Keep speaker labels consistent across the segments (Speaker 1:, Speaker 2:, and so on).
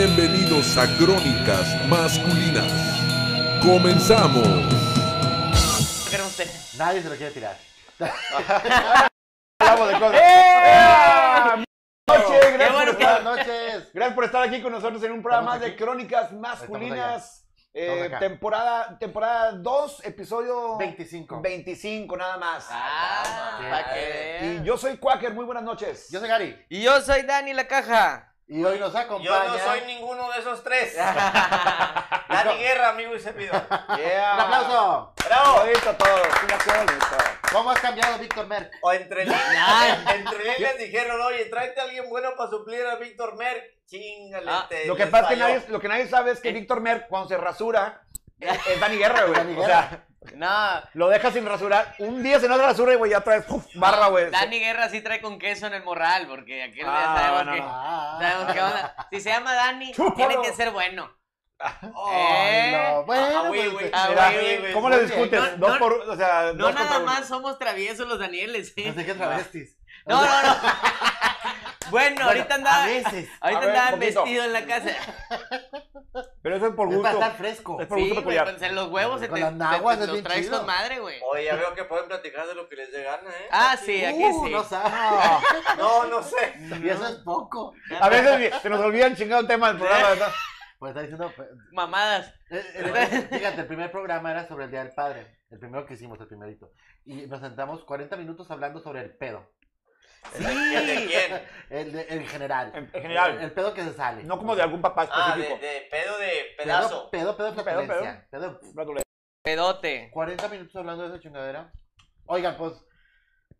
Speaker 1: bienvenidos a Crónicas Masculinas. Comenzamos.
Speaker 2: Sacaron ustedes.
Speaker 3: Nadie se lo quiere tirar. Hablamos de cosas. Buenas noches, gracias
Speaker 2: bueno
Speaker 3: por
Speaker 2: que-
Speaker 3: estar- buenas noches.
Speaker 4: Gracias por estar aquí con nosotros en un
Speaker 3: Estamos
Speaker 4: programa más de
Speaker 3: aquí.
Speaker 4: Crónicas Masculinas.
Speaker 3: Estamos
Speaker 4: eh,
Speaker 3: acá.
Speaker 4: temporada, temporada 2, episodio
Speaker 3: 25.
Speaker 4: 25, nada más.
Speaker 2: Ah,
Speaker 3: Ah,
Speaker 2: para que
Speaker 4: y
Speaker 2: vean.
Speaker 4: yo soy Quaker, muy buenas noches.
Speaker 3: Yo soy Gary
Speaker 2: Y yo soy Dani la caja.
Speaker 3: y hoy nos acompaña.
Speaker 5: ninguno de esos tres.
Speaker 3: Dani
Speaker 5: Guerra, amigo y servidor.
Speaker 4: Yeah.
Speaker 3: Un aplauso.
Speaker 4: Un aplauso a todos. Un aplauso.
Speaker 3: ¿Cómo has cambiado, Víctor Merck?
Speaker 5: O entre líneas, entre líneas dijeron, oye, tráete a alguien bueno para suplir a Víctor Merck. Chingale.
Speaker 2: Ah,
Speaker 5: te-
Speaker 4: Lo que
Speaker 5: les
Speaker 4: pasa es que
Speaker 5: falló.
Speaker 4: nadie, lo que nadie sabe
Speaker 2: Eh.
Speaker 4: es que Víctor Merck, cuando se rasura, eh, es, es Dani Guerra,
Speaker 3: Dani
Speaker 4: güey. O
Speaker 3: Guerra.
Speaker 4: sea,
Speaker 2: No,
Speaker 4: lo deja sin rasurar. Un día se no se rasura y, güey, ya otra vez, ¡puf! barba, güey.
Speaker 2: Dani Guerra sí trae con queso en el morral, porque aquí
Speaker 4: Ah,
Speaker 2: ya sabemos
Speaker 4: no,
Speaker 2: que.
Speaker 3: Ah.
Speaker 2: sabemos qué onda. Si se llama Dani,
Speaker 4: Chúpalo.
Speaker 2: tiene que ser bueno. ¿Eh?
Speaker 3: Ay, no. Bueno,
Speaker 5: Ah, güey,
Speaker 3: pues,
Speaker 5: güey.
Speaker 3: pues,
Speaker 2: Ah,
Speaker 4: Mira,
Speaker 2: güey, güey,
Speaker 5: güey.
Speaker 4: ¿Cómo le
Speaker 3: muy bien.
Speaker 4: discutes?
Speaker 2: No,
Speaker 4: dos
Speaker 2: no,
Speaker 4: por, o sea,
Speaker 2: No
Speaker 4: dos
Speaker 2: nada
Speaker 4: contra uno.
Speaker 2: más somos traviesos los Danieles,
Speaker 3: no
Speaker 2: ¿eh?
Speaker 3: sé qué travestis.
Speaker 2: No, no, no. Bueno, ahorita andaba.
Speaker 3: A veces.
Speaker 2: Ahorita
Speaker 4: A ver,
Speaker 2: andaban
Speaker 4: poquito.
Speaker 2: vestidos en la casa.
Speaker 4: Pero eso es por
Speaker 3: Es para
Speaker 4: gusto.
Speaker 3: estar fresco.
Speaker 4: Es por
Speaker 2: Sí,
Speaker 4: gusto
Speaker 2: güey,
Speaker 4: peculiar.
Speaker 2: con se- los huevos se
Speaker 3: Con
Speaker 2: te,
Speaker 3: las
Speaker 2: se te-
Speaker 3: naguas, es
Speaker 2: los
Speaker 3: bien
Speaker 2: traes
Speaker 3: chido.
Speaker 2: con madre, güey.
Speaker 5: Oye, ya veo que pueden platicar de lo que les dé gana, ¿eh?
Speaker 2: Ah, sí, aquí
Speaker 3: Uh,
Speaker 2: sí.
Speaker 3: No sabes.
Speaker 5: No, no sé.
Speaker 3: Y eso es poco.
Speaker 4: A veces se nos olvida el chingado tema del programa. ¿verdad?
Speaker 3: Pues está diciendo. pues,
Speaker 2: Mamadas.
Speaker 3: Eh, eh, Fíjate, el primer programa era sobre el Día del Padre. El primero que hicimos, el primerito. Y nos sentamos 40 minutos hablando sobre el pedo.
Speaker 5: ¿Quién de quién?
Speaker 3: El, de- en general.
Speaker 4: En- en general.
Speaker 3: El pedo que se sale.
Speaker 4: No como de algún papá
Speaker 5: Ah, de,
Speaker 4: específico.
Speaker 5: de pedo de
Speaker 3: pedazo.
Speaker 5: pedazo.
Speaker 3: Pedo, pedo, pedo,
Speaker 4: Pedo,
Speaker 3: flatulencia. pedo.
Speaker 2: Pedote.
Speaker 3: 40 minutos hablando de esa chingadera. Oigan, pues.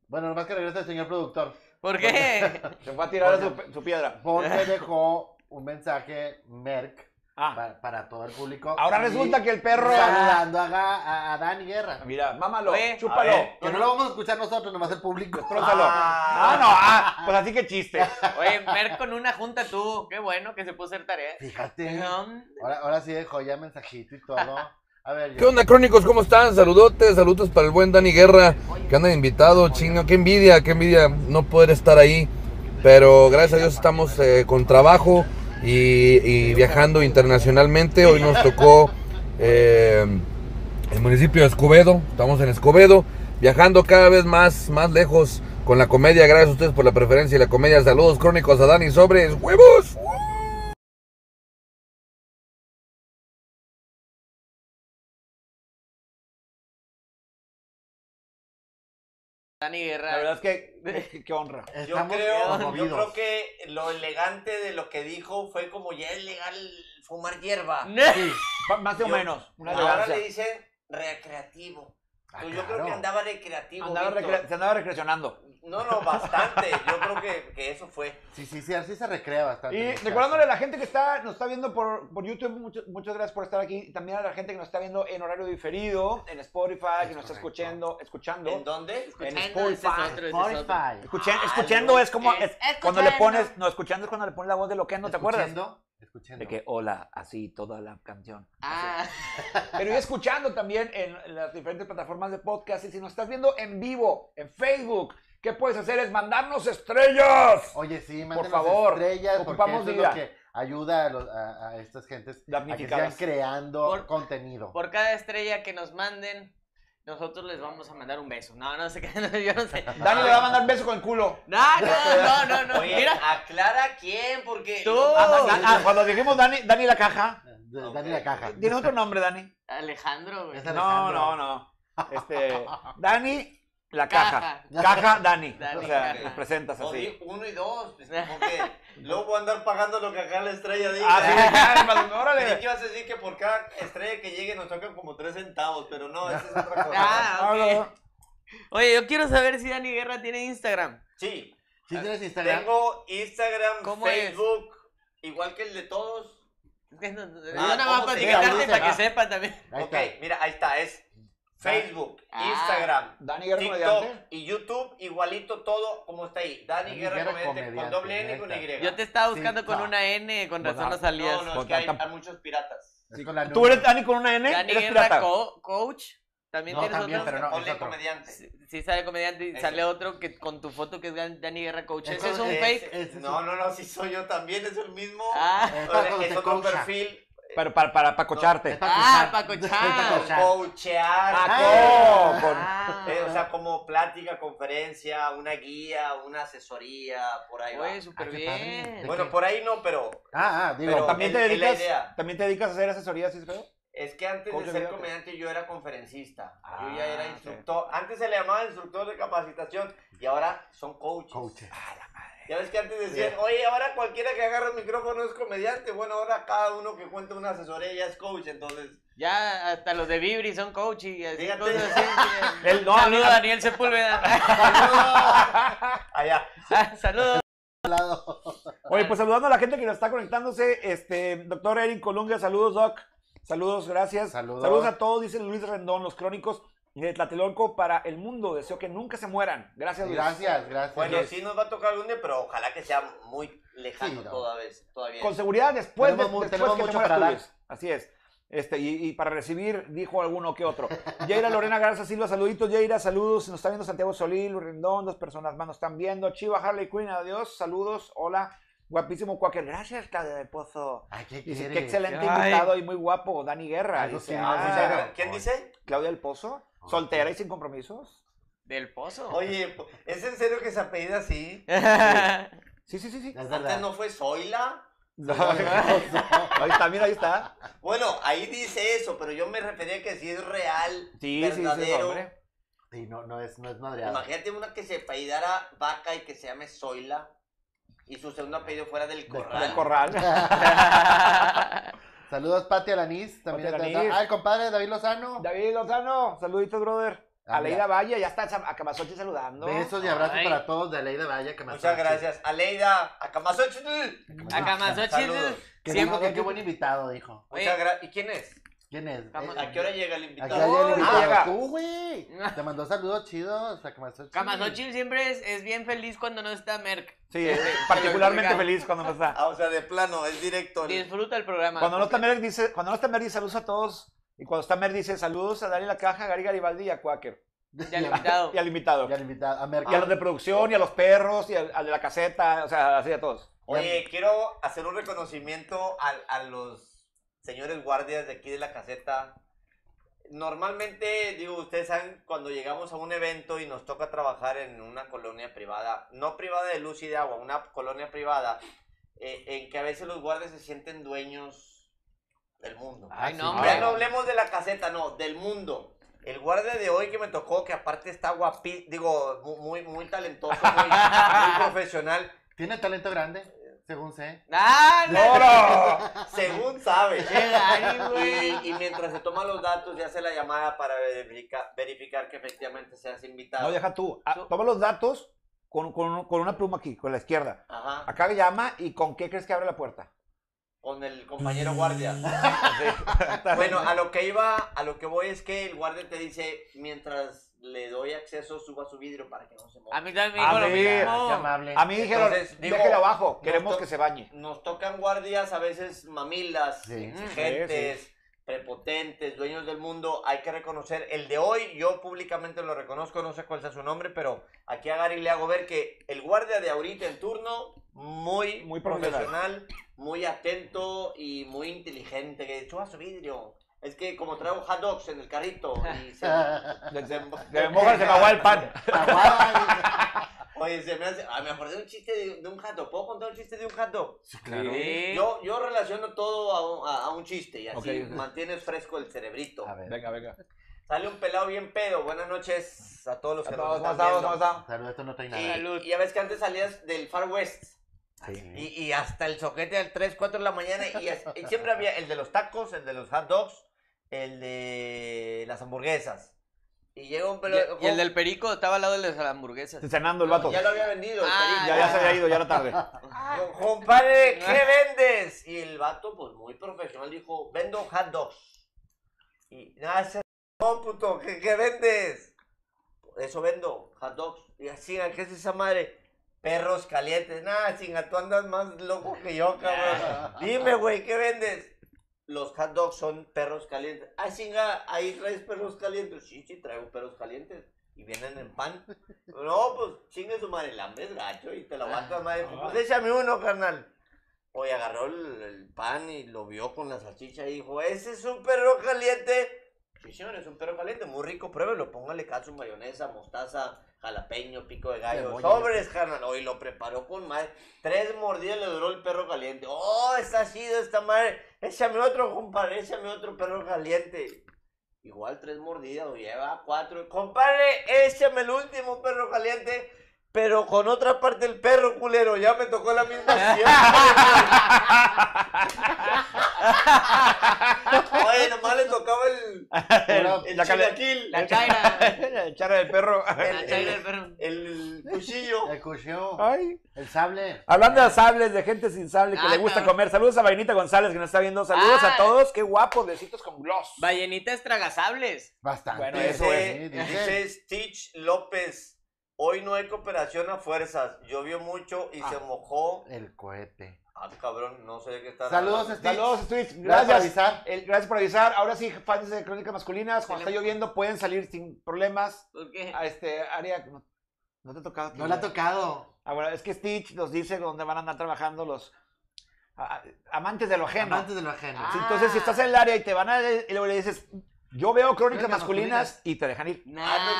Speaker 3: Bueno, nomás que regresa el señor productor.
Speaker 2: ¿Por qué?
Speaker 4: Se fue a tirar a
Speaker 3: Oigan.
Speaker 4: su, su piedra.
Speaker 3: Porque dejó un mensaje Merck
Speaker 4: Ah,
Speaker 3: para, para todo el público.
Speaker 4: ahora
Speaker 3: Y
Speaker 4: resulta que el perro.
Speaker 3: Saludando a, Ga- a, a Dani Guerra.
Speaker 4: Mira, mámalo,
Speaker 2: Oye.
Speaker 4: chúpalo.
Speaker 5: A ver.
Speaker 3: Que no lo vamos a escuchar nosotros, nomás el público.
Speaker 4: Trózalo.
Speaker 5: Ah.
Speaker 4: Ah, no, ah, pues así que chiste.
Speaker 2: Oye, ver con una junta tú. Qué bueno que se puso a hacer tarea.
Speaker 3: Fíjate.
Speaker 2: No,
Speaker 3: Ahora, ahora sí dejó ya mensajito y todo. A ver,
Speaker 6: ¿Qué onda, crónicos? ¿Cómo están? Saludotes, saludos para el buen Dani Guerra, que anda invitado, chinga, qué envidia, qué envidia no poder estar ahí, pero gracias a Dios estamos eh, con trabajo y, y viajando internacionalmente, hoy nos tocó eh, el municipio de Escobedo, estamos en Escobedo, viajando cada vez más, más lejos con la comedia, gracias a ustedes por la preferencia y la comedia, saludos crónicos a Dani Sobres, huevos.
Speaker 2: Dani
Speaker 4: La
Speaker 2: Guerra.
Speaker 4: verdad es que, que- que honra.
Speaker 5: Yo
Speaker 3: Estamos
Speaker 5: creo, yo
Speaker 3: conmovidos.
Speaker 5: creo que lo elegante de lo que dijo fue como ya es legal fumar hierba.
Speaker 2: Ne-
Speaker 4: Pa- Más o
Speaker 5: Yo-
Speaker 4: menos. Una
Speaker 5: Ahora
Speaker 4: elegancia.
Speaker 5: le dicen recreativo. Pues
Speaker 3: Ah,
Speaker 5: Yo
Speaker 3: claro.
Speaker 5: creo que andaba recreativo.
Speaker 4: Andaba
Speaker 5: Víctor.
Speaker 4: recre- se andaba recreacionando.
Speaker 5: No, no, bastante. Yo creo que, que eso fue.
Speaker 3: Sí, sí, sí, así se recrea bastante.
Speaker 4: Y
Speaker 3: en casa.
Speaker 4: recordándole a la gente que está, nos está viendo por, por YouTube, mucho- muchas gracias por estar aquí. Y También a la gente que nos está viendo en horario diferido, en Spotify, que nos
Speaker 3: correcto.
Speaker 4: está escuchando, escuchando.
Speaker 5: ¿En dónde?
Speaker 4: en
Speaker 2: Escuchando, ese es
Speaker 4: Spotify.
Speaker 2: otro, ese es otro.
Speaker 3: Spotify.
Speaker 4: Escuchen-
Speaker 5: Ah,
Speaker 4: escuchando
Speaker 5: no,
Speaker 4: es como
Speaker 2: es-
Speaker 4: es- cuando le
Speaker 2: escuchando.
Speaker 4: pones, no, escuchando es cuando le pones la voz de Loquendo, ¿te acuerdas?
Speaker 3: Escuchando, escuchando.
Speaker 7: De que hola, así toda la canción.
Speaker 2: Ah,
Speaker 4: Pero y escuchando también en en las diferentes plataformas de podcast. Y si nos estás viendo en vivo, en Facebook, ¿qué puedes hacer? Es mandarnos estrellas.
Speaker 3: Oye, sí,
Speaker 4: Por
Speaker 3: mándenos
Speaker 4: favor,
Speaker 3: estrellas, porque
Speaker 4: ocupamos
Speaker 3: eso es
Speaker 4: vida.
Speaker 3: lo que ayuda a, los- a- a estas gentes a que sigan
Speaker 4: Damnificadas.
Speaker 3: creando
Speaker 2: Por-
Speaker 3: contenido.
Speaker 2: por cada estrella que nos manden, nosotros les vamos a mandar un beso. No, no sé qué. no, Yo no sé.
Speaker 4: Dani le va a mandar un beso con el culo.
Speaker 2: No, no, no, no. no.
Speaker 5: Oye,
Speaker 2: Mira,
Speaker 5: aclara quién, porque.
Speaker 2: Tú.
Speaker 4: Ah, Dan- ah, cuando dijimos Dani, Dani la caja.
Speaker 3: De-
Speaker 5: Ok.
Speaker 3: Dani la caja.
Speaker 4: ¿Tienes otro nombre, Dani?
Speaker 2: Alejandro, güey.
Speaker 3: Esa-
Speaker 4: No,
Speaker 3: Alejandro.
Speaker 4: no, no. Este, Dani la caja.
Speaker 2: Caja.
Speaker 4: Caja, Dani.
Speaker 2: Dani,
Speaker 4: o sea,
Speaker 2: caja.
Speaker 4: los presentas
Speaker 5: O di
Speaker 4: así.
Speaker 5: pues uno y dos. pues, porque luego voy a andar pagando lo que acá la estrella diga.
Speaker 4: Así de calma,
Speaker 5: Creí
Speaker 4: órale.
Speaker 5: que ibas a decir que por cada estrella que llegue nos tocan como tres centavos, pero no, esa es otra cosa.
Speaker 2: Ah, ok. Oye, yo quiero saber si Dani Guerra tiene Instagram.
Speaker 5: Sí,
Speaker 3: ¿Sí tienes Instagram?
Speaker 5: tengo Instagram,
Speaker 2: ¿Cómo es?
Speaker 5: Facebook, igual que el de todos.
Speaker 2: Es que no- Yo
Speaker 5: Ah,
Speaker 2: nada más
Speaker 5: ¿cómo
Speaker 2: para
Speaker 5: se
Speaker 3: llama?
Speaker 2: etiquetarte
Speaker 3: Dice,
Speaker 2: para que
Speaker 3: ah.
Speaker 2: sepan también.
Speaker 3: Ahí
Speaker 5: ok,
Speaker 3: está.
Speaker 5: mira, ahí está, es Facebook,
Speaker 2: Ah.
Speaker 5: Instagram,
Speaker 4: Dani Guerra
Speaker 5: TikTok
Speaker 4: Comediante.
Speaker 5: y YouTube, igualito todo como está ahí. Dani
Speaker 3: Dani
Speaker 5: Guerra
Speaker 3: Guerra
Speaker 5: Comediante, con
Speaker 3: Comediante,
Speaker 5: doble N y con
Speaker 3: neta.
Speaker 5: Y.
Speaker 2: Yo te estaba
Speaker 3: Sí,
Speaker 2: buscando con
Speaker 3: no.
Speaker 2: una N, con razón no
Speaker 4: Bueno,
Speaker 2: salías.
Speaker 5: No, no, es que hay,
Speaker 4: Tamp-
Speaker 5: hay muchos piratas.
Speaker 3: Es con la
Speaker 4: ¿Tú eres
Speaker 3: número.
Speaker 4: Dani con una N?
Speaker 2: Dani
Speaker 4: ¿Eres
Speaker 2: Guerra
Speaker 4: ¿Eh? pirata?
Speaker 2: co- Coach También
Speaker 3: No,
Speaker 2: tienes
Speaker 3: también,
Speaker 2: otro.
Speaker 3: pero no,
Speaker 5: Ponle
Speaker 3: es otro.
Speaker 5: comediante.
Speaker 2: Sí, sí sale comediante y
Speaker 5: Ese.
Speaker 2: sale otro que con tu foto que es Dan- Dani Guerra Coach.
Speaker 3: Es
Speaker 2: Ese es un
Speaker 3: como-
Speaker 2: fake.
Speaker 3: Ese es
Speaker 5: No,
Speaker 3: un-
Speaker 5: no, no, si soy yo también, es el mismo.
Speaker 2: Ah,
Speaker 3: Es
Speaker 5: O
Speaker 3: para
Speaker 5: sea,
Speaker 3: cuando
Speaker 5: es
Speaker 3: te
Speaker 5: otro
Speaker 3: coacha.
Speaker 5: perfil.
Speaker 4: Pero para, para, para
Speaker 3: Es
Speaker 4: cocharte.
Speaker 3: para
Speaker 2: Ah,
Speaker 3: coachar.
Speaker 2: para coachar.
Speaker 3: Es para coachar.
Speaker 4: Oh,
Speaker 5: Coachear.
Speaker 4: Ah,
Speaker 5: Ah,
Speaker 4: co- con-
Speaker 2: ah.
Speaker 5: eh, o sea, como plática, conferencia, una guía, una asesoría, por ahí va.
Speaker 2: Oye, súper
Speaker 3: Ah, qué padre.
Speaker 2: bien.
Speaker 5: Bueno, por ahí no, pero
Speaker 3: Ah, ah, digo,
Speaker 5: Pero-
Speaker 4: ¿También te,
Speaker 5: es- es la
Speaker 4: dedicas,
Speaker 5: idea.
Speaker 4: ¿También te dedicas a hacer asesorías, sí, creo?
Speaker 5: es que antes
Speaker 4: Coach de
Speaker 5: de ser
Speaker 4: vida, ¿qué?
Speaker 5: comediante yo era conferencista. yo ya
Speaker 4: Ah,
Speaker 5: era
Speaker 4: ok.
Speaker 5: instructor. Antes se le llamaba instructor de capacitación y ahora son coaches.
Speaker 3: coaches.
Speaker 5: Ya ves que antes decían, oye, ahora cualquiera que agarra el micrófono es comediante. Bueno, ahora cada uno que cuenta una asesoría ya es coach, entonces.
Speaker 2: Ya hasta los de Vibri son coach y así
Speaker 5: Fíjate.
Speaker 2: cosas así.
Speaker 4: El, no,
Speaker 2: Saludos a
Speaker 4: a mí-
Speaker 2: Daniel Sepúlveda.
Speaker 5: Allá.
Speaker 2: Saludos.
Speaker 4: Oye, pues saludando a la gente que nos está conectándose, este, doctor Erin Colunga, saludos, Doc. Saludos, gracias.
Speaker 3: Saludos.
Speaker 4: a todos, dice Luis Rendón, los crónicos de Tlatelolco para el mundo. Deseo que nunca se mueran. Gracias, Luis.
Speaker 3: Gracias, gracias.
Speaker 5: Bueno,
Speaker 3: Yes.
Speaker 5: sí nos va a tocar algún día, pero ojalá que sea muy lejano
Speaker 3: Sí, no.
Speaker 5: toda vez, todavía.
Speaker 4: Con seguridad, después, de-
Speaker 3: Tenemos mu-
Speaker 4: después
Speaker 3: tenemos
Speaker 4: que te
Speaker 3: mucho
Speaker 4: mueras
Speaker 3: para
Speaker 4: tú,
Speaker 3: dar.
Speaker 4: Luis. Así es. Este, y, y para recibir, dijo alguno que otro. Jaira Lorena Garza Silva, saluditos, Jaira, saludos. Nos está viendo Santiago Solí, Luis Rendón, dos personas más nos están viendo. Chiva Harley Quinn, adiós, saludos, hola. Guapísimo Quaker, gracias, Claudia de Pozo.
Speaker 3: Ay, ¿qué
Speaker 4: Dice,
Speaker 3: quiere?
Speaker 4: qué excelente
Speaker 2: Ay.
Speaker 4: invitado y muy guapo, Dani Guerra.
Speaker 3: Algo
Speaker 4: Dice,
Speaker 3: que no Ah.
Speaker 5: Ah,
Speaker 4: ah,
Speaker 5: muchas gracias. ¿Quién dice?
Speaker 4: Claudia del Pozo, soltera y sin compromisos.
Speaker 2: Del pozo.
Speaker 5: Oye, po- ¿es en serio que se apellida así?
Speaker 4: Sí, sí, sí, sí.
Speaker 3: Es
Speaker 5: Antes
Speaker 3: verdad.
Speaker 5: no fue Zoila.
Speaker 4: ahí está, mira, ahí está.
Speaker 5: Bueno, ahí dice eso, pero yo me refería que si es real,
Speaker 4: Sí, sí, sí, sí,
Speaker 5: verdadero.
Speaker 4: hombre.
Speaker 3: Sí, no, no es, no es madreado.
Speaker 5: Imagínate una que se apellidara Vaca y que se llame Zoila y su segundo apellido fuera del corral.
Speaker 4: Del corral.
Speaker 3: Saludos, Pati Alanís. También
Speaker 4: Pati
Speaker 3: está-
Speaker 4: Alanís.
Speaker 3: Ah, el compadre David Lozano.
Speaker 4: David Lozano, saluditos, brother.
Speaker 3: Ah,
Speaker 4: Aleida Valle, ya está Sam- a Camasochi saludando.
Speaker 3: Besos y abrazos
Speaker 2: Ay.
Speaker 3: para todos de Aleida Vaya. Que me
Speaker 5: Muchas
Speaker 3: está-
Speaker 5: gracias. Aleida, Acamazochitl.
Speaker 2: Acamazochitl.
Speaker 5: Saludos.
Speaker 3: Que
Speaker 2: Siempre-
Speaker 3: dijo que qué buen invitado, dijo.
Speaker 5: Muchas gracias. ¿Y quién es?
Speaker 3: ¿Quién es? Eh,
Speaker 2: Cama-
Speaker 5: ¿A qué hora llega el
Speaker 3: Aquí
Speaker 5: invitado?
Speaker 3: hay el
Speaker 4: Ay,
Speaker 3: invitado.
Speaker 4: llega.
Speaker 3: Tú, güey. Te mandó saludos chidos a Camasochi.
Speaker 2: Camasochil siempre es, es bien feliz cuando no está Merck.
Speaker 4: Sí, eh, particularmente
Speaker 2: Oigan.
Speaker 4: feliz cuando no está.
Speaker 5: Ah, o sea, de plano, es directo. el-
Speaker 2: Disfruta el programa.
Speaker 4: Cuando no está Mer, dice, cuando no está Mer, dice saludos a todos. Y cuando está Mer, dice saludos a Dani La Caja, a Gary Garibaldi y a Quaker.
Speaker 2: Ya limitado.
Speaker 4: Y al invitado.
Speaker 3: Y al invitado. A Merck.
Speaker 4: Y a los de producción, y a los perros, y al, al de la caseta, o sea, así a todos.
Speaker 5: Oye, quiero hacer un reconocimiento a, a los señores guardias de aquí de la caseta. Normalmente, digo, ustedes saben, cuando llegamos a un evento y nos toca trabajar en una colonia privada, no privada de luz y de agua, una colonia privada, eh, en que a veces los guardias se sienten dueños del mundo.
Speaker 2: Ay,
Speaker 3: Ah,
Speaker 2: no,
Speaker 3: sí,
Speaker 2: hombre.
Speaker 5: Ya no hablemos de la caseta, no, del mundo. El guardia de hoy que me tocó, que aparte está guapi, digo, mu- muy, muy talentoso, muy, muy profesional,
Speaker 3: Tiene talento grande, según sé.
Speaker 2: ¡Ah, no!
Speaker 4: ¡Oro!
Speaker 5: según sabe.
Speaker 2: ¡Qué Dani,
Speaker 5: Y,
Speaker 2: güey!
Speaker 5: y mientras se toma los datos y hace la llamada para verifica- verificar que efectivamente seas invitado.
Speaker 4: No, deja tú. Ah, Toma los datos con, con- con una pluma aquí, con la izquierda.
Speaker 5: Ajá,
Speaker 4: Acá llama y con qué crees que abre la puerta.
Speaker 5: con el compañero guardia. Bueno, a lo que iba, a lo que voy es que el guardia te dice, mientras le doy acceso, suba su vidrio para que no se
Speaker 2: A
Speaker 5: mueva.
Speaker 2: mí también me
Speaker 4: A
Speaker 2: dijo lo
Speaker 4: ver.
Speaker 3: Ah, Qué
Speaker 2: mismo.
Speaker 3: amable.
Speaker 4: a mí dijeron,
Speaker 5: Entonces, digo,
Speaker 4: déjelo abajo,
Speaker 5: no
Speaker 4: queremos
Speaker 5: to-
Speaker 4: que se bañe.
Speaker 5: Nos tocan guardias a veces mamilas,
Speaker 3: Sí.
Speaker 5: exigentes, prepotentes, dueños del mundo. Hay que reconocer el de hoy. Yo públicamente lo reconozco, no sé cuál sea su nombre, pero aquí a Gary le hago ver que el guardia de ahorita en turno, muy,
Speaker 4: Muy profesional.
Speaker 5: profesional, muy atento y muy inteligente. Que suba su vidrio. Es que como traigo hot dogs en el carrito y se, se-
Speaker 4: Le moja, se me agua el pan.
Speaker 3: Aguada.
Speaker 5: Oye, se me hace. Ah, me acordé de un chiste de, de un jato. ¿Puedo contar un chiste de un jato?
Speaker 3: claro.
Speaker 2: Sí.
Speaker 5: Yo, yo relaciono todo a un, a- a un chiste y así
Speaker 4: Ok.
Speaker 5: mantienes fresco el cerebrito.
Speaker 3: A ver.
Speaker 4: Venga, venga.
Speaker 5: Sale un pelado bien pedo. Buenas noches a todos los
Speaker 4: A
Speaker 5: que
Speaker 4: todos,
Speaker 5: nos
Speaker 4: ¿cómo
Speaker 5: están
Speaker 4: estamos? ¿Cómo
Speaker 5: viendo.
Speaker 4: estamos?
Speaker 3: Saludos, esto no trae
Speaker 5: Y-
Speaker 3: nada.
Speaker 5: Y, ya ves que antes salías del Far West.
Speaker 3: Sí.
Speaker 5: Y, y hasta el soquete al 3, 4 de la mañana. Y, as- y siempre había el de los tacos, el de los hot dogs, el de las hamburguesas. Y llega un pelado.
Speaker 2: Y, y el del perico estaba al lado de las hamburguesas.
Speaker 4: Cenando el vato.
Speaker 5: Ya lo había vendido. el
Speaker 2: Ah,
Speaker 5: perico.
Speaker 4: Ya, ya se había ido, ya era tarde.
Speaker 5: Co- Compadre, ¿qué vendes? Y el vato, pues muy profesional, dijo, vendo hot dogs. Y nada, ese no, puto, ¿qué, qué vendes? Eso vendo, hot dogs. Y así, ¿a ¿qué es esa madre? Perros calientes. Nada, sin tú andas más loco que yo, cabrón. Dime, güey, ¿qué vendes? los hot dogs son perros calientes. Ah, chinga, ahí traes perros calientes. Sí, sí, traigo perros calientes. Y vienen en pan. No, pues chingue su madre, el hambre es gacho y te la va a tomar. Pues échame uno, carnal. Oye, agarró el, el pan y lo vio con la salchicha y dijo, ese es un perro caliente. Sí, señor, es un perro caliente, muy rico, pruébelo, póngale caso, mayonesa, mostaza, jalapeño, pico de gallo,
Speaker 3: Cebolla.
Speaker 5: sobres, carnal. Oye, lo preparó con madre. Tres mordidas le duró el perro caliente. Oh, está chido esta madre. Échame otro, compadre, échame otro perro caliente. Igual tres mordidas, o lleva cuatro. Compadre, échame el último perro caliente, pero con otra parte del perro, culero. Ya me tocó la misma siempre. güey. Oye, nomás le tocaba el, el
Speaker 4: La cale-
Speaker 5: chilaquil,
Speaker 2: La chaira.
Speaker 4: Echar del perro.
Speaker 2: La chaira del perro.
Speaker 5: el cuchillo.
Speaker 3: El cuchillo,
Speaker 4: Ay.
Speaker 3: el sable.
Speaker 4: Hablando de sables, de gente sin sable que
Speaker 2: Ah,
Speaker 4: le gusta
Speaker 2: cabrón.
Speaker 4: comer. Saludos a Vainita González que nos está viendo. Saludos
Speaker 2: Ah.
Speaker 4: a todos. Qué guapos, besitos con gloss.
Speaker 2: Ballenitas tragasables.
Speaker 3: Bastante.
Speaker 4: Bueno,
Speaker 5: Dice,
Speaker 4: eso
Speaker 3: Sí,
Speaker 5: dice,
Speaker 3: dice.
Speaker 5: Stitch López, hoy no hay cooperación a fuerzas. Llovió mucho
Speaker 4: Ah.
Speaker 5: y se mojó.
Speaker 3: El cohete.
Speaker 5: Ah, cabrón, no sé de qué está
Speaker 3: Saludos, Stitch.
Speaker 4: Saludos, Twitch.
Speaker 3: Gracias por
Speaker 4: Gracias.
Speaker 3: avisar.
Speaker 4: El- gracias por avisar. Ahora sí, fans de Crónicas Masculinas, cuando
Speaker 2: Se le-
Speaker 4: está lloviendo pueden salir sin problemas
Speaker 2: ¿Por qué?
Speaker 5: Ah,
Speaker 4: a este área. No, no te ha tocado.
Speaker 3: No le ha
Speaker 4: tocado.
Speaker 3: tocado.
Speaker 4: Ah, bueno, es que Stitch nos dice dónde van a andar trabajando los ah, ah, amantes de lo ajeno.
Speaker 3: Antes de lo ajeno.
Speaker 4: Sí, Entonces, si estás en el área y te van a... Y luego le dices, yo veo crónicas
Speaker 3: Crónicas
Speaker 4: masculinas,
Speaker 3: masculinas.
Speaker 4: y te dejan ir.
Speaker 2: Nah.
Speaker 5: Ah,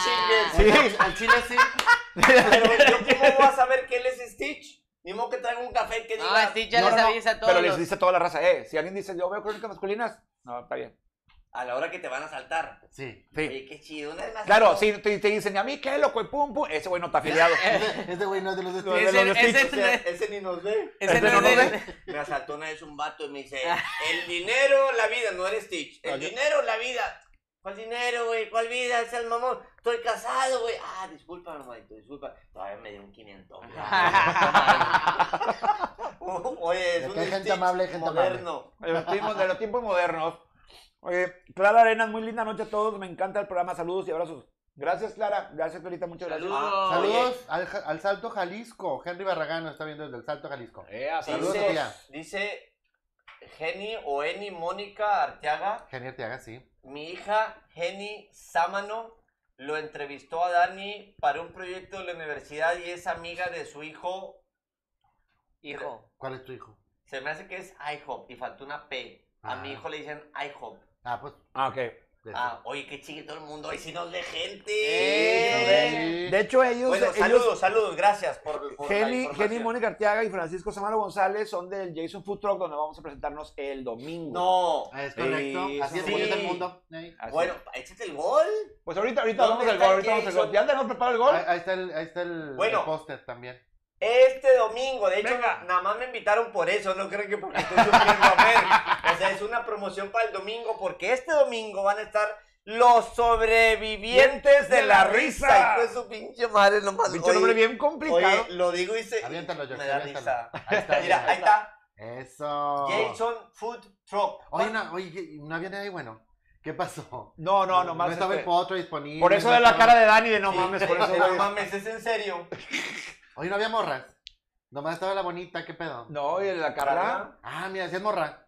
Speaker 5: no
Speaker 4: Sí.
Speaker 5: chingues.
Speaker 3: Al chile sí.
Speaker 5: Pero yo, ¿cómo vas a saber que él es Stitch? Ni modo que traiga un café que diga.
Speaker 2: No, Stitch ya
Speaker 4: No, no,
Speaker 2: les
Speaker 4: no,
Speaker 2: avisa a todos.
Speaker 4: Pero les
Speaker 2: los-
Speaker 4: dice a toda la raza, eh, si alguien dice, yo veo crónicas masculinas, no, está bien.
Speaker 5: A la hora que te van a saltar.
Speaker 3: Sí.
Speaker 4: Sí.
Speaker 5: Oye, qué chido. Una vez más.
Speaker 4: Claro, si te, te dicen, a mí qué loco, y pum, pum, ese güey no está afiliado.
Speaker 3: Este güey no es de los de
Speaker 4: No,
Speaker 3: Stitch.
Speaker 4: de los
Speaker 2: Ese-
Speaker 4: Stitch.
Speaker 5: O sea, ese ni nos ve.
Speaker 2: Ese no
Speaker 4: no
Speaker 2: es
Speaker 4: nos
Speaker 2: el- Ah.
Speaker 5: Me asaltó una vez un vato y me dice, el dinero, la vida, no eres Stitch. El dinero, la vida. ¿Cuál dinero, güey? ¿Cuál vida? Es el mamón. Estoy casado, güey. Ah, disculpa, hermanito, disculpa. Todavía me dio un 500. güey. Oye, es
Speaker 3: Aquí
Speaker 5: un
Speaker 3: hay gente
Speaker 5: Stitch
Speaker 3: amable, hay gente amable.
Speaker 5: moderno.
Speaker 4: De los tiempos, de los tiempos modernos. Oye, Clara Arenas, muy linda noche a todos. Me encanta el programa. Saludos y abrazos. Gracias, Clara. Gracias, Clarita. Muchas gracias.
Speaker 2: Saludos.
Speaker 3: Saludos al, Ja- al Salto Jalisco. Henry Barragán nos está viendo desde el Salto Jalisco.
Speaker 4: Eh, a
Speaker 3: Saludos,
Speaker 5: dice,
Speaker 3: tía.
Speaker 5: dice Jenny o Eni Mónica Arteaga.
Speaker 3: Henry Arteaga, sí.
Speaker 5: Mi hija Jenny Sámano lo entrevistó a Dani para un proyecto de la universidad y es amiga de su hijo.
Speaker 2: Hijo.
Speaker 3: ¿Cuál es tu hijo?
Speaker 5: Se me hace que es IHOP y faltó una P. A mi
Speaker 3: Ah.
Speaker 5: hijo le dicen IHOP.
Speaker 3: Ah, pues.
Speaker 4: Ah, ok.
Speaker 3: de
Speaker 5: Ah, oye, qué chiquito el mundo. Hoy sí nos ve gente.
Speaker 3: Eh,
Speaker 4: De hecho, ellos.
Speaker 5: Bueno,
Speaker 4: ellos-
Speaker 5: saludos, saludos. Gracias por, por la
Speaker 4: Jenny,
Speaker 5: información.
Speaker 4: Jenny Mónica Arteaga y Francisco Samaro González son del Jason Food Truck, donde vamos a presentarnos el domingo.
Speaker 5: No.
Speaker 3: Ah, Es correcto.
Speaker 4: Sí,
Speaker 3: Así es
Speaker 5: sí.
Speaker 3: como es el mundo. Ahí,
Speaker 4: Así.
Speaker 5: Bueno, échate el gol.
Speaker 4: pues ahorita, ahorita
Speaker 5: ¿Dónde
Speaker 4: vamos al
Speaker 5: está
Speaker 4: gol.
Speaker 5: el
Speaker 4: Ahorita vamos al gol.
Speaker 5: Jason?
Speaker 4: ¿Ya tenemos preparado el gol?
Speaker 3: ahí está el, ahí está el,
Speaker 5: Bueno.
Speaker 3: el póster también.
Speaker 5: Este domingo, de hecho,
Speaker 4: Venga.
Speaker 5: nada más me invitaron por eso, no creen que porque estoy sufriendo a ver. O sea, es una promoción para el domingo, porque este domingo van a estar los sobrevivientes de la risa. Hijo de su pinche madre, nomás.
Speaker 4: Pinche nombre bien complicado.
Speaker 5: oye, lo digo y se.
Speaker 3: Aviéntalo, George,
Speaker 5: Me da
Speaker 3: aviéntalo.
Speaker 5: risa.
Speaker 3: Ahí está.
Speaker 5: Mira, ahí está.
Speaker 3: Eso.
Speaker 5: Jason Food Truck.
Speaker 3: Oye, no, oye, no había nadie bueno. ¿Qué pasó?
Speaker 4: no, no, nomás.
Speaker 3: No estaba
Speaker 4: este,
Speaker 3: el potro disponible.
Speaker 4: por eso
Speaker 3: no
Speaker 4: de la
Speaker 3: estaba-
Speaker 4: cara de Dani de no
Speaker 5: Sí.
Speaker 4: mames, por eso.
Speaker 5: No
Speaker 4: güey.
Speaker 5: mames, es en serio.
Speaker 3: Oye, no había morras. Nomás estaba la bonita, ¿qué pedo?
Speaker 4: No, y la Carla.
Speaker 3: Ah, mira, sí es morra.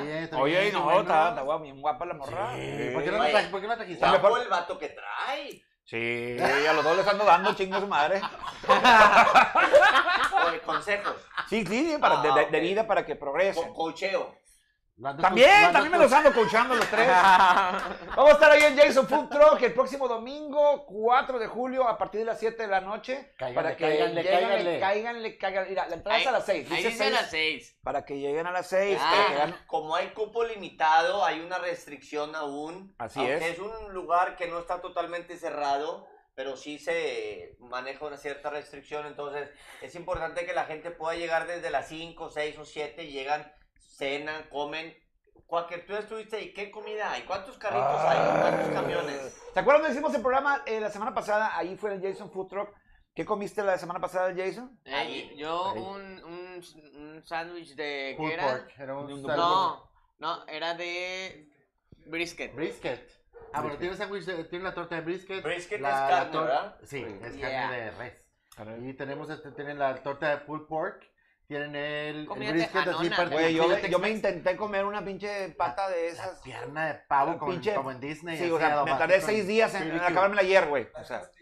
Speaker 3: Oye, está
Speaker 4: Oye,
Speaker 3: bien,
Speaker 4: no,
Speaker 3: bueno.
Speaker 4: está, está guapa, bien guapa la morra.
Speaker 3: Sí, ¿Por qué no la
Speaker 5: Oye.
Speaker 3: traje- por qué no la trajiste?
Speaker 4: Está
Speaker 5: Guapo
Speaker 4: mejor.
Speaker 5: el vato que trae.
Speaker 4: Sí, a los dos les ando dando chingo a su madre.
Speaker 5: Oye, consejos.
Speaker 4: Sí, sí, para, de,
Speaker 5: Ah,
Speaker 4: de-
Speaker 5: ok.
Speaker 4: de vida para que
Speaker 5: Co-
Speaker 4: progresen.
Speaker 5: cocheo.
Speaker 3: Lo ando escuch- lo
Speaker 4: También,
Speaker 3: ando
Speaker 4: también me los ando coachando los tres. Vamos a estar ahí en Jason Food Truck el próximo domingo, 4 de julio, a partir de las 7 de la noche.
Speaker 3: Cáiganle,
Speaker 4: para que
Speaker 3: cáiganle,
Speaker 4: lleguen,
Speaker 3: cáiganle.
Speaker 4: cáiganle, cáiganle. Mira, la entrada es a las 6.
Speaker 2: Ahí
Speaker 4: dice
Speaker 2: dice a
Speaker 4: seis,
Speaker 2: las seis.
Speaker 4: Para que lleguen a las 6.
Speaker 5: Ah,
Speaker 4: para que vean-
Speaker 5: como hay cupo limitado, hay una restricción aún.
Speaker 4: Así
Speaker 5: Aunque
Speaker 4: es.
Speaker 5: Es un lugar que no está totalmente cerrado, pero sí se maneja una cierta restricción. Entonces, es importante que la gente pueda llegar desde las 5, 6 o 7. Llegan, cenan, comen. Cualquier tú estuviste y qué comida hay, cuántos carritos
Speaker 4: Ah.
Speaker 5: hay, cuántos camiones.
Speaker 4: ¿Se acuerdan donde hicimos el programa eh, la semana pasada? Ahí fue el Jason Food Truck. ¿Qué comiste la semana pasada, Jason?
Speaker 2: Eh,
Speaker 5: Ahí,
Speaker 2: yo
Speaker 3: ahí.
Speaker 2: un, un, un sándwich de...
Speaker 3: Pulled
Speaker 2: ¿Qué era?
Speaker 3: pork, Era un
Speaker 4: No.
Speaker 3: sándwich.
Speaker 2: No, no, era de brisket.
Speaker 3: Brisket. Ah, bueno, tiene sándwich, de- tiene la torta de brisket.
Speaker 5: Brisket
Speaker 3: la-
Speaker 5: es
Speaker 3: la
Speaker 5: carne,
Speaker 3: tor-
Speaker 5: ¿verdad?
Speaker 3: Sí, es
Speaker 2: Yeah.
Speaker 3: carne de res. Y tenemos este, tiene la torta de pulled pork, Tienen el, el
Speaker 2: Comida
Speaker 3: brisket así
Speaker 2: tejanona,
Speaker 3: para
Speaker 4: Güey, yo,
Speaker 2: Tex-Mex.
Speaker 4: yo me intenté comer una pinche pata de
Speaker 3: La
Speaker 4: esas.
Speaker 3: pierna de pavo como,
Speaker 4: Pinche-
Speaker 3: como en Disney.
Speaker 4: Sí,
Speaker 3: así,
Speaker 4: o sea, me
Speaker 3: adobadito
Speaker 4: tardé
Speaker 3: con
Speaker 4: seis días en, en
Speaker 3: barbecue.
Speaker 4: acabármela ayer, güey. O sea,
Speaker 3: Las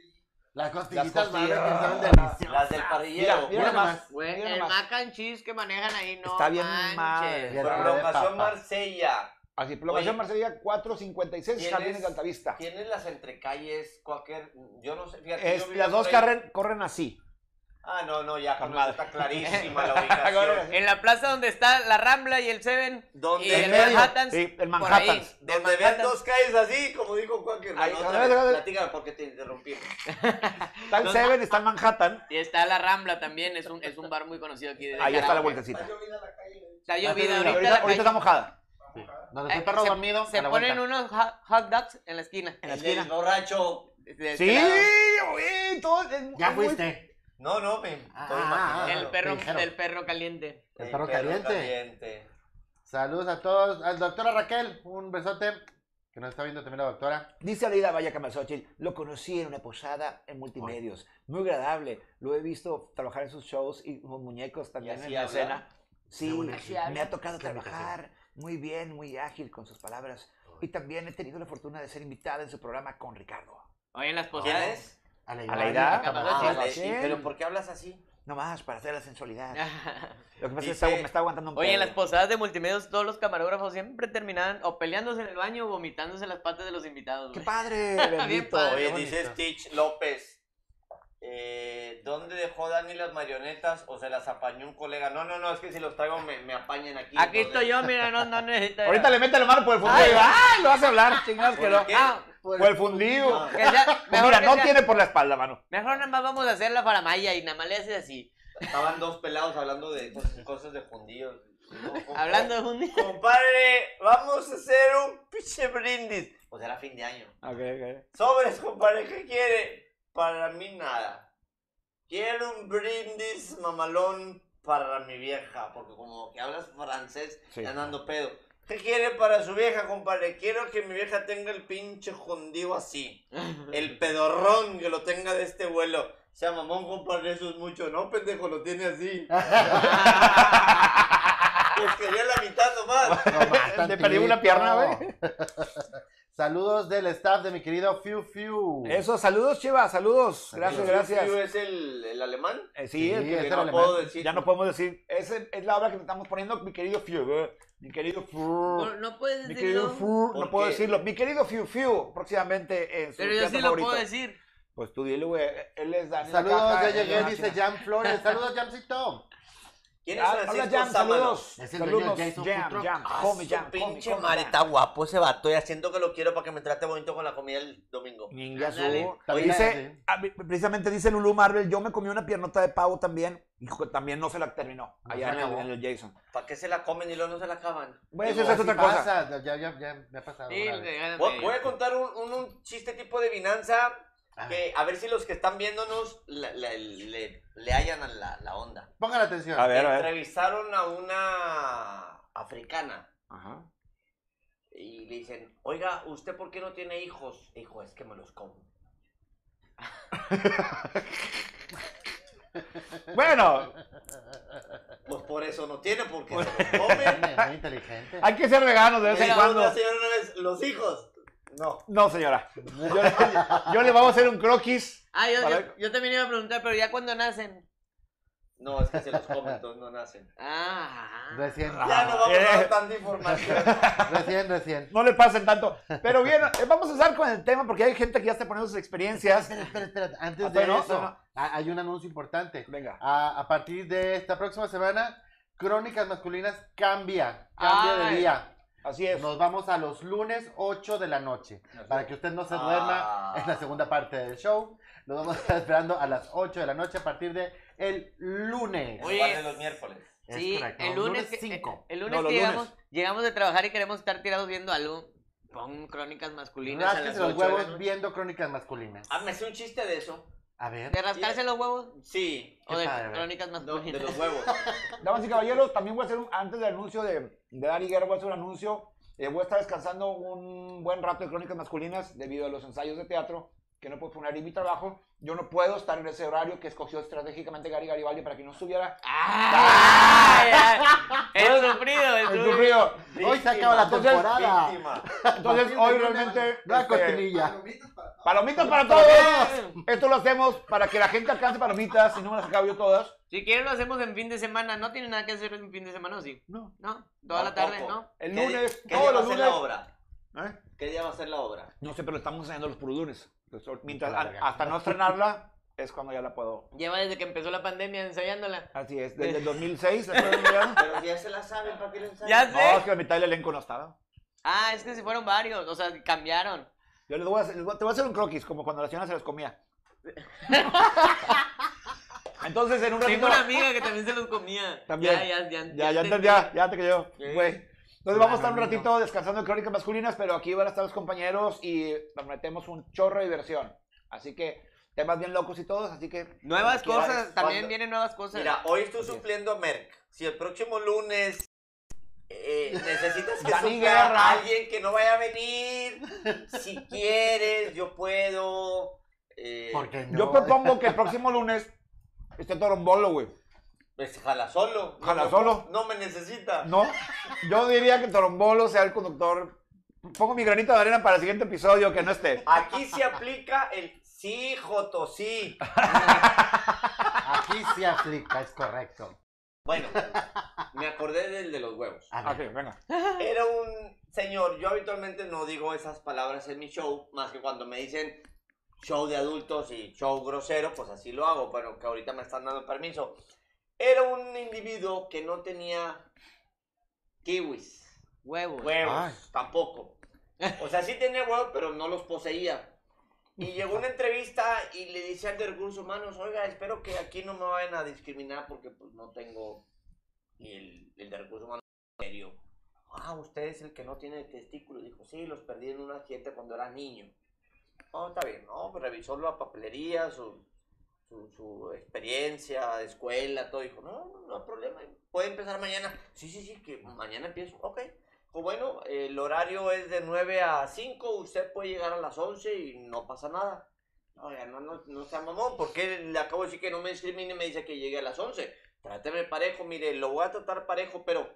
Speaker 5: Las
Speaker 3: costillitas, madre,
Speaker 5: costillas,
Speaker 3: que saben
Speaker 5: las
Speaker 3: deliciosas.
Speaker 5: del parrillero.
Speaker 4: mira
Speaker 5: Una
Speaker 4: nomás.
Speaker 5: más.
Speaker 2: Güey,
Speaker 4: Mira
Speaker 2: el
Speaker 4: nomás.
Speaker 2: mac and cheese que manejan ahí, no
Speaker 4: Está bien
Speaker 2: manches.
Speaker 4: madre.
Speaker 3: Ya está.
Speaker 5: Prolongación
Speaker 3: Papa.
Speaker 5: Marsella.
Speaker 4: así, Plomación
Speaker 5: Oye.
Speaker 4: Marsella 456,
Speaker 5: ¿Quién
Speaker 4: Jardines
Speaker 5: es?
Speaker 4: de Altavista.
Speaker 5: Tienes las entrecalles, cualquier. Yo no sé. Fíjate, yo
Speaker 4: Es-
Speaker 5: vivo
Speaker 4: las dos
Speaker 5: por ahí.
Speaker 4: carren- corren así.
Speaker 5: Ah, no, no, ya con
Speaker 4: Madre.
Speaker 5: está clarísima la ubicación.
Speaker 2: En la plaza donde está la Rambla y el Seven.
Speaker 5: ¿Dónde?
Speaker 2: Y
Speaker 5: En
Speaker 2: el
Speaker 5: medio.
Speaker 2: Manhattan.
Speaker 4: Sí, el
Speaker 2: por
Speaker 4: Manhattan.
Speaker 2: ahí.
Speaker 5: Donde vean dos calles así, como dijo Quaker.
Speaker 4: Ahí,
Speaker 5: Bueno,
Speaker 4: a
Speaker 5: otra
Speaker 4: ver, a
Speaker 5: vez,
Speaker 4: ver.
Speaker 5: platícame por qué te interrumpí.
Speaker 4: Está el Seven, está el Manhattan.
Speaker 2: Y está la Rambla también, es un, es un bar muy conocido aquí. De
Speaker 4: Ahí está la
Speaker 2: Nicaragua.
Speaker 4: vueltecita.
Speaker 2: Está
Speaker 3: Ahorita-
Speaker 2: llovida ahorita.
Speaker 4: Ahorita,
Speaker 2: la
Speaker 4: ahorita está
Speaker 2: calle.
Speaker 4: mojada.
Speaker 3: Donde está el
Speaker 2: Eh,
Speaker 3: perro
Speaker 2: se-
Speaker 3: dormido,
Speaker 2: Se
Speaker 3: a la
Speaker 2: ponen
Speaker 3: vuelta.
Speaker 2: unos hot, hot dogs en la esquina.
Speaker 5: El del borracho.
Speaker 2: De este
Speaker 4: Sí,
Speaker 2: lado.
Speaker 4: güey, todo es-
Speaker 3: Ya
Speaker 4: es muy-
Speaker 3: fuiste.
Speaker 5: No, no, me estoy
Speaker 3: Ah,
Speaker 5: imaginando.
Speaker 2: El perro,
Speaker 3: Me dijeron.
Speaker 2: el perro caliente.
Speaker 3: El perro caliente.
Speaker 5: caliente.
Speaker 3: Saludos a todos. Al doctora Raquel, un besote. Que nos está viendo también la doctora.
Speaker 4: Dice Alida Vaya Camacho.
Speaker 7: Xochitl, lo conocí en una posada en multimedios. Muy agradable. Lo he visto trabajar en sus shows y con muñecos también
Speaker 5: así
Speaker 7: en la
Speaker 5: habla?
Speaker 7: escena. Sí,
Speaker 3: Está buenísimo.
Speaker 2: Así habla.
Speaker 7: me ha tocado
Speaker 3: Claro que sí.
Speaker 7: trabajar muy bien, muy ágil con sus palabras. Y también he tenido la fortuna de ser invitada en su programa con Ricardo.
Speaker 2: Oye, en las
Speaker 5: ¿Quién
Speaker 2: posadas.
Speaker 5: es?
Speaker 3: A la
Speaker 4: A la edad.
Speaker 5: Ah,
Speaker 2: Pues, Ah,
Speaker 5: vale.
Speaker 4: sí.
Speaker 5: ¿Y- ¿Pero por qué hablas así?
Speaker 7: No más, para hacer la sensualidad. Lo que pasa es
Speaker 5: Dice-
Speaker 7: que está- me está aguantando un
Speaker 2: Ah, Oye, en
Speaker 7: pedo.
Speaker 2: las posadas de multimedios todos los camarógrafos siempre terminaban o peleándose en el baño o vomitándose en las patas de los invitados.
Speaker 7: ¡Qué
Speaker 2: güey.
Speaker 7: padre! Bendito.
Speaker 4: Ah,
Speaker 2: padre.
Speaker 5: Oye,
Speaker 3: qué
Speaker 5: dice
Speaker 3: bonito.
Speaker 5: Stitch López. eh, ¿Dónde dejó Dani las marionetas o se las apañó un colega? No, no, no, es que si los traigo me, me apañen aquí.
Speaker 2: Aquí
Speaker 5: entonces-
Speaker 2: estoy yo, mira, no, no necesito.
Speaker 4: Ahorita le mete la mano por el fundido.
Speaker 2: Ay.
Speaker 4: y va, ¡Ay, lo vas a hablar, chingados que
Speaker 5: ¿Por
Speaker 4: no!
Speaker 5: qué?
Speaker 2: Ah,
Speaker 4: Por el fundido.
Speaker 2: que sea-
Speaker 4: Pues
Speaker 2: mejor
Speaker 4: mira,
Speaker 2: que
Speaker 4: no
Speaker 2: sea-
Speaker 4: tiene por la espalda, mano.
Speaker 2: Mejor nada más vamos a hacer la faramaya y nada más le haces así.
Speaker 5: Estaban dos pelados hablando de cos- cosas de fundidos.
Speaker 2: Hablando de un
Speaker 5: Compadre, vamos a hacer un pinche brindis. Pues era fin de año. Sobres, compadre, ¿qué quiere? Para mí nada. Quiero un brindis mamalón para mi vieja, porque como que hablas francés,
Speaker 4: Sí.
Speaker 5: te andando pedo. ¿Qué quiere para su vieja, compadre? Quiero que mi vieja tenga el pinche jondío así. El pedorrón que lo tenga de este vuelo. O sea, mamón, compadre, eso es mucho. No, pendejo, lo tiene así. pues quería la mitad nomás.
Speaker 4: Le perdí una pierna, güey.
Speaker 3: Saludos del staff de mi querido Fiu Fiu.
Speaker 4: Eso, saludos, Chiva, saludos. Gracias,
Speaker 5: Pero
Speaker 4: gracias.
Speaker 5: Fiu Fiu es el, el alemán?
Speaker 4: Eh, sí, el
Speaker 3: Sí,
Speaker 4: que
Speaker 3: es
Speaker 5: Que
Speaker 3: el
Speaker 5: no
Speaker 3: alemán.
Speaker 5: puedo decir.
Speaker 4: ya no podemos decir. Esa es la obra que te estamos poniendo, mi querido Fiu. eh, Mi querido
Speaker 2: No,
Speaker 4: Fiu.
Speaker 2: no puedes
Speaker 4: Mi querido
Speaker 2: decirlo.
Speaker 4: Fiu.
Speaker 5: ¿Por
Speaker 4: No puedo
Speaker 5: qué?
Speaker 4: decirlo. Mi querido Fiu Fiu, próximamente en su
Speaker 2: Pero yo
Speaker 4: teatro
Speaker 2: sí lo
Speaker 4: favorito.
Speaker 2: puedo decir.
Speaker 4: Pues tú dile, güey. Él es Daniel. eh,
Speaker 3: Saludos, ya
Speaker 4: Caja, él es
Speaker 3: llegué,
Speaker 4: una
Speaker 3: dice
Speaker 4: chingada.
Speaker 3: Jan Flores. Saludos, Jancito.
Speaker 5: ¿Quién es
Speaker 4: Ah, Hola,
Speaker 5: Francisco
Speaker 4: Jam,
Speaker 5: Sámano?
Speaker 4: saludos.
Speaker 3: Es el dueño de
Speaker 4: Saludos,
Speaker 3: Jason Food
Speaker 4: Jam,
Speaker 3: Truck.
Speaker 4: Jam.
Speaker 5: Ah,
Speaker 4: Come,
Speaker 5: su
Speaker 4: Jam, come,
Speaker 5: pinche
Speaker 4: come,
Speaker 5: madre,
Speaker 4: Jam.
Speaker 5: está guapo ese vato. Ya siento que lo quiero para que me trate bonito con la comida el domingo.
Speaker 4: Ningueas
Speaker 2: Ándale.
Speaker 4: hubo.
Speaker 3: También
Speaker 4: Dice,
Speaker 3: sí.
Speaker 4: ah, mi- precisamente dice Lulu Marvel, yo me comí una piernota de pavo también. Hijo, también no se la terminó.
Speaker 3: No
Speaker 4: allá
Speaker 3: se
Speaker 4: en el,
Speaker 3: acabó.
Speaker 4: en el Jason.
Speaker 5: ¿Para qué se la comen y luego no se la acaban?
Speaker 4: Pues
Speaker 5: Digo,
Speaker 4: esa es
Speaker 3: Así
Speaker 4: otra cosa.
Speaker 3: pasa, Ya, ya, ya me ha pasado.
Speaker 2: Sí,
Speaker 3: una vez.
Speaker 2: regálame.
Speaker 5: voy, voy a contar un, un- un chiste tipo de vinanza
Speaker 3: Ah,
Speaker 5: que a ver si los que están viéndonos la- la- le, le hallan a la, la onda.
Speaker 3: Pongan atención.
Speaker 4: A ver, a ver.
Speaker 5: Entrevistaron a una africana
Speaker 4: Ajá.
Speaker 5: y le dicen, oiga, ¿usted por qué no tiene hijos? Hijo, es que me los como.
Speaker 4: Bueno,
Speaker 5: Pues por eso no tiene, porque se los come.
Speaker 3: Muy inteligente.
Speaker 4: hay que ser veganos de vez
Speaker 5: Me
Speaker 4: en
Speaker 5: dijo
Speaker 4: cuando.
Speaker 5: una señora una vez, los hijos. No.
Speaker 4: No, señora. Yo le, yo le vamos a hacer un croquis.
Speaker 2: Ah, yo,
Speaker 4: Para-
Speaker 2: yo, yo también iba a preguntar, pero ya cuando nacen.
Speaker 5: No, es que se los comen, entonces no nacen.
Speaker 2: Ah. ajá.
Speaker 3: Recién,
Speaker 5: Ya no vamos a dar tanta información.
Speaker 3: recién, recién.
Speaker 4: No le pasen tanto. Pero bien, eh, vamos a estar con el tema porque hay gente que ya está poniendo sus experiencias.
Speaker 3: Espera, espera, espera. Antes
Speaker 4: Ah,
Speaker 3: de
Speaker 4: todavía no,
Speaker 3: eso,
Speaker 4: no.
Speaker 3: ha- hay un anuncio importante.
Speaker 4: Venga.
Speaker 3: A, a partir de esta próxima semana, Crónicas Masculinas cambia, cambia de
Speaker 2: Ay.
Speaker 3: día.
Speaker 4: Así es.
Speaker 3: Nos vamos a los lunes 8 de la noche. Para que usted no se duerma
Speaker 5: Ah.
Speaker 3: en la segunda parte del show. Nos vamos a estar esperando a las 8 de la noche a partir de el lunes.
Speaker 2: Oye,
Speaker 5: Igual de los miércoles.
Speaker 3: Es
Speaker 2: Sí,
Speaker 3: correcto,
Speaker 2: el lunes, que-
Speaker 3: 5.
Speaker 2: eh, El, lunes
Speaker 4: No, los
Speaker 2: que llegamos,
Speaker 4: lunes.
Speaker 2: llegamos de trabajar y queremos estar tirados viendo algo. Pon crónicas masculinas. a las
Speaker 3: Rasquense los
Speaker 2: ocho de la
Speaker 3: huevos
Speaker 2: noche.
Speaker 3: viendo Crónicas Masculinas.
Speaker 5: Ah, me sé un chiste de eso.
Speaker 3: A ver.
Speaker 2: ¿De rascarse los huevos?
Speaker 5: Sí.
Speaker 2: ¿O de
Speaker 3: padre,
Speaker 2: crónicas
Speaker 5: no, de
Speaker 2: masculinas?
Speaker 5: los huevos.
Speaker 4: Damas y caballeros, también voy a hacer un, antes del anuncio de, de Dani Guerra, voy a hacer un anuncio. Eh, voy a estar descansando un buen rato de crónicas masculinas debido a los ensayos de teatro. que no puedo poner ahí mi trabajo, yo no puedo estar en ese horario que escogió estratégicamente Gary Garibaldi para que no estuviera.
Speaker 2: ¡Ah! El sufrido, el
Speaker 4: en
Speaker 2: sufrido.
Speaker 4: tu río.
Speaker 3: Hoy se acaba la
Speaker 4: Entonces,
Speaker 3: temporada.
Speaker 5: Víctima.
Speaker 4: Entonces, hoy realmente.
Speaker 3: Una
Speaker 4: este,
Speaker 3: cortinilla.
Speaker 4: palomitas para todos. Esto lo hacemos para que la gente alcance palomitas y no me las acabo yo todas.
Speaker 2: Si quieren lo hacemos en fin de semana. ¿No tienen nada que hacer en fin de semana o sí?
Speaker 4: No.
Speaker 2: ¿No? ¿Toda la tarde?
Speaker 5: Tampoco.
Speaker 2: ¿No?
Speaker 4: El
Speaker 5: ¿Qué di-
Speaker 4: lunes,
Speaker 5: ¿Qué
Speaker 4: todos
Speaker 5: día va a
Speaker 4: los
Speaker 5: ser
Speaker 4: lunes.
Speaker 5: la obra?
Speaker 4: ¿Eh?
Speaker 5: ¿Qué día va a ser la obra?
Speaker 4: No sé, pero estamos enseñando los puros lunes. Entonces, ahor- mientras,
Speaker 3: la
Speaker 4: a-
Speaker 3: verga.
Speaker 4: hasta no estrenarla, es cuando ya la puedo.
Speaker 2: Lleva desde que empezó la pandemia ensayándola.
Speaker 4: Así es, desde el 2006. ¿la puedo enviar?
Speaker 5: Pero si ya se la saben, ¿para qué le ensayan?
Speaker 2: Ya
Speaker 4: No,
Speaker 2: sé.
Speaker 4: es que la mitad del elenco no estaba.
Speaker 2: Ah, es que se fueron varios. O sea, cambiaron.
Speaker 4: Yo les voy a hacer- les voy- te voy a hacer un croquis, como cuando la señora se las comía. Entonces, en un
Speaker 2: Tengo
Speaker 4: ratito.
Speaker 2: una amiga que también se los comía.
Speaker 4: También.
Speaker 2: Ya, ya, ya.
Speaker 4: Ya, ya,
Speaker 2: entendí.
Speaker 4: entendí, ya, ya te cayó,
Speaker 2: Sí.
Speaker 4: güey. Entonces vamos a estar un ratito descansando en Crónicas Masculinas, pero aquí van a estar los compañeros y prometemos un chorro de diversión. Así que temas bien locos y todos, así que...
Speaker 2: Nuevas
Speaker 4: Cuando quieras.
Speaker 2: cosas. También
Speaker 5: cuando-
Speaker 2: vienen nuevas cosas.
Speaker 5: Mira, hoy estoy
Speaker 4: Así es.
Speaker 5: supliendo a Merck. Si el próximo lunes eh, necesitas que
Speaker 4: Dani
Speaker 5: supla
Speaker 4: Guerra.
Speaker 5: a alguien que no vaya a venir, si quieres, yo puedo. eh,
Speaker 3: Porque no.
Speaker 4: Yo propongo que el próximo lunes esté Torombolo, güey.
Speaker 5: pues, jala solo.
Speaker 4: Jala
Speaker 5: me-
Speaker 4: solo.
Speaker 5: No me necesita.
Speaker 4: No, yo diría que Torombolo sea el conductor. Pongo mi granito de arena para el siguiente episodio que no esté.
Speaker 5: Aquí se aplica el sí, Joto, sí.
Speaker 3: Aquí sí aplica, es correcto.
Speaker 5: Bueno, me acordé del de los huevos.
Speaker 3: A
Speaker 4: Ok,
Speaker 3: ver,
Speaker 4: Ah, venga.
Speaker 5: Era un señor, yo habitualmente no digo esas palabras en mi show, más que cuando me dicen show de adultos y show grosero, pues así lo hago, pero que ahorita me están dando permiso. Era un individuo que no tenía kiwis,
Speaker 2: Huevos.
Speaker 5: huevos,
Speaker 3: Ay.
Speaker 5: tampoco. O sea, sí tenía huevos, pero no los poseía. Y llegó una entrevista y le dice al de recursos humanos, oiga, espero que aquí no me vayan a discriminar porque pues no tengo... Y el, el de recursos humanos, en serio, ah, usted es el que no tiene testículos. Dijo, sí, los perdí en un accidente cuando era niño. No, está bien, no, pues revisó la papelería, su, su, su experiencia, escuela, todo. Dijo, no, no, no hay problema, puede empezar mañana. Sí, sí, sí, que mañana empiezo, ok. Dijo, pues bueno, el horario es de 9 a 5, usted puede llegar a las 11 y no pasa nada. Oiga, no, no, no sea mamón, porque le acabo de decir que no me discrimine y me dice que llegue a las 11. Tráteme parejo, mire, lo voy a tratar parejo, pero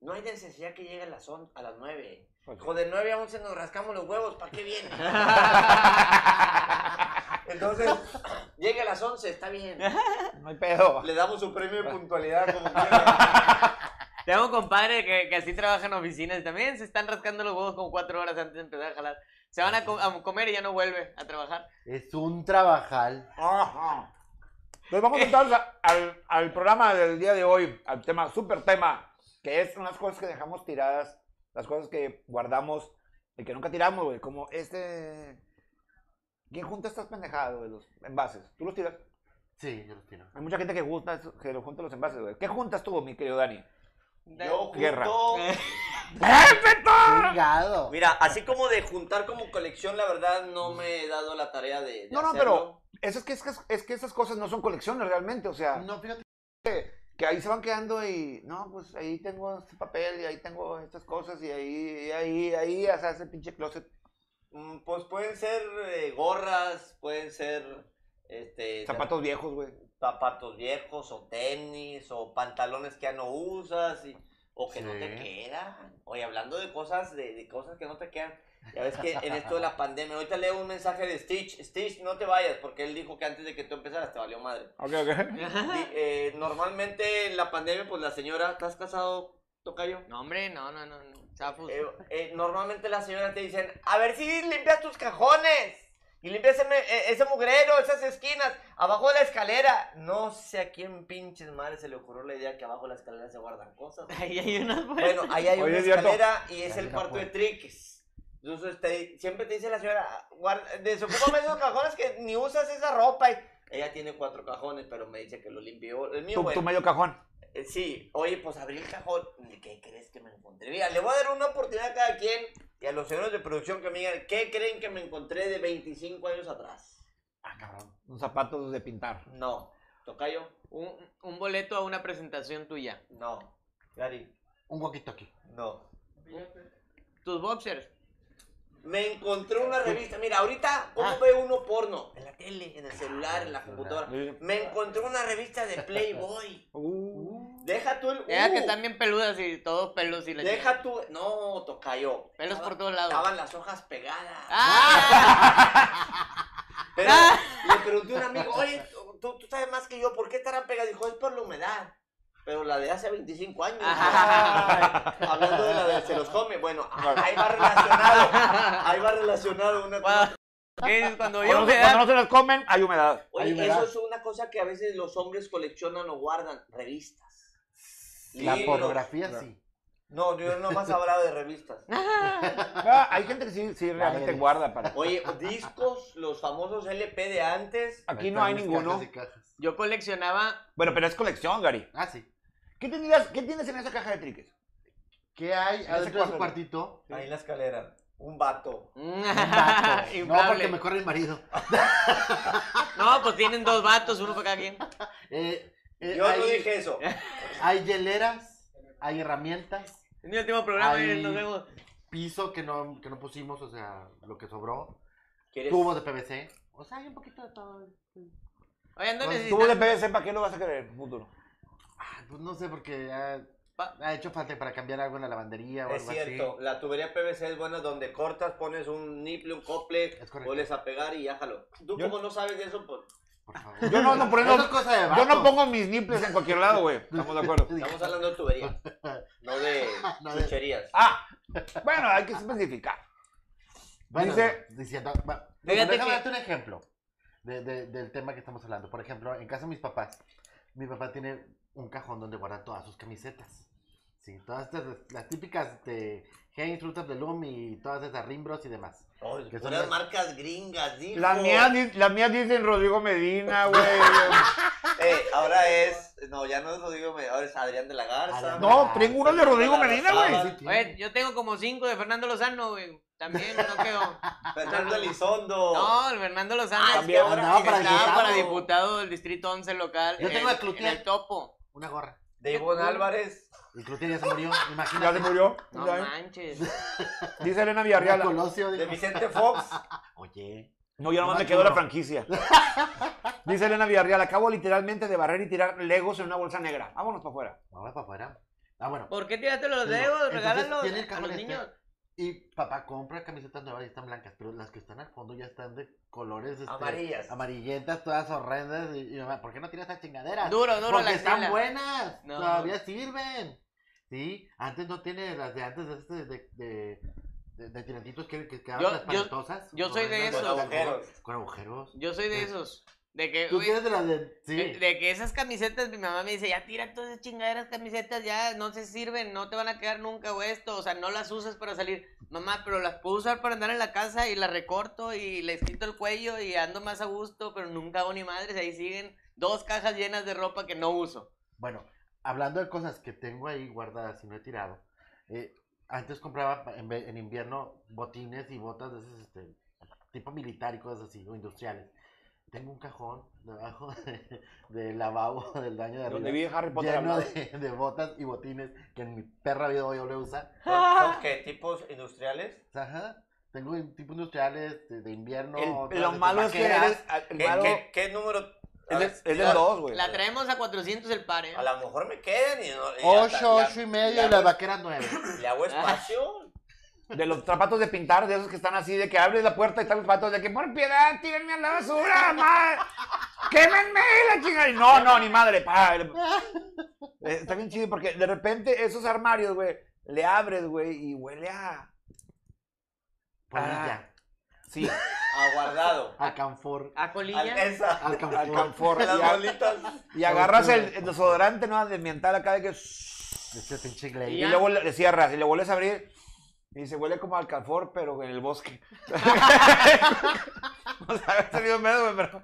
Speaker 5: no hay necesidad que llegue a las, on- a las 9.
Speaker 4: Pues,
Speaker 5: Hijo, de 9 a 11 nos rascamos los huevos, ¿para qué viene? Entonces, llega a las 11, está bien.
Speaker 4: No hay pedo.
Speaker 5: Le damos su premio de puntualidad como quiera.
Speaker 2: Tengo un compadre que, que así trabaja en oficinas y también se están rascando los huevos como cuatro horas antes de empezar a jalar. Se van a, co- a comer y ya no vuelve a trabajar.
Speaker 3: Es un trabajal.
Speaker 4: Ajá. Entonces vamos entonces a- al, al programa del día de hoy, al tema, super tema, que es unas cosas que dejamos tiradas, las cosas que guardamos y que nunca tiramos, güey, como este... ¿Quién junta estas pendejadas, güey, los envases? ¿Tú los tiras?
Speaker 3: Sí, yo los tiro.
Speaker 4: Hay mucha gente que, gusta, eso- que lo junta los envases, güey. ¿Qué juntas tú, mi querido Dani?
Speaker 5: Yo junto-
Speaker 4: Guerra.
Speaker 3: Chingado.
Speaker 5: Mira, así como de juntar como colección, la verdad no me he dado la tarea de. de
Speaker 4: No, no, pero
Speaker 5: hacerlo.
Speaker 4: eso es que, es, que, es que esas cosas no son colecciones realmente, o sea...
Speaker 3: No, fíjate.
Speaker 4: que ahí se van quedando y no, pues ahí tengo este papel y ahí tengo estas cosas y ahí, y ahí, ahí, o sea, ese pinche closet.
Speaker 5: Mm, Pues pueden ser eh, gorras, pueden ser. Este,
Speaker 4: Zapatos viejos, güey.
Speaker 5: zapatos viejos o tenis o pantalones que ya no usas y- o que no
Speaker 3: Sí.
Speaker 5: te quedan. Oye, hablando de cosas de, de cosas que no te quedan. Ya ves que en esto de la pandemia, ahorita leo un mensaje de Stitch. Stitch, no te vayas porque él dijo que antes de que tú empezaras te valió madre.
Speaker 4: Ok, ok.
Speaker 5: Di- eh, normalmente en la pandemia, pues la señora, ¿estás casado, Tocayo?
Speaker 2: No, hombre, no, no, no. no. Chafus.
Speaker 5: Eh, eh, normalmente las señoras te dicen, a ver si limpias tus cajones. Y limpias ese, me- eh, ese mugrero, esas esquinas, abajo de la escalera. No sé a quién pinches madre se le ocurrió la idea que abajo de la escalera se guardan cosas.
Speaker 2: Ahí hay unas pues. buenas.
Speaker 5: Bueno, ahí hay
Speaker 4: Oye,
Speaker 5: una
Speaker 4: es cierto.
Speaker 5: escalera y es
Speaker 3: Hay
Speaker 5: el
Speaker 3: una
Speaker 5: cuarto de
Speaker 3: puerta.
Speaker 5: triques. Entonces te- siempre te dice la señora, "Guarda- desocúpame esos cajones que ni usas esa ropa. Y- ella tiene cuatro cajones, pero me dice que lo limpie. yo. El mío,
Speaker 4: Tu,
Speaker 5: bueno,
Speaker 4: tu medio cajón.
Speaker 5: eh, Sí, oye, pues abrí el cajón. ¿Qué crees que me encontré? Mira, le voy a dar una oportunidad a cada quien y a los señores de producción que me digan, ¿qué creen que me encontré de 25 años atrás?
Speaker 4: Ah, cabrón. Unos zapatos de pintar.
Speaker 5: No. ¿Tocayo?
Speaker 2: Un, un boleto a una presentación tuya.
Speaker 5: No. Gary,
Speaker 3: Un walkie-talkie.
Speaker 5: no.
Speaker 2: Tus boxers.
Speaker 5: Me encontré una revista. Mira, ahorita, ¿cómo
Speaker 2: Ah.
Speaker 5: ve uno porno? En la tele, en el celular, en la computadora. Me encontré una revista de Playboy. Deja tú el.
Speaker 2: Veas
Speaker 5: uh,
Speaker 2: que están bien peludas y todos pelos y la chingada.
Speaker 5: Deja tú. No, tocayo.
Speaker 2: Pelos
Speaker 5: Estaba-
Speaker 2: por todos lados.
Speaker 5: Estaban las hojas pegadas.
Speaker 2: ¡Ah!
Speaker 5: Pero
Speaker 2: Ah.
Speaker 5: le pregunté a un amigo, oye, tú, tú sabes más que yo, ¿por qué estarán pegadas? Dijo, es por la humedad. Pero la de hace 25 años.
Speaker 2: Ah.
Speaker 5: Ay, hablando de la de se los come. Bueno, ahí va relacionado. Ahí va relacionado una cosa.
Speaker 2: ¿Qué dices? Cuando yo
Speaker 4: Cuando,
Speaker 2: me
Speaker 4: no- cuando no se las comen, hay humedad.
Speaker 5: Oye,
Speaker 3: Hay humedad.
Speaker 5: eso es una cosa que a veces los hombres coleccionan o guardan, revistas.
Speaker 3: La
Speaker 5: Libros.
Speaker 3: pornografía sí.
Speaker 5: No, yo nomás hablaba de revistas.
Speaker 4: Ah, hay gente que sí, sí realmente
Speaker 3: Madres.
Speaker 4: guarda para.
Speaker 5: Oye, discos, los famosos LP de antes.
Speaker 4: Aquí no hay
Speaker 3: Están mis
Speaker 4: ninguno.
Speaker 3: cajas y cajas.
Speaker 2: Yo coleccionaba.
Speaker 4: Bueno, pero es colección, Gary.
Speaker 3: Ah, sí.
Speaker 4: ¿Qué, tendrías, ¿Qué tienes en esa caja de triques?
Speaker 3: ¿Qué hay
Speaker 4: ese
Speaker 3: adentro de su
Speaker 4: cuadro.
Speaker 3: cuartito?
Speaker 5: Ahí en la escalera, un vato.
Speaker 3: Vato. No, porque
Speaker 2: Inflable.
Speaker 3: me corre el marido.
Speaker 2: No, pues tienen dos vatos, uno para cada quien.
Speaker 3: Eh, eh,
Speaker 5: Yo
Speaker 3: hay,
Speaker 5: no dije eso.
Speaker 3: hay hieleras, hay herramientas,
Speaker 2: En el último programa,
Speaker 3: Ahí.
Speaker 2: miren, nos vemos.
Speaker 3: piso que no, que no pusimos, o sea, lo que sobró,
Speaker 5: ¿Quieres?
Speaker 3: tubo de PVC. O sea, hay un poquito de todo.
Speaker 2: Oye, ando
Speaker 3: Con
Speaker 4: Tú de
Speaker 2: necesitando.
Speaker 4: PVC, ¿para qué lo vas a querer en el futuro?
Speaker 3: Ah, Pues no sé, porque ha,
Speaker 2: Pa-
Speaker 3: ha hecho falta para cambiar algo en la lavandería o
Speaker 5: Es
Speaker 3: algo
Speaker 5: cierto,
Speaker 3: así.
Speaker 5: la tubería PVC es buena donde cortas, pones un niple, un cople,
Speaker 3: Es correcto.
Speaker 5: vuelves a pegar y jájalo. Tú
Speaker 4: Yo-
Speaker 5: como no sabes de eso, pues
Speaker 3: Por favor.
Speaker 4: Yo no, no, por eso-
Speaker 3: Eso es cosa de
Speaker 4: Yo no
Speaker 3: vato.
Speaker 4: pongo mis nipples en cualquier lado, güey. Estamos de acuerdo.
Speaker 5: estamos hablando de tubería, no de
Speaker 3: No de-
Speaker 5: chucherías.
Speaker 4: Ah, bueno, hay que especificar.
Speaker 3: Bueno,
Speaker 4: Dice-
Speaker 3: diciendo, va-
Speaker 2: Fíjate
Speaker 3: déjame
Speaker 2: que-
Speaker 3: darte un ejemplo de- de- del tema que estamos hablando. Por ejemplo, en casa de mis papás, mi papá tiene un cajón donde guarda todas sus camisetas. Sí, todas estas, las típicas de Heinz, Fruit of the Loom y todas esas Rimbros y demás.
Speaker 5: Ay,
Speaker 3: que son
Speaker 5: puras
Speaker 3: las-
Speaker 5: marcas gringas, dijo.
Speaker 4: Las mías, di- las mías dicen Rodrigo Medina, güey.
Speaker 5: Eh, ahora es, no, ya no es Rodrigo Medina, ahora es Adrián de la Garza.
Speaker 3: Adrián.
Speaker 4: No, tengo uno de Rodrigo
Speaker 5: Las
Speaker 4: Medina,
Speaker 5: Ah,
Speaker 4: güey.
Speaker 5: sí
Speaker 3: Sí, tiene.
Speaker 2: Oye, yo tengo como cinco de Fernando Lozano, güey. También, no quedó.
Speaker 5: Fernando Elizondo.
Speaker 2: No, el Fernando Lozano
Speaker 5: Ah,
Speaker 2: es
Speaker 5: también.
Speaker 2: que ahora
Speaker 3: Andaba para
Speaker 2: estaba
Speaker 3: diputado.
Speaker 2: para diputado del distrito 11 local.
Speaker 3: Yo tengo
Speaker 2: en-
Speaker 3: a Cloutier.
Speaker 2: en el topo.
Speaker 3: Una gorra.
Speaker 5: De Ivonne Álvarez.
Speaker 3: El Cloutier ya se murió,
Speaker 4: Ya se
Speaker 3: imagínate.
Speaker 4: murió.
Speaker 2: No
Speaker 4: Ya. ¿eh?
Speaker 2: manches.
Speaker 4: Dice Elena
Speaker 3: Una
Speaker 4: Villarreal.
Speaker 3: Colosio,
Speaker 5: De
Speaker 3: dijo.
Speaker 5: Vicente Fox.
Speaker 3: Este, Oye,
Speaker 4: No, yo nomás
Speaker 3: Nomás
Speaker 4: me quedó la
Speaker 3: uno.
Speaker 4: franquicia. Dice Elena Villarreal, acabo literalmente de barrer y tirar legos en una bolsa negra. Vámonos para afuera.
Speaker 3: vamos para afuera. Ah, bueno.
Speaker 2: ¿Por qué tiraste los
Speaker 3: Digo,
Speaker 2: dedos?
Speaker 3: entonces,
Speaker 2: Regálalos
Speaker 3: tiene el
Speaker 2: a
Speaker 3: cajón
Speaker 2: los
Speaker 3: este.
Speaker 2: niños.
Speaker 3: Y papá compra camisetas nuevas y están blancas, pero las que están al fondo ya están de colores este,
Speaker 5: Amarillas.
Speaker 3: Amarillentas, todas horrendas. Y, y mamá, ¿por qué no tiras esas chingaderas?
Speaker 2: Duro, duro la
Speaker 3: Porque están
Speaker 2: axila.
Speaker 3: buenas,
Speaker 2: No.
Speaker 3: todavía sirven. Sí, antes no tiene las de antes de este, de, de, de- de tirantitos que, que quedaban
Speaker 2: Yo-
Speaker 3: las
Speaker 2: yo-
Speaker 3: espantosas.
Speaker 2: yo soy de
Speaker 3: horrendas,
Speaker 2: esos.
Speaker 3: Con agujeros.
Speaker 5: Agujeros.
Speaker 3: Con agujeros.
Speaker 2: Yo soy de esos. De que,
Speaker 3: Ah. Tú
Speaker 2: uy,
Speaker 3: tienes de las de. Sí.
Speaker 2: Eh, de, de que esas camisetas, mi mamá me dice, ya tira todas esas chingaderas camisetas, ya no se sirven, no te van a quedar nunca o esto, o sea, no las usas para salir. Mamá, pero las puedo usar para andar en la casa y las recorto y les quito el cuello y ando más a gusto, pero nunca hago ni madres, ahí siguen dos cajas llenas de ropa que no uso.
Speaker 3: Bueno, hablando de cosas que tengo ahí guardadas y no he tirado, eh, antes compraba pa- en, ve- en invierno botines y botas de esos, este, tipo militar y cosas así, o industriales. Tengo un cajón debajo de- del lavabo del baño de
Speaker 4: Donde
Speaker 3: arriba.
Speaker 4: vi Harry Potter
Speaker 3: Lleno
Speaker 4: hablando.
Speaker 3: de, de botas y botines que en mi perra vida hoy le usa.
Speaker 5: ¿Son,
Speaker 3: Ah.
Speaker 5: son qué? ¿Tipos industriales?
Speaker 3: Ajá. Tengo en tipo industriales de, de invierno.
Speaker 4: El-
Speaker 3: otras
Speaker 4: lo
Speaker 3: de
Speaker 4: malo es que
Speaker 3: vaqueras.
Speaker 4: eres. el
Speaker 5: ¿Qué,
Speaker 4: malo-
Speaker 5: qué, qué número? A
Speaker 4: es de-
Speaker 5: ver,
Speaker 4: es del
Speaker 5: la-
Speaker 4: 2, güey.
Speaker 2: La traemos a 400 el par, ¿eh?
Speaker 5: A lo mejor me quedan y no. y ya está,
Speaker 3: Ocho,
Speaker 5: ya-
Speaker 3: ocho y medio
Speaker 5: le
Speaker 3: y las
Speaker 5: hago-
Speaker 3: vaqueras nueve.
Speaker 5: Le hago espacio.
Speaker 4: De los zapatos de pintar, de esos que están así, de que abres la puerta y están los zapatos, de que por piedad, tírenme a la basura, madre. ¡Quémenme la chingada! Y No, no, ni madre, pa. Eh, Está bien chido porque de repente esos armarios, güey, le abres, güey, y huele a.
Speaker 3: Pues
Speaker 4: Ah.
Speaker 3: Polilla,
Speaker 4: Sí,
Speaker 5: Aguardado.
Speaker 3: alcanfor,
Speaker 2: A colilla.
Speaker 5: Alcanza.
Speaker 4: al
Speaker 3: alcanfor.
Speaker 4: confort.
Speaker 5: Las
Speaker 4: Y, a-
Speaker 5: bolitas.
Speaker 4: y agarras el, el desodorante, ¿no? De mental acá de que.
Speaker 3: Este pinche
Speaker 4: Y
Speaker 3: Glade.
Speaker 2: Ya.
Speaker 4: luego le cierras y le vuelves a abrir. Y se huele como alcanfor, pero en el bosque. o sea, ha salido medio, pero.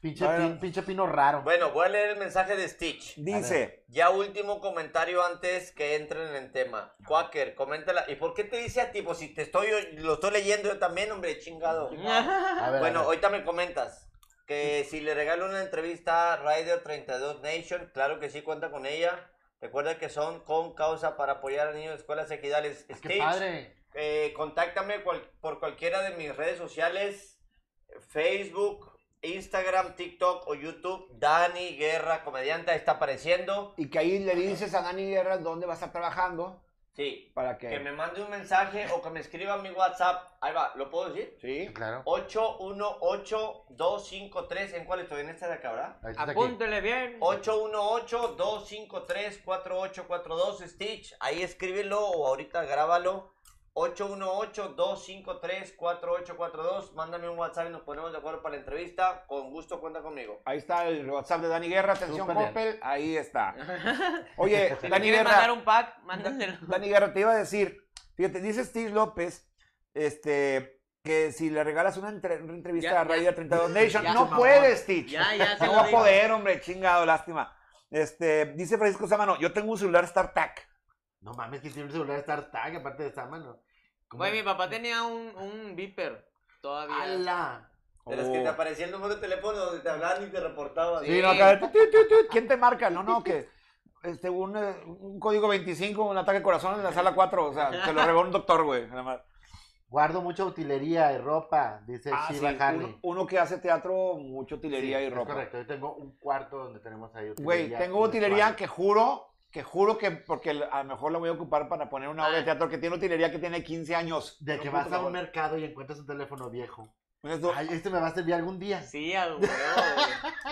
Speaker 3: Pinche,
Speaker 4: Bueno.
Speaker 3: pin- pinche pino raro.
Speaker 5: Bueno, voy a leer el mensaje de Stitch.
Speaker 4: Dice,
Speaker 5: Ya último comentario antes que entren en tema. Quaker, coméntala. ¿Y por qué te dice a ti? Pues si te estoy, lo estoy leyendo yo también, hombre, chingado.
Speaker 3: A ver,
Speaker 5: Bueno,
Speaker 3: a ver.
Speaker 5: ahorita me comentas que si le regalo una entrevista a Radio 32 Nation, claro que sí cuenta con ella. Recuerda que son con causa para apoyar a niños de escuelas equidales.
Speaker 3: qué
Speaker 5: Stitch,
Speaker 3: padre.
Speaker 5: Eh, contáctame cual- por cualquiera de mis redes sociales, Facebook, Instagram, TikTok o YouTube, Dani Guerra Comediante, ahí está apareciendo.
Speaker 7: Y que ahí le dices a Dani Guerra dónde vas a estar trabajando
Speaker 5: Sí,
Speaker 7: para
Speaker 5: que
Speaker 7: que...
Speaker 5: me mande un mensaje o que me escriba a mi WhatsApp. Ahí va, ¿lo puedo decir?
Speaker 7: Sí.
Speaker 3: Claro.
Speaker 5: 818-253, ¿en cuál estoy? En esta de acá, ¿verdad?
Speaker 3: Ahí está aquí.
Speaker 2: Apúntele bien.
Speaker 5: 818-253-4842, Stitch, ahí escríbelo o ahorita grábalo. 818-253-4842, mándame un WhatsApp y nos ponemos de acuerdo para la entrevista. Con gusto cuenta conmigo.
Speaker 4: Ahí está el WhatsApp de Dani Guerra, atención
Speaker 3: Súper bien.
Speaker 4: Coppel, ahí está. Oye,
Speaker 2: Si me
Speaker 4: Dani
Speaker 2: quieres mandar
Speaker 4: Guerra,
Speaker 2: un pack, mándaselo.
Speaker 4: Dani Guerra, te iba a decir, fíjate, dice Steve López, este, que si le regalas una, entre- una entrevista
Speaker 2: Ya,
Speaker 4: a Radio
Speaker 2: ya.
Speaker 4: 32 Nation,
Speaker 2: Ya,
Speaker 4: no
Speaker 2: por
Speaker 4: puedes,
Speaker 2: favor.
Speaker 4: Stitch.
Speaker 2: Ya, ya se
Speaker 4: no
Speaker 2: lo
Speaker 4: va a
Speaker 2: digo.
Speaker 4: poder, hombre, chingado, lástima. Este, dice Francisco Samano, yo tengo un celular StarTac.
Speaker 3: No mames, que tiene un celular StarTag, aparte de esta mano. ¿Cómo?
Speaker 2: Güey, mi papá tenía un, un beeper todavía.
Speaker 3: ¡Hala!
Speaker 5: De las que te aparecía el número de teléfono donde te hablaban y te reportaban.
Speaker 4: Oh. Sí, no, acá, tu, tu, tu, tu, ¿quién te marca? No, no, que este, un, eh, un código 25, un ataque al corazón en la sala 4, o sea, se lo regaló un doctor, güey. nada más.
Speaker 3: Guardo mucha utilería y ropa, dice
Speaker 4: Ah, sí,
Speaker 3: Shiva Harley.
Speaker 4: uno, uno que hace teatro, mucho utilería
Speaker 3: Sí,
Speaker 4: y
Speaker 3: es
Speaker 4: ropa.
Speaker 3: correcto, yo tengo un cuarto donde tenemos ahí utilería.
Speaker 4: Güey, tengo
Speaker 3: y
Speaker 4: utilería
Speaker 3: vestuario.
Speaker 4: que juro, que juro que, porque a lo mejor la voy a ocupar para poner una obra de teatro que tiene utilería que tiene 15 años.
Speaker 3: Ah. De que
Speaker 4: No,
Speaker 3: vas
Speaker 4: puta,
Speaker 3: a un
Speaker 4: güey.
Speaker 3: mercado y encuentras un teléfono viejo.
Speaker 4: Pues esto-
Speaker 3: Ay, este me va a servir algún día.
Speaker 2: Sí, a huevo.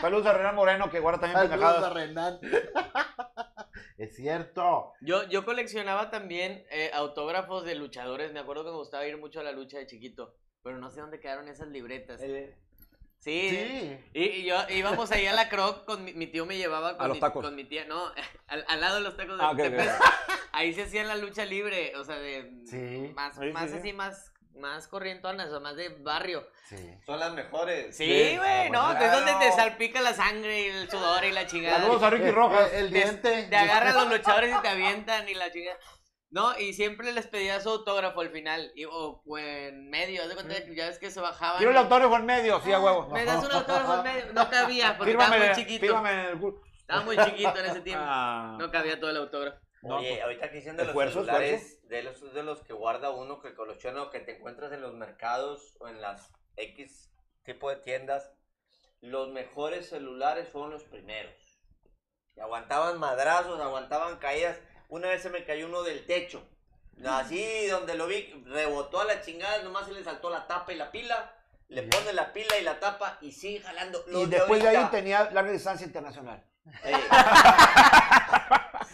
Speaker 4: Saludos a Renan Moreno, que guarda también
Speaker 3: Saludos a
Speaker 4: pendejadas.
Speaker 3: Renan. es cierto.
Speaker 2: Yo, yo coleccionaba también eh, autógrafos de luchadores. Me acuerdo que me gustaba ir mucho a la lucha de chiquito. Pero no sé dónde quedaron esas libretas.
Speaker 4: Eh,
Speaker 5: El-
Speaker 2: Sí.
Speaker 3: Sí.
Speaker 2: Y, y yo íbamos ahí a la croc con mi, mi tío me llevaba con,
Speaker 4: A los
Speaker 2: mi,
Speaker 4: tacos.
Speaker 2: con mi tía. No, al, al lado de los tacos de,
Speaker 4: Ah, ok,
Speaker 2: de
Speaker 4: ok.
Speaker 2: Pez. Ahí se hacía la lucha libre. O sea, de
Speaker 3: Sí.
Speaker 2: más,
Speaker 4: Sí, sí,
Speaker 2: más
Speaker 4: sí.
Speaker 2: así, más, más corrientonas, o más de barrio.
Speaker 3: Sí.
Speaker 5: Son las mejores.
Speaker 2: Sí,
Speaker 4: Ah,
Speaker 2: güey, no,
Speaker 5: bueno,
Speaker 2: es donde te
Speaker 5: claro.
Speaker 2: salpica la sangre y el sudor y la chingada.
Speaker 4: Saludos a Ricky
Speaker 3: Eh,
Speaker 4: Rojas.
Speaker 3: eh, El, diente.
Speaker 2: Te agarran los luchadores y te avientan y la chingada. No, y siempre les pedía su autógrafo al final, y- o, o en medio, haz de cuenta que ya ves que se bajaban.
Speaker 4: Quiero Mm. el autógrafo en medio, sí, a
Speaker 3: Ah,
Speaker 4: huevo.
Speaker 2: Me das un autógrafo en medio, no cabía, porque
Speaker 4: Fírmame,
Speaker 2: estaba muy chiquito.
Speaker 4: fírmame en el culo.
Speaker 2: Estaba muy chiquito en ese tiempo.
Speaker 4: Ah.
Speaker 2: No cabía todo el autógrafo.
Speaker 4: No,
Speaker 5: Oye,
Speaker 4: pues,
Speaker 5: ahorita que dicen de los
Speaker 4: esfuerzo,
Speaker 5: celulares, de los, de los que guarda uno, que colecciona o que te encuentras en los mercados o en las X tipo de tiendas, los mejores celulares fueron los primeros. Y aguantaban madrazos, aguantaban caídas. Una vez se me cayó uno del techo. Así, donde lo vi, rebotó a la chingada, nomás se le saltó la tapa y la pila. Le pone la pila y la tapa y sigue jalando. Los
Speaker 7: Y después de ahí
Speaker 5: ahorita-
Speaker 7: tenía larga distancia internacional.
Speaker 5: Ey.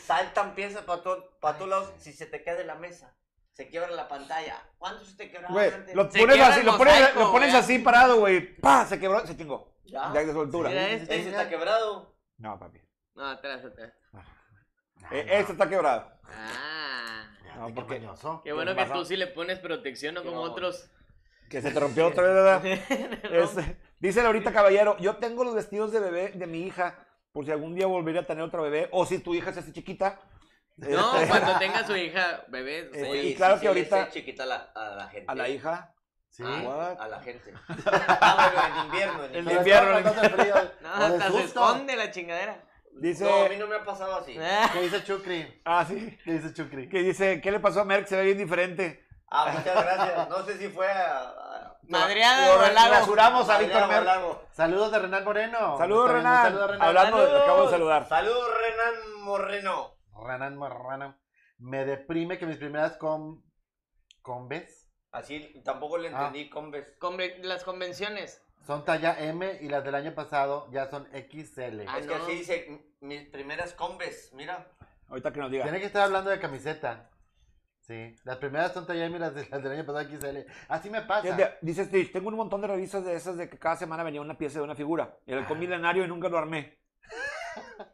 Speaker 5: Saltan piezas para todos lados si se te cae de la mesa. Se quiebra la pantalla. ¿Cuánto Ah, se te quebraba
Speaker 4: Güey,
Speaker 5: antes?
Speaker 4: lo
Speaker 2: Se
Speaker 4: pones
Speaker 2: quiebra
Speaker 4: así,
Speaker 2: el
Speaker 4: lo pones,
Speaker 2: mosaico,
Speaker 4: lo pones
Speaker 2: güey.
Speaker 4: así parado, güey. ¡Pah! Se quebró, se chingó.
Speaker 5: Ya.
Speaker 4: Ya de su altura.
Speaker 2: Mira
Speaker 5: Ese
Speaker 2: este.
Speaker 5: está quebrado.
Speaker 4: No, papi.
Speaker 2: No, atrás, atrás.
Speaker 3: Ah,
Speaker 4: Eh, este está quebrado.
Speaker 2: Ah.
Speaker 4: No,
Speaker 3: No,
Speaker 4: porque-
Speaker 3: porque
Speaker 2: Qué bueno que tú sí le pones protección, no como
Speaker 5: No.
Speaker 2: otros.
Speaker 4: Que se te rompió otra vez, ¿verdad?
Speaker 2: No,
Speaker 4: Este, dice Laurita Caballero, yo tengo los vestidos de bebé de mi hija, por si algún día volviera a tener otro bebé, o si tu hija se hace chiquita.
Speaker 2: No,
Speaker 4: Este,
Speaker 2: cuando tenga su hija, bebé. o sea,
Speaker 4: Oye, Eh, y claro que
Speaker 5: le
Speaker 4: ahorita-
Speaker 5: hace chiquita a la, a la gente.
Speaker 4: A la hija.
Speaker 3: Sí.
Speaker 5: Ah,
Speaker 4: What?
Speaker 5: a la gente. Ah, bueno, en invierno. En
Speaker 4: El
Speaker 5: invierno.
Speaker 4: invierno,
Speaker 3: Pero estaba matando el frío.
Speaker 2: No,
Speaker 3: O de
Speaker 2: hasta se
Speaker 3: susto.
Speaker 2: esconde la chingadera.
Speaker 4: Dice,
Speaker 5: No, a mí no me ha pasado así.
Speaker 4: Eh.
Speaker 3: ¿Qué dice Chucri?
Speaker 4: ah, sí,
Speaker 3: ¿Qué dice Chucri?
Speaker 4: que dice, ¿qué le pasó a Merck? Se ve bien diferente.
Speaker 5: Ah, muchas gracias. No sé si fue a... a-
Speaker 2: Madreada
Speaker 4: Lo
Speaker 2: o al lago.
Speaker 4: rasuramos a
Speaker 5: Madre,
Speaker 4: Víctor
Speaker 5: o al
Speaker 4: Merck.
Speaker 5: lago.
Speaker 3: Saludos de Renan Moreno.
Speaker 4: Saludos,
Speaker 3: Está bien, un
Speaker 4: Renan.
Speaker 3: Saludo a Renan.
Speaker 4: Hablando- Hablamos, te acabo de saludar.
Speaker 5: Saludos, Renan Moreno.
Speaker 3: Renan Moreno. Me deprime que mis primeras con... combes
Speaker 5: Así tampoco le
Speaker 3: Ah.
Speaker 5: entendí, Conves.
Speaker 2: Conve- Las convenciones.
Speaker 3: son talla M y las del año pasado ya son XL.
Speaker 2: Ah,
Speaker 5: es que
Speaker 2: no.
Speaker 5: así dice, "M- mis primeras combes, mira.
Speaker 4: Ahorita que nos diga.
Speaker 3: Tiene que estar hablando de camiseta. Sí, las primeras son talla M y las, de- las del año pasado XL. Así me pasa.
Speaker 4: Fíjate, Dice Stitch, tengo un montón de revistas de esas de que cada semana venía una pieza de una figura. El halcón milenario y nunca lo armé.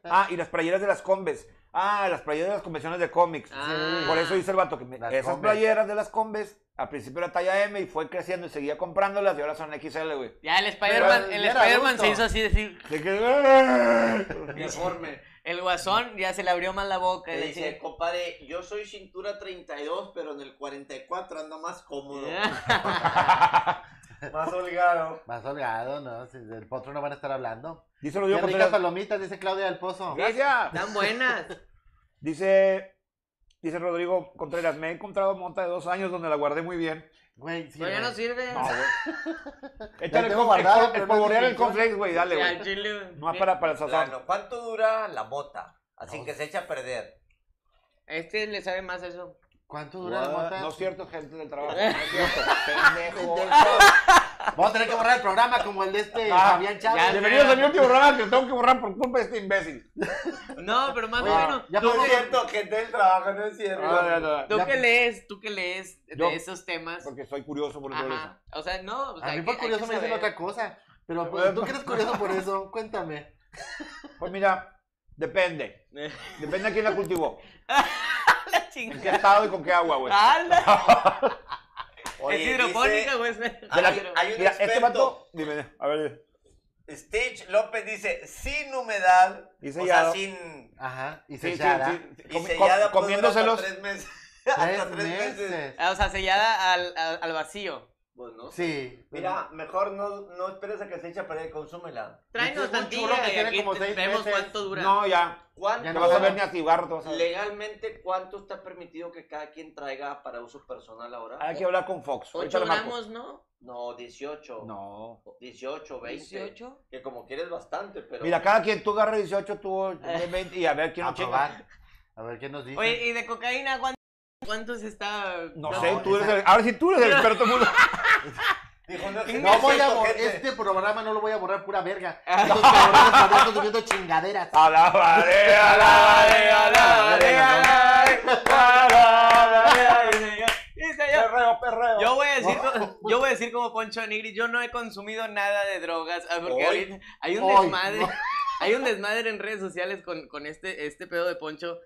Speaker 4: Ah, y las playeras de las combes. Ah, las playeras de las convenciones de cómics.
Speaker 2: Ah.
Speaker 4: Por eso dice el vato que me-
Speaker 3: Las
Speaker 4: esas
Speaker 3: combes.
Speaker 4: playeras de las combes, al principio era talla M y fue creciendo y seguía comprándolas y ahora son XL, güey.
Speaker 2: Ya el Spider-Man,
Speaker 3: Pero
Speaker 2: el
Speaker 3: ya era
Speaker 2: Spider-Man se
Speaker 3: adulto.
Speaker 2: hizo así decir.
Speaker 4: De que-
Speaker 5: Informe.
Speaker 2: El guasón ya se le abrió más la boca.
Speaker 5: Que
Speaker 2: y
Speaker 5: le
Speaker 2: decía-
Speaker 5: dice, compadre, yo soy cintura 32, pero en el 44 ando más cómodo.
Speaker 2: "Ah".
Speaker 5: más holgado.
Speaker 3: Más holgado, ¿no? Si del potro no van a estar hablando.
Speaker 4: Dice lo
Speaker 3: Qué
Speaker 4: digo
Speaker 3: ricas palomitas, dice Claudia del Pozo.
Speaker 4: Gracias.
Speaker 2: Están buenas.
Speaker 4: Dice Dice Rodrigo Contreras, me he encontrado monta de dos años donde la guardé muy bien.
Speaker 3: Güey, sí.
Speaker 2: Pero ya no sirve.
Speaker 3: No, güey.
Speaker 4: Ah, Échale
Speaker 3: tengo
Speaker 4: el
Speaker 3: guardado,
Speaker 4: guardado,
Speaker 3: pero
Speaker 4: el
Speaker 3: no es
Speaker 4: polvorear el
Speaker 3: definición.
Speaker 4: conflex, güey, dale,
Speaker 2: Ya, al
Speaker 4: güey.
Speaker 2: chile, güey.
Speaker 4: No es para, para el sazón.
Speaker 5: Plano, ¿Cuánto dura la mota? Así que se echa a perder.
Speaker 2: Este le sabe más eso.
Speaker 3: ¿Cuánto dura la
Speaker 4: No
Speaker 3: mota?
Speaker 4: no es cierto, gente del trabajo. No es cierto. Pendejo.
Speaker 3: Vamos a tener que borrar el programa como el de este
Speaker 4: Ah,
Speaker 3: Fabián Chávez.
Speaker 2: ya,
Speaker 4: Bienvenidos a mi último programa que tengo que borrar por culpa de este imbécil.
Speaker 2: No, pero más o
Speaker 3: Oye,
Speaker 2: menos.
Speaker 3: ya
Speaker 2: ¿Tú,
Speaker 5: No es
Speaker 2: que,
Speaker 5: cierto, gente del trabajo, no es cierto.
Speaker 4: No, no, no,
Speaker 2: tú
Speaker 4: Ah, ya,
Speaker 2: que lees, tú que lees de
Speaker 4: Yo-
Speaker 2: esos temas.
Speaker 4: Porque soy curioso por eso.
Speaker 2: Ajá. O sea, no. o sea,
Speaker 3: A mí
Speaker 2: Pues hay
Speaker 3: por
Speaker 2: que- hay
Speaker 3: curioso
Speaker 2: que
Speaker 3: me dicen
Speaker 2: saber.
Speaker 3: otra cosa. Pero pues,
Speaker 4: Bueno.
Speaker 3: tú que eres curioso por eso, cuéntame.
Speaker 4: Pues mira, depende. Depende a quién la cultivó.
Speaker 2: La
Speaker 4: En qué
Speaker 2: chingada.
Speaker 4: estado y con qué agua,
Speaker 2: Ah,
Speaker 4: güey.
Speaker 2: ¡Hala!
Speaker 5: Oye,
Speaker 2: es
Speaker 5: dice-
Speaker 2: hidropónica, güey.
Speaker 4: De la-
Speaker 5: hay, hay un
Speaker 4: Mira,
Speaker 5: experto.
Speaker 4: este vato, dime, a ver,
Speaker 5: Stitch López dice, sin humedad.
Speaker 4: Dice
Speaker 5: o
Speaker 4: ya.
Speaker 5: sea, sin.
Speaker 3: Ajá. Y
Speaker 4: sí, sí,
Speaker 3: sellada.
Speaker 4: sí,
Speaker 5: Y pues,
Speaker 4: sí, comi-
Speaker 5: sellada
Speaker 4: com-
Speaker 5: puede durar hasta
Speaker 4: comiéndoselos,
Speaker 5: Tres meses.
Speaker 3: Tres
Speaker 5: hasta tres meses.
Speaker 3: meses.
Speaker 2: Ah, O sea, sellada al, al, al vacío.
Speaker 5: Pues no.
Speaker 3: Sí.
Speaker 5: Mira, mejor no, no esperes a que se eche a perder, consúmela.
Speaker 2: Tráenos
Speaker 3: Este es un
Speaker 2: tantilla
Speaker 3: churro que
Speaker 2: y
Speaker 3: tiene
Speaker 2: aquí
Speaker 3: como
Speaker 2: te-
Speaker 3: seis
Speaker 2: vemos
Speaker 3: meses.
Speaker 2: cuánto dura.
Speaker 4: no, ya,
Speaker 5: ¿Cuánto,
Speaker 3: Ya
Speaker 4: no vas a
Speaker 3: no.
Speaker 4: ver ni a cigarro, te vas a ver.
Speaker 5: legalmente, cuánto está permitido que cada quien traiga para uso personal
Speaker 3: Ah,
Speaker 5: ahora?
Speaker 4: Hay que hablar con Fox,
Speaker 2: 8
Speaker 4: ahorita lo marco.
Speaker 2: gramos, ¿no?
Speaker 5: No, 18.
Speaker 4: No.
Speaker 5: 18, 20.
Speaker 2: 18.
Speaker 5: Que como quieres bastante, pero.
Speaker 4: Mira, cada quien tú agarras 18, tú eh, 20 y a ver quién
Speaker 3: A
Speaker 4: lo chinga.
Speaker 3: probar. A ver qué nos dice.
Speaker 2: Oye, ¿y de cocaína cuánto, cuánto se está...?
Speaker 4: No,
Speaker 3: No,
Speaker 4: sé, tú eres el, ahora sí tú eres el experto. mundo.
Speaker 5: Dijo, no, es
Speaker 3: no voy a
Speaker 5: cierto,
Speaker 3: borrar.
Speaker 5: gente.
Speaker 3: Este programa no lo voy a borrar pura verga. Estos cabrones están subiendo chingaderas.
Speaker 4: Alabaré, alabaré, alabaré, alabaré, alabaré.
Speaker 2: Dice yo,
Speaker 4: Perreo, perreo.
Speaker 2: yo voy a decir, co- yo voy a decir como Poncho de Nigri, yo no he consumido nada de drogas, ah, porque
Speaker 5: Hoy.
Speaker 2: ahorita hay un
Speaker 3: Hoy,
Speaker 2: desmadre,
Speaker 3: no.
Speaker 2: hay un desmadre en redes sociales con, con este, este pedo de Poncho.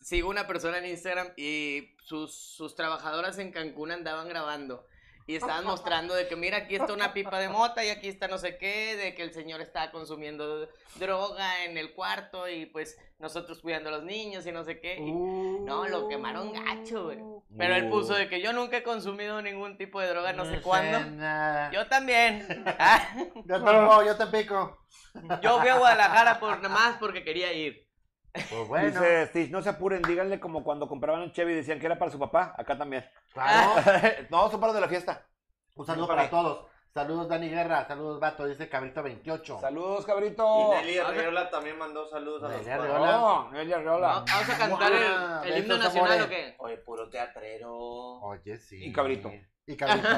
Speaker 2: Sigo una persona en Instagram y sus, sus trabajadoras en Cancún andaban grabando y estaban mostrando de que mira, aquí está una pipa de mota y aquí está no sé qué, de que el señor está consumiendo droga en el cuarto y pues nosotros cuidando a los niños y no sé qué. Y no, lo quemaron gacho, güey. Pero él puso
Speaker 4: Uh.
Speaker 2: de que yo nunca he consumido ningún tipo de droga, no sé cuándo.
Speaker 3: nada. Yo,
Speaker 2: Yo también. Ah,
Speaker 3: tampoco, yo tampoco.
Speaker 2: Yo fui a Guadalajara por nada más porque quería ir.
Speaker 3: Pues bueno.
Speaker 4: Dice Stitch, no se apuren, díganle como cuando compraban un Chevy y decían que era para su papá, acá también.
Speaker 3: Claro.
Speaker 4: no, son para los de la fiesta.
Speaker 3: Un saludo para todos. Saludos Dani Guerra, saludos Vato, dice Cabrito 28.
Speaker 4: Saludos,
Speaker 5: Y
Speaker 4: cabrito.
Speaker 5: Nelly Arriola también mandó saludos a los
Speaker 3: Nelly
Speaker 5: cuatro.
Speaker 3: Arriola.
Speaker 4: No, Nelly Arreola.
Speaker 2: ¿No? ¿Vamos a cantar
Speaker 3: Guau,
Speaker 2: el, el himno
Speaker 3: besos,
Speaker 2: nacional
Speaker 3: amores.
Speaker 2: o qué?
Speaker 5: Oye, puro
Speaker 4: Oh.
Speaker 5: teatrero.
Speaker 3: Oye, sí.
Speaker 4: Y Cabrito.
Speaker 3: Y Cabrito.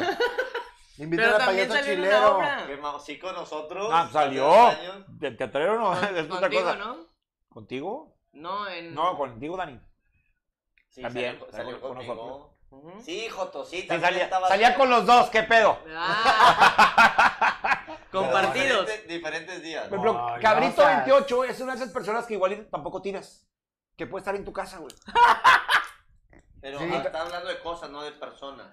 Speaker 3: Invitar
Speaker 2: Pero
Speaker 3: al
Speaker 2: también
Speaker 3: payaso
Speaker 2: salió en una
Speaker 3: chilero.
Speaker 2: obra.
Speaker 5: Que mausico nosotros.
Speaker 4: Ah, salió.
Speaker 5: hace dos años.
Speaker 4: ¿Te, te atrevieron o no? Es otra
Speaker 2: Contigo,
Speaker 4: cosa.
Speaker 2: ¿no?
Speaker 4: ¿Contigo?
Speaker 2: No, en...
Speaker 4: No, contigo, Dani.
Speaker 5: Sí,
Speaker 4: También,
Speaker 5: salió-
Speaker 4: salió
Speaker 5: salió
Speaker 4: con
Speaker 5: contigo.
Speaker 4: nosotros.
Speaker 2: Ujú.
Speaker 5: Sí, Jotosita.
Speaker 4: Sí, salía, salía con los dos, qué pedo.
Speaker 2: Ah. Compartidos.
Speaker 5: Diferentes, diferentes días.
Speaker 4: Por ejemplo,
Speaker 3: Ay,
Speaker 4: Cabrito
Speaker 3: gracias.
Speaker 4: 28 es una de esas personas que igual y tampoco tiras. Que puede estar en tu casa, güey.
Speaker 5: Pero
Speaker 3: Sí.
Speaker 5: ah, está hablando de cosas, no de personas.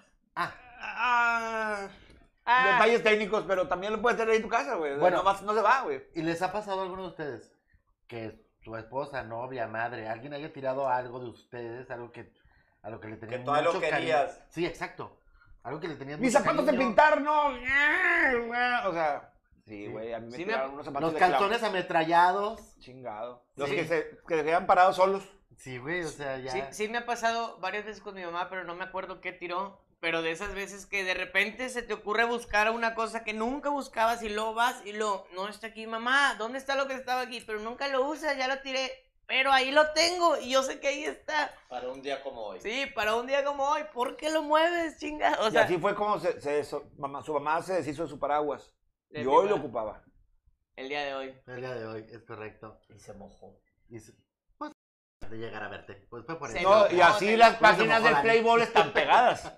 Speaker 2: Ah.
Speaker 4: Detalles técnicos, pero también lo puedes tener en tu casa, güey.
Speaker 3: Bueno.
Speaker 4: Bueno, no se va, güey.
Speaker 3: ¿Y les ha pasado a alguno de ustedes que su esposa, novia, madre, alguien haya tirado algo de ustedes, algo que a lo que le tenían
Speaker 5: Que todavía
Speaker 3: mucho
Speaker 5: lo querías.
Speaker 3: cariño? Sí, exacto. Algo que le tenían
Speaker 4: Mis
Speaker 3: mucho
Speaker 4: zapatos de
Speaker 3: cariño.
Speaker 4: pintar, no. O sea, sí, güey. A mí me
Speaker 2: Sí me-
Speaker 4: tiraron unos zapatos
Speaker 3: Los
Speaker 4: de clavo.
Speaker 3: calzones ametrallados.
Speaker 4: Chingado. Los
Speaker 3: Sí.
Speaker 4: que se que se quedan parados solos.
Speaker 3: Sí, güey, o sea, ya.
Speaker 2: Sí, sí me ha pasado varias veces con mi mamá, pero no me acuerdo qué tiró. Pero de esas veces que de repente se te ocurre buscar una cosa que nunca buscabas y luego vas y lo no está aquí, mamá, ¿dónde está lo que estaba aquí? Pero nunca lo usas, ya lo tiré, pero ahí lo tengo y yo sé que ahí está.
Speaker 5: Para un día como hoy.
Speaker 2: Sí, para un día como hoy, ¿por qué lo mueves, chinga? O
Speaker 4: y
Speaker 2: sea,
Speaker 4: así fue como se, se desho- mamá- su mamá se deshizo de su paraguas.
Speaker 2: De
Speaker 4: y
Speaker 2: mi
Speaker 4: hoy lo
Speaker 2: mamá.
Speaker 4: ocupaba.
Speaker 2: el día de hoy.
Speaker 3: El día de hoy, es correcto.
Speaker 5: Y se mojó.
Speaker 3: Y se- pues, de llegar a verte. Pues fue por
Speaker 2: Se
Speaker 3: eso.
Speaker 4: No,
Speaker 2: lo-
Speaker 4: y así
Speaker 2: se
Speaker 4: las
Speaker 3: lo-
Speaker 4: páginas
Speaker 3: se
Speaker 4: del
Speaker 3: mojó,
Speaker 4: Playboy están pegadas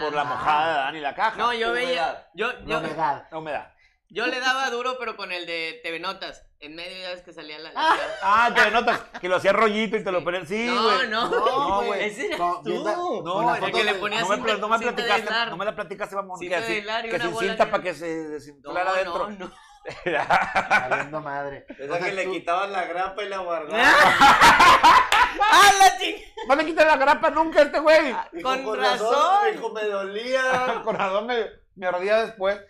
Speaker 4: por la
Speaker 2: Ah.
Speaker 4: mojada de Dani la caja.
Speaker 2: No, yo veía,
Speaker 5: Humedad.
Speaker 2: yo,
Speaker 3: La
Speaker 2: yo,
Speaker 3: humedad.
Speaker 4: No me da.
Speaker 2: yo le daba duro, pero con el de TV Notas. En medio ya ves que salía la... la-
Speaker 4: Ah, te notas que lo hacía rollito y te lo ponían. Sí,
Speaker 2: no,
Speaker 4: güey.
Speaker 2: no,
Speaker 4: No, güey.
Speaker 2: Ese eras
Speaker 3: No,
Speaker 2: tú.
Speaker 3: viendo- con
Speaker 4: No,
Speaker 3: la
Speaker 4: el
Speaker 3: foto
Speaker 4: que le
Speaker 3: de-
Speaker 2: ponías
Speaker 4: No me,
Speaker 2: cinta-
Speaker 4: pla- no me
Speaker 2: cinta de
Speaker 4: platicaste,
Speaker 2: aislar.
Speaker 4: no me la platicaste, mamón.
Speaker 2: Cinta
Speaker 4: que
Speaker 2: de
Speaker 4: así-
Speaker 2: aislar y
Speaker 4: que
Speaker 2: una
Speaker 4: sin
Speaker 2: bola
Speaker 4: cinta
Speaker 2: que-
Speaker 4: para que se desinflara adentro.
Speaker 2: no, no.
Speaker 3: Valiendo madre.
Speaker 5: Esa que le quitaban la grapa y la guardaban.
Speaker 2: ¡Ah, la chingada!
Speaker 4: No me quites la grapa nunca a este güey.
Speaker 5: Dijo, "Pues,
Speaker 2: Con,
Speaker 5: razón,
Speaker 2: razón.
Speaker 5: Dijo, me dolía.
Speaker 4: El corazón me, me ardía después.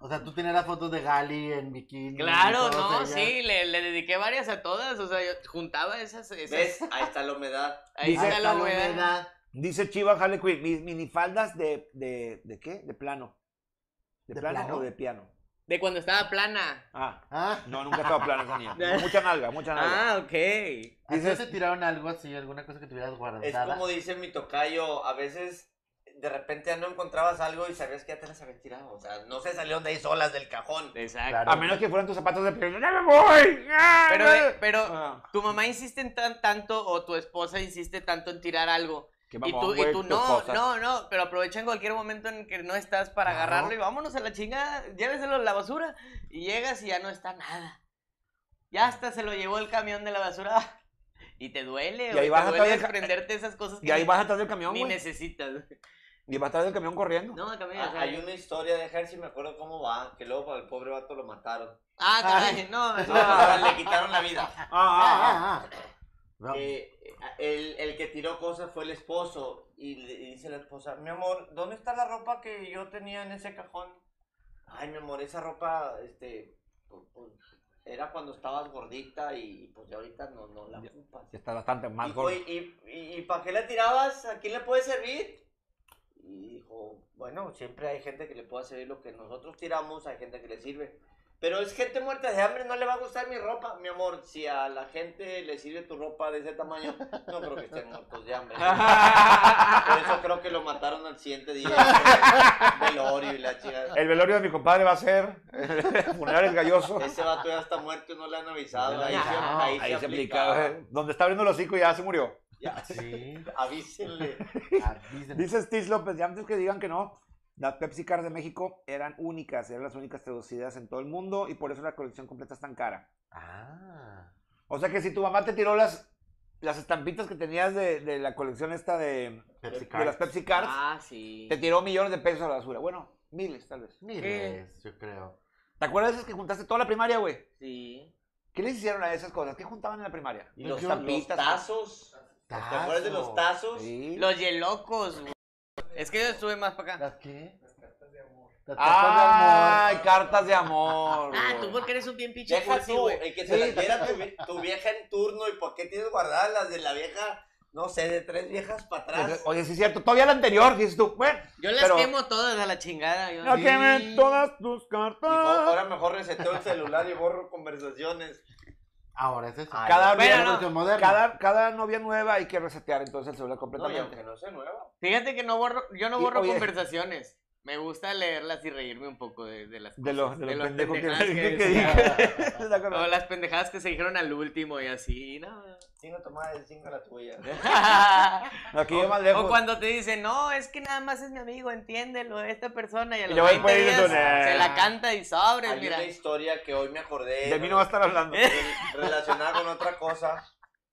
Speaker 3: O O sea, tú tienes las fotos de Gali en bikini. y
Speaker 2: Claro,
Speaker 3: todas
Speaker 2: no,
Speaker 3: ellas.
Speaker 2: sí, le, le dediqué varias a todas, o sea, yo juntaba esas, esas-
Speaker 5: ¿Ves? Ahí está la humedad.
Speaker 2: ahí
Speaker 3: Ahí
Speaker 2: está la humedad.
Speaker 4: Dice Chiva Harley Quinn, mis minifaldas de, de, ¿de qué? De plano. ¿De,
Speaker 3: ¿De
Speaker 4: plano,
Speaker 3: plano?
Speaker 4: o de piano?
Speaker 2: De cuando estaba plana.
Speaker 4: Ah,
Speaker 3: Ah,
Speaker 4: no, nunca estaba plana esa niña. No, mucha nalga, mucha nalga.
Speaker 2: Ah, ok.
Speaker 3: ¿a ti
Speaker 4: Dices-
Speaker 3: te tiraron algo así, alguna cosa que tuvieras
Speaker 5: Es
Speaker 3: guardada? Ah,
Speaker 5: como dice mi tocayo, a veces de repente ya no encontrabas algo y sabías que ya te las habías tirado. O sea, no se salieron de ahí solas del cajón.
Speaker 2: Exacto.
Speaker 3: Claro.
Speaker 4: A menos que fueran tus zapatos de piano. ¡Ya me voy! ¡Ah!
Speaker 2: Pero, eh, pero
Speaker 4: Ah,
Speaker 2: tu mamá insiste en tan, tanto o tu esposa insiste tanto en tirar algo.
Speaker 4: qué
Speaker 2: Y
Speaker 4: mamón,
Speaker 2: tú, y
Speaker 4: güey,
Speaker 2: tú
Speaker 4: tus
Speaker 2: no,
Speaker 4: cosas.
Speaker 2: no, no, pero aprovecha en cualquier momento en que no estás para
Speaker 4: Claro.
Speaker 2: agarrarlo y vámonos a la chingada, lléveselo a la basura. Y llegas y ya no está nada. Ya hasta se lo llevó el camión de la basura. Y te duele,
Speaker 4: Y
Speaker 2: güey,
Speaker 4: ahí
Speaker 2: te
Speaker 4: vas a
Speaker 2: duele
Speaker 4: todavía-
Speaker 2: desprenderte de esas cosas que
Speaker 4: Y ahí
Speaker 2: ni-
Speaker 4: vas atrás del camión,
Speaker 2: ni
Speaker 4: güey.
Speaker 2: necesitas.
Speaker 4: Y vas atrás del camión corriendo.
Speaker 2: No, camión,
Speaker 5: Ah,
Speaker 2: o sea,
Speaker 5: hay una historia de Hershey, me acuerdo cómo va, que luego al pobre vato lo mataron.
Speaker 2: Ah, caray, no,
Speaker 5: No,
Speaker 2: eso-
Speaker 5: le quitaron la vida.
Speaker 4: Ah, ah,
Speaker 3: Ah,
Speaker 4: ah.
Speaker 3: ah, ah. No,
Speaker 5: Eh, el, el que tiró cosas fue el esposo y le y dice la esposa, mi amor, ¿dónde está la ropa que yo tenía en ese cajón? Ay, mi amor, esa ropa, este, pues, pues, era cuando estabas gordita y, y, pues ya ahorita no, no la
Speaker 4: Ya.
Speaker 5: ocupas.
Speaker 4: Está bastante
Speaker 5: Y,
Speaker 4: más gordo.
Speaker 5: güey, ¿y, para qué la tirabas? ¿A quién le puede servir? Y dijo, bueno, siempre hay gente que le pueda servir lo que nosotros tiramos, hay gente que le sirve. Pero es gente muerta de hambre, no le va a gustar mi ropa, mi amor. Si a la gente le sirve tu ropa de ese tamaño, no creo que estén muertos de hambre. Por eso creo que lo mataron al siguiente día. Velorio y la chica.
Speaker 4: El velorio de mi compadre va a ser funerales galloso.
Speaker 5: Ese vato ya está muerto y no le han avisado. Ahí, se,
Speaker 3: No,
Speaker 5: ahí, se, aplica.
Speaker 4: eh. Donde está abriendo el hocico ya se murió.
Speaker 5: Ya,
Speaker 3: Ah, Sí, Ah,
Speaker 5: avísenle.
Speaker 3: avísenme.
Speaker 4: Dice Stis López, y antes que digan que no, las Pepsi Cars de México eran únicas, eran las únicas traducidas en todo el mundo y por eso la colección completa es tan cara.
Speaker 3: Ah,
Speaker 4: O sea que si tu mamá te tiró las, las estampitas que tenías de, de la colección esta de,
Speaker 3: Pepsi
Speaker 4: de
Speaker 3: Cards.
Speaker 4: las Pepsi Cars,
Speaker 2: Ah, sí.
Speaker 4: te tiró millones de pesos a la basura. Bueno, miles tal vez.
Speaker 3: Miles, yo creo.
Speaker 4: ¿Te acuerdas de esas que juntaste toda la primaria, güey?
Speaker 5: Sí.
Speaker 4: ¿Qué les hicieron a esas cosas? ¿Qué juntaban en la primaria?
Speaker 5: Y los,
Speaker 3: Yo-
Speaker 5: los tazos. ¿Te acuerdas de los tazos?
Speaker 4: Sí.
Speaker 2: Los yelocos, güey. Es que yo estuve más para acá.
Speaker 3: ¿Las qué? Las cartas de amor. Las
Speaker 4: ¡Ay,
Speaker 3: cartas de amor.
Speaker 4: cartas de amor!
Speaker 2: Ah,
Speaker 4: güey.
Speaker 2: tú porque eres un bien pinche
Speaker 5: Deja
Speaker 2: cursi,
Speaker 5: tú,
Speaker 4: eh,
Speaker 2: güey.
Speaker 5: el que se las diera tu, vie- tu vieja en turno y por qué tienes guardadas las de la vieja, no sé, de tres viejas para atrás.
Speaker 4: Oye, sí es cierto. Todavía la anterior, dices tú. Bueno,
Speaker 2: Yo las
Speaker 4: pero-
Speaker 2: quemo todas a la chingada. Yo.
Speaker 4: no
Speaker 3: Sí.
Speaker 4: quemen todas tus
Speaker 5: Y mo-
Speaker 4: cartas.
Speaker 5: ahora mejor reseteo el celular y borro conversaciones.
Speaker 3: Ahora es eso.
Speaker 4: Cada,
Speaker 2: Bueno,
Speaker 4: novia-
Speaker 2: no.
Speaker 3: Evolución moderna.
Speaker 4: cada, cada novia nueva hay que resetear entonces el celular
Speaker 5: No, y
Speaker 4: completamente.
Speaker 5: aunque no sea nueva.
Speaker 2: Fíjate que no borro, yo no
Speaker 4: Y,
Speaker 2: borro
Speaker 4: oye.
Speaker 2: conversaciones. Me gusta leerlas y reírme un poco de, de las
Speaker 4: de
Speaker 2: cosas,
Speaker 4: los, de los pendejos que,
Speaker 2: pendejadas
Speaker 4: que,
Speaker 2: decía,
Speaker 4: dije. ¿Te acuerdas?
Speaker 2: O las pendejadas que se dijeron al último y así, no.
Speaker 5: Cinco tomadas de cinco la tuya.
Speaker 4: Aquí yo
Speaker 2: o,
Speaker 4: más lejos.
Speaker 2: o cuando te dicen, no, es que nada más es mi amigo, entiéndelo, esta persona. Y a
Speaker 4: Y
Speaker 2: los
Speaker 4: le voy
Speaker 2: 20
Speaker 4: poniendo
Speaker 2: días
Speaker 4: tu- nah.
Speaker 2: se la canta y sobres,
Speaker 5: Hay
Speaker 2: mira.
Speaker 5: una historia que hoy me acordé.
Speaker 4: De mí no va a estar
Speaker 5: Eh.
Speaker 4: hablando.
Speaker 5: re- Relacionada con otra cosa.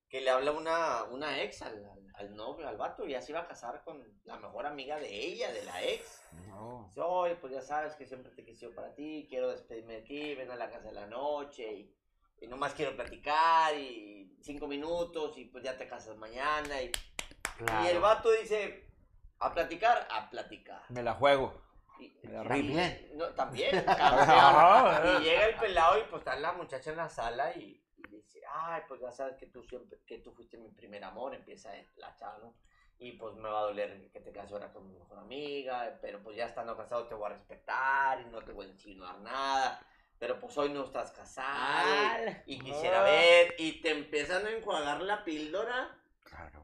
Speaker 5: Que le habla una, una ex al, al- al novio, al vato, y ya se iba a casar con la mejor amiga de ella, de la ex.
Speaker 4: No.
Speaker 5: Dice, oye, pues ya sabes que siempre te he quisido para ti, quiero despedirme de ti, ven a la casa de la noche y, y nomás quiero platicar y cinco minutos y pues ya te casas mañana. Y,
Speaker 3: Claro.
Speaker 5: y el vato dice, a platicar, a platicar.
Speaker 4: Me la juego.
Speaker 5: Y,
Speaker 4: Me la
Speaker 5: y-
Speaker 4: rifo.
Speaker 5: no, también, campeón.
Speaker 4: Ah,
Speaker 5: Y llega el pelado y pues está la muchacha en la sala y, y dice, ay, pues ya sabes que tú siempre, que tú fuiste mi primer amor, empieza la chava, ¿no? Y pues me va a doler que te cases ahora con mi mejor amiga, pero pues ya estando casado te voy a respetar y no te voy a insinuar nada, pero pues hoy no estás casado
Speaker 2: Ah,
Speaker 5: y quisiera ver, y te empiezan a enjuagar la píldora.
Speaker 4: Claro.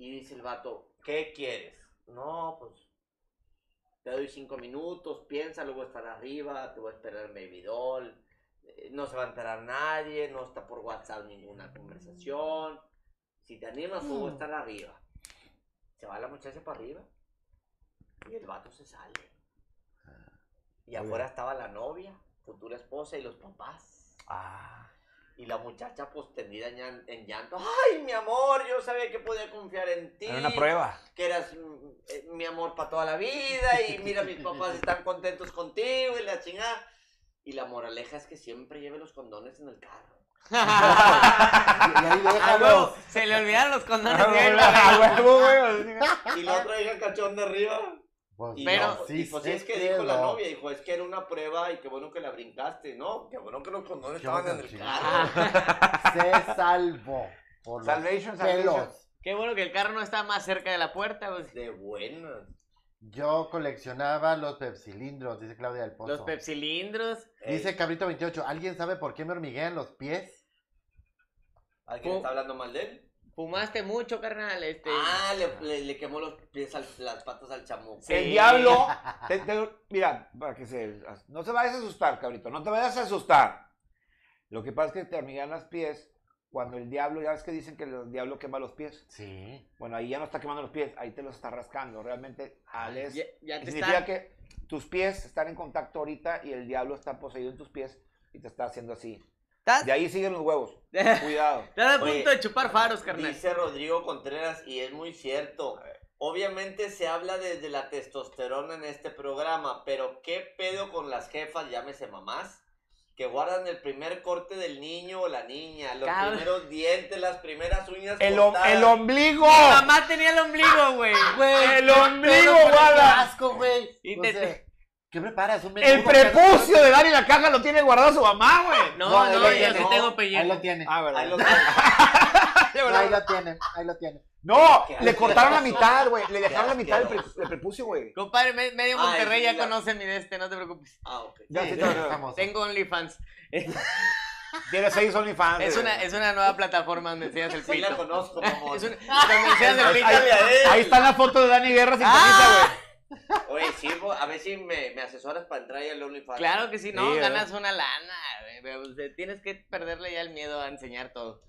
Speaker 5: Y dice el vato, ¿qué quieres? No, pues te doy cinco minutos, piensa, luego estar arriba, te voy a esperar en Baby Doll, eh, no se va a enterar nadie, no está por WhatsApp ninguna conversación. Si te animas, tú voy a estar arriba. Se va la muchacha para arriba y el vato se sale. Y afuera estaba la novia, futura esposa y los papás.
Speaker 4: Ah.
Speaker 5: Y la muchacha pues tendida en, llan- en llanto. Ay, mi amor, yo sabía que podía confiar en ti.
Speaker 4: Era una prueba.
Speaker 5: Que eras mm, eh, mi amor para toda la vida. Y mira, mis papás están contentos contigo y la chingada. Y la moraleja es que siempre lleve los condones en el carro.
Speaker 3: Y ahí
Speaker 2: ah, huevo,
Speaker 3: déjalo.
Speaker 2: se
Speaker 4: Ah,
Speaker 2: le olvidaron los condones.
Speaker 4: A huevo, güey.
Speaker 5: Y la otra hija cachón de arriba.
Speaker 3: Pues,
Speaker 5: Y
Speaker 2: Pero-
Speaker 5: no, y pues
Speaker 3: se
Speaker 5: es que dijo la
Speaker 3: quedó.
Speaker 5: novia, dijo, es que era una prueba y qué bueno que la brincaste, ¿no? Qué bueno que los condones
Speaker 3: Qué
Speaker 5: estaban en
Speaker 3: bueno,
Speaker 5: el
Speaker 3: sí.
Speaker 5: carro.
Speaker 3: Se salvó. Por los
Speaker 4: Salvation, Salvation.
Speaker 3: pelos.
Speaker 2: Qué bueno que el carro no está más cerca de la puerta. pues.
Speaker 5: De buenas.
Speaker 3: Yo coleccionaba los pepsilindros, dice Claudia del Pozo.
Speaker 2: Los pepsilindros.
Speaker 3: Dice
Speaker 5: Ey,
Speaker 3: Cabrito 28, ¿alguien sabe por qué me hormiguean los pies?
Speaker 5: ¿Alguien está hablando mal de él?
Speaker 2: Fumaste mucho, carnal. Este.
Speaker 5: Ah, le, le- le quemó los pies, al- las patas al chamuco.
Speaker 2: Sí.
Speaker 4: El diablo. te- te- mira, para que se, no te vayas a asustar, cabrito. No te vayas a asustar. Lo que pasa es que te hormiguean los pies cuando el diablo, ya ves que dicen que el diablo quema los pies.
Speaker 3: Sí.
Speaker 4: Bueno, ahí ya no está quemando los pies, ahí te los está rascando. Realmente, Alex.
Speaker 2: ya, ya te
Speaker 4: significa
Speaker 2: está.
Speaker 4: que tus pies están en contacto ahorita y el diablo está poseído en tus pies y te está haciendo así.
Speaker 2: ¿Estás?
Speaker 4: De ahí siguen los huevos. Cuidado.
Speaker 2: Estás a
Speaker 5: Oye,
Speaker 2: punto de chupar faros, carnal.
Speaker 5: Dice Rodrigo Contreras, y es muy cierto. Obviamente se habla desde la testosterona en este programa, pero ¿qué pedo con las jefas, llámese mamás? Que guardan el primer corte del niño o la niña, los
Speaker 2: Cabrón.
Speaker 5: primeros dientes, las primeras uñas.
Speaker 4: El, om-
Speaker 5: cortadas.
Speaker 4: el ombligo.
Speaker 2: Mi mamá tenía el ombligo, güey.
Speaker 4: El ombligo, guarda.
Speaker 3: asco, güey!
Speaker 2: Y
Speaker 3: O
Speaker 2: te-
Speaker 3: sea, ¿Qué preparas? ¿Un
Speaker 4: El
Speaker 3: menudo, perro?
Speaker 4: prepucio de Dani la caja lo tiene guardado su mamá, güey.
Speaker 2: No,
Speaker 3: ahí
Speaker 2: no,
Speaker 3: lo
Speaker 2: yo
Speaker 3: tiene.
Speaker 2: sí tengo
Speaker 3: Ahí lo
Speaker 2: pellejo.
Speaker 3: tiene.
Speaker 4: Ah, verdad.
Speaker 5: Ahí los-
Speaker 3: No, ahí lo tiene, ahí lo tiene.
Speaker 4: No,
Speaker 5: Qué
Speaker 4: le
Speaker 5: asqueroso.
Speaker 4: cortaron la mitad, güey. Le dejaron la
Speaker 5: Qué
Speaker 4: mitad del pre-
Speaker 5: asqueroso.
Speaker 4: del prepucio, güey.
Speaker 2: Compadre, me- medio
Speaker 5: Ay,
Speaker 2: Monterrey
Speaker 5: sí,
Speaker 2: ya
Speaker 5: la-
Speaker 2: conoce mi de este, no te preocupes.
Speaker 5: Ah, ok.
Speaker 4: Ya
Speaker 3: Sí,
Speaker 4: sí,
Speaker 3: ya
Speaker 4: no, no.
Speaker 3: estamos.
Speaker 2: Tengo OnlyFans.
Speaker 4: Tiene seis OnlyFans.
Speaker 2: Es
Speaker 4: güey.
Speaker 2: una, es una nueva plataforma donde enseñas el
Speaker 5: Sí la
Speaker 2: pito.
Speaker 5: conozco, mamón.
Speaker 2: Es una, donde enseñas el
Speaker 4: Ahí,
Speaker 2: pito.
Speaker 4: ahí está la foto de Dani Guerra sin
Speaker 2: Ah.
Speaker 4: camisa,
Speaker 5: eh. Oye, sí, bo- a ver si me, me asesoras para entrar ahí al OnlyFans.
Speaker 2: Claro que sí, no,
Speaker 4: Sí,
Speaker 2: ganas una lana. güey, pero, o sea, Tienes que perderle ya el miedo a enseñar todo.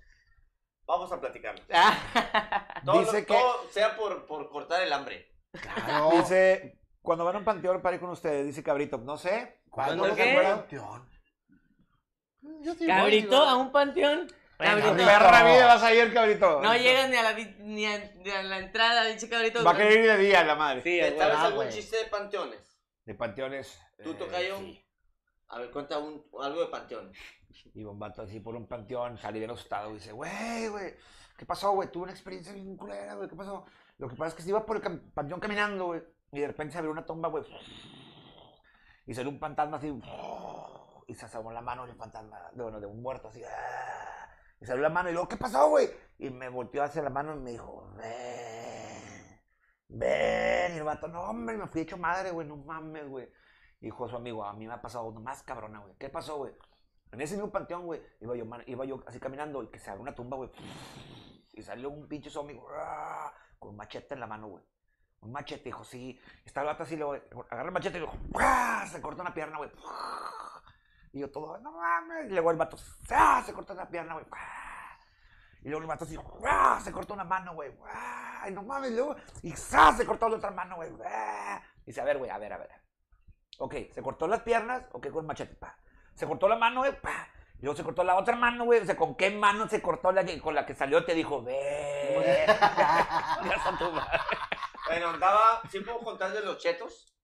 Speaker 5: Vamos a platicarlo.
Speaker 2: Ah,
Speaker 5: Todo,
Speaker 4: Dice
Speaker 5: lo-
Speaker 4: que-
Speaker 5: todo sea por, por cortar el hambre.
Speaker 3: Claro.
Speaker 4: güey. Dice, cuando van a un panteón, paré con ustedes. Dice Cabrito, no sé.
Speaker 3: ¿Cuándo
Speaker 2: ¿Por
Speaker 3: se
Speaker 2: qué?
Speaker 3: fueron? Panteón. Mm, Yo sí voy,
Speaker 2: Cabrito,
Speaker 3: digo.
Speaker 2: a un panteón.
Speaker 4: Cabrito.
Speaker 2: Cabrito.
Speaker 4: Perra vida vas a ir, Cabrito.
Speaker 2: No llegas ni a la, vi- ni a, ni a la entrada, pinche cabrito.
Speaker 4: Va a querer ir de día la madre.
Speaker 2: Sí,
Speaker 5: ¿Te
Speaker 2: güey.
Speaker 5: sabes
Speaker 3: ah,
Speaker 5: algún
Speaker 3: güey.
Speaker 5: chiste de panteones?
Speaker 4: De panteones.
Speaker 5: ¿Tú,
Speaker 4: eh,
Speaker 5: tocayo?
Speaker 4: sí.
Speaker 5: A ver, cuenta un, algo de panteón.
Speaker 4: Y bombato así por un panteón, salí bien asustado. Y dice, güey, güey, ¿qué pasó, güey? Tuve una experiencia bien culera, güey, ¿qué pasó? Lo que pasa es que se iba por el cam- panteón caminando, güey, y de repente se abrió una tumba, güey. Y salió un fantasma así, y se asomó la mano del fantasma, de, bueno, de un muerto así. ah, Y salió la mano, y luego, ¿qué pasó, güey? Y me volteó hacia la mano y me dijo, ven, ven. Y el vato, no, hombre, me fui hecho madre, güey, no mames, güey. Dijo su amigo, a mí me ha pasado una más cabrona, güey. ¿Qué pasó, güey? En ese mismo panteón, güey, iba yo, man- iba yo así caminando y que se abrió una tumba, güey. Y salió un pinche zombie, güey, ¡ah! con un machete en la mano, güey. Un machete, dijo, sí. Está el vato así, luego agarra el machete y luego, ¡ah! se corta una pierna, güey. Y yo todo, no mames. Y luego el vato, ¡ah! se corta una pierna, güey. ¡ah! Y luego el vato así, ¡ah! se corta una mano, güey. ¡ah! Y no mames, y luego, y ¡ah! se cortó la otra mano, güey. ¡ah! Y dice, a ver, güey, a ver, a ver. Ok, se cortó las piernas, ok, con el machete, pa. Se cortó la mano, güey, pa. Y luego se cortó la otra mano, güey. O sea, ¿con qué mano se cortó la que, con la que salió? Te dijo, ve.
Speaker 3: Ah,
Speaker 4: Chingas a tu madre.
Speaker 5: Bueno, andaba, ¿sí puedo contar de los chetos?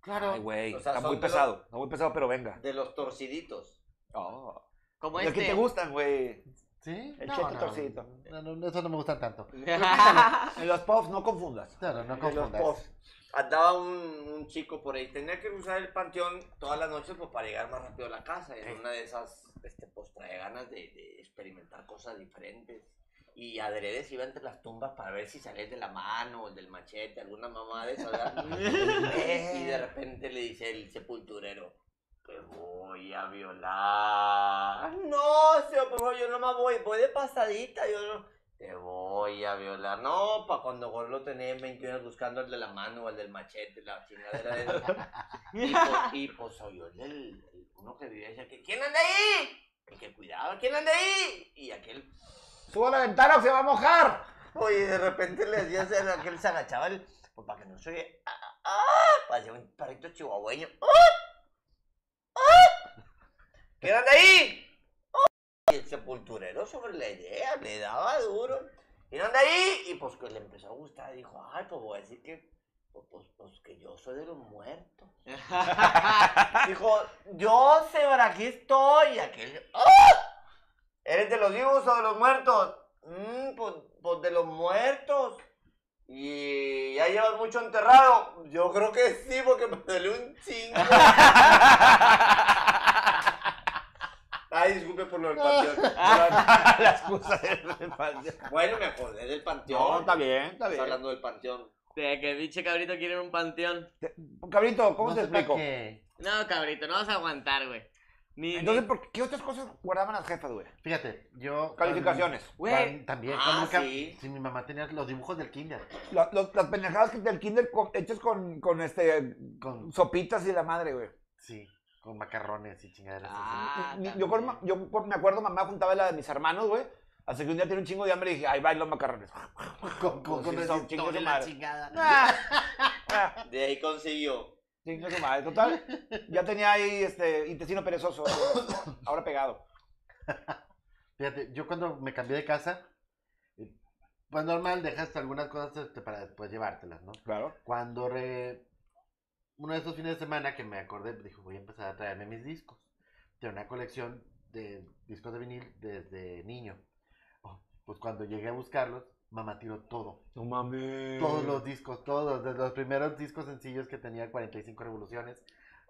Speaker 3: Claro.
Speaker 4: Ay, güey,
Speaker 5: O
Speaker 4: está
Speaker 5: sea, son
Speaker 4: muy
Speaker 5: de los-
Speaker 4: pesado. Está muy pesado, pero venga.
Speaker 5: De los torciditos.
Speaker 4: Oh.
Speaker 2: Como
Speaker 4: ¿De qué
Speaker 2: este.
Speaker 4: te gustan, güey?
Speaker 3: ¿Sí?
Speaker 4: El
Speaker 3: No,
Speaker 4: cheto
Speaker 3: no,
Speaker 4: torcidito.
Speaker 3: No, no, eso no me gustan tanto.
Speaker 4: En los puffs, no confundas.
Speaker 3: Claro, no
Speaker 4: En los
Speaker 3: confundas.
Speaker 4: puffs.
Speaker 5: Andaba un, un chico por ahí. Tenía que usar el panteón todas las noches pues, para llegar más rápido a la casa. En una de esas, este, pues trae ganas de, de experimentar cosas diferentes. Y adredes iba entre las tumbas para ver si salía el de la mano, el del machete, alguna mamá de esa. y de repente le dice el sepulturero. Te voy a violar. No, señor, por favor, yo no me voy, voy de pasadita, yo no. Te voy a violar. No, pa' cuando vos lo tenés 21 horas buscando al de la mano, al del machete, la chingadera de y, pues, y pues oyó el, del- el- uno que vivía decía que ¿quién anda ahí? El que cuidaba, ¿quién anda ahí? Y aquel
Speaker 4: Suba la ventana o se va a mojar.
Speaker 5: Oye, de repente le hacía hacer aquel se agachaba el- pues para que no se oye. ¡Ah! ah, Parecía un perrito chihuahueño. ¡Ah! ¡Ah! ¿Qué eran de ahí? ¡Ah! Y el sepulturero sobre la idea, le daba duro. ¿Qué eran de ahí? Y pues que le empezó a gustar. Dijo, ay, pues voy a decir que. Pues, pues, pues que yo soy de los muertos. Dijo, yo sé, por aquí estoy. Y aquel. ¡Ah! ¿Eres de los vivos o de los muertos? Mm, pues, pues de los muertos. Y ya llevas mucho enterrado. Yo creo que sí, porque me duele un chingo. Ay, disculpe por lo del panteón.
Speaker 4: La excusa del panteón.
Speaker 5: Bueno, me acordé del panteón.
Speaker 4: No, está bien, está
Speaker 5: Estás
Speaker 4: bien.
Speaker 5: hablando del panteón.
Speaker 2: De que pinche cabrito quiere un panteón.
Speaker 4: Cabrito, ¿cómo
Speaker 3: No
Speaker 4: te
Speaker 3: sé para
Speaker 4: explico?
Speaker 3: qué.
Speaker 2: No, cabrito, no vas a aguantar, güey. Ni,
Speaker 4: Entonces, ¿por qué- ¿qué otras cosas guardaban las jefas, güey?
Speaker 3: Fíjate, yo.
Speaker 4: Calificaciones.
Speaker 3: Tan-
Speaker 2: Güey.
Speaker 3: también,
Speaker 5: Ah,
Speaker 3: cuando nunca-
Speaker 5: sí.
Speaker 3: si mi mamá tenía los dibujos del kinder.
Speaker 4: La- los- las pendejadas que del kinder con- hechas con, con este
Speaker 3: Con,
Speaker 4: sopitas y la madre, güey.
Speaker 3: sí, con macarrones y chingaderas. así.
Speaker 2: Ah,
Speaker 4: Mi- yo, con-
Speaker 2: también.
Speaker 4: yo por- me acuerdo, mamá juntaba la de mis hermanos, güey. Así que un día tiene un chingo de hambre y dije, ahí va los macarrones.
Speaker 3: Con, con, con
Speaker 4: Pues sí, son
Speaker 3: resistol
Speaker 4: chingos de
Speaker 3: y la
Speaker 4: madre.
Speaker 3: chingada.
Speaker 4: Ah, ah.
Speaker 5: De ahí consiguió.
Speaker 4: Chinga su madre. Total, ya tenía ahí este intestino perezoso. Ahora pegado.
Speaker 3: Fíjate, yo cuando me cambié de casa, eh, pues normal dejas algunas cosas este, para después llevártelas, ¿no?
Speaker 4: Claro.
Speaker 3: Cuando re- uno de esos fines de semana que me acordé, dije, voy a empezar a traerme mis discos. Tengo una colección de discos de vinil desde niño. Oh, pues cuando llegué a buscarlos, mamá tiró todo.
Speaker 4: No mames.
Speaker 3: Todos los discos, todos, desde los primeros discos sencillos que tenía 45 revoluciones,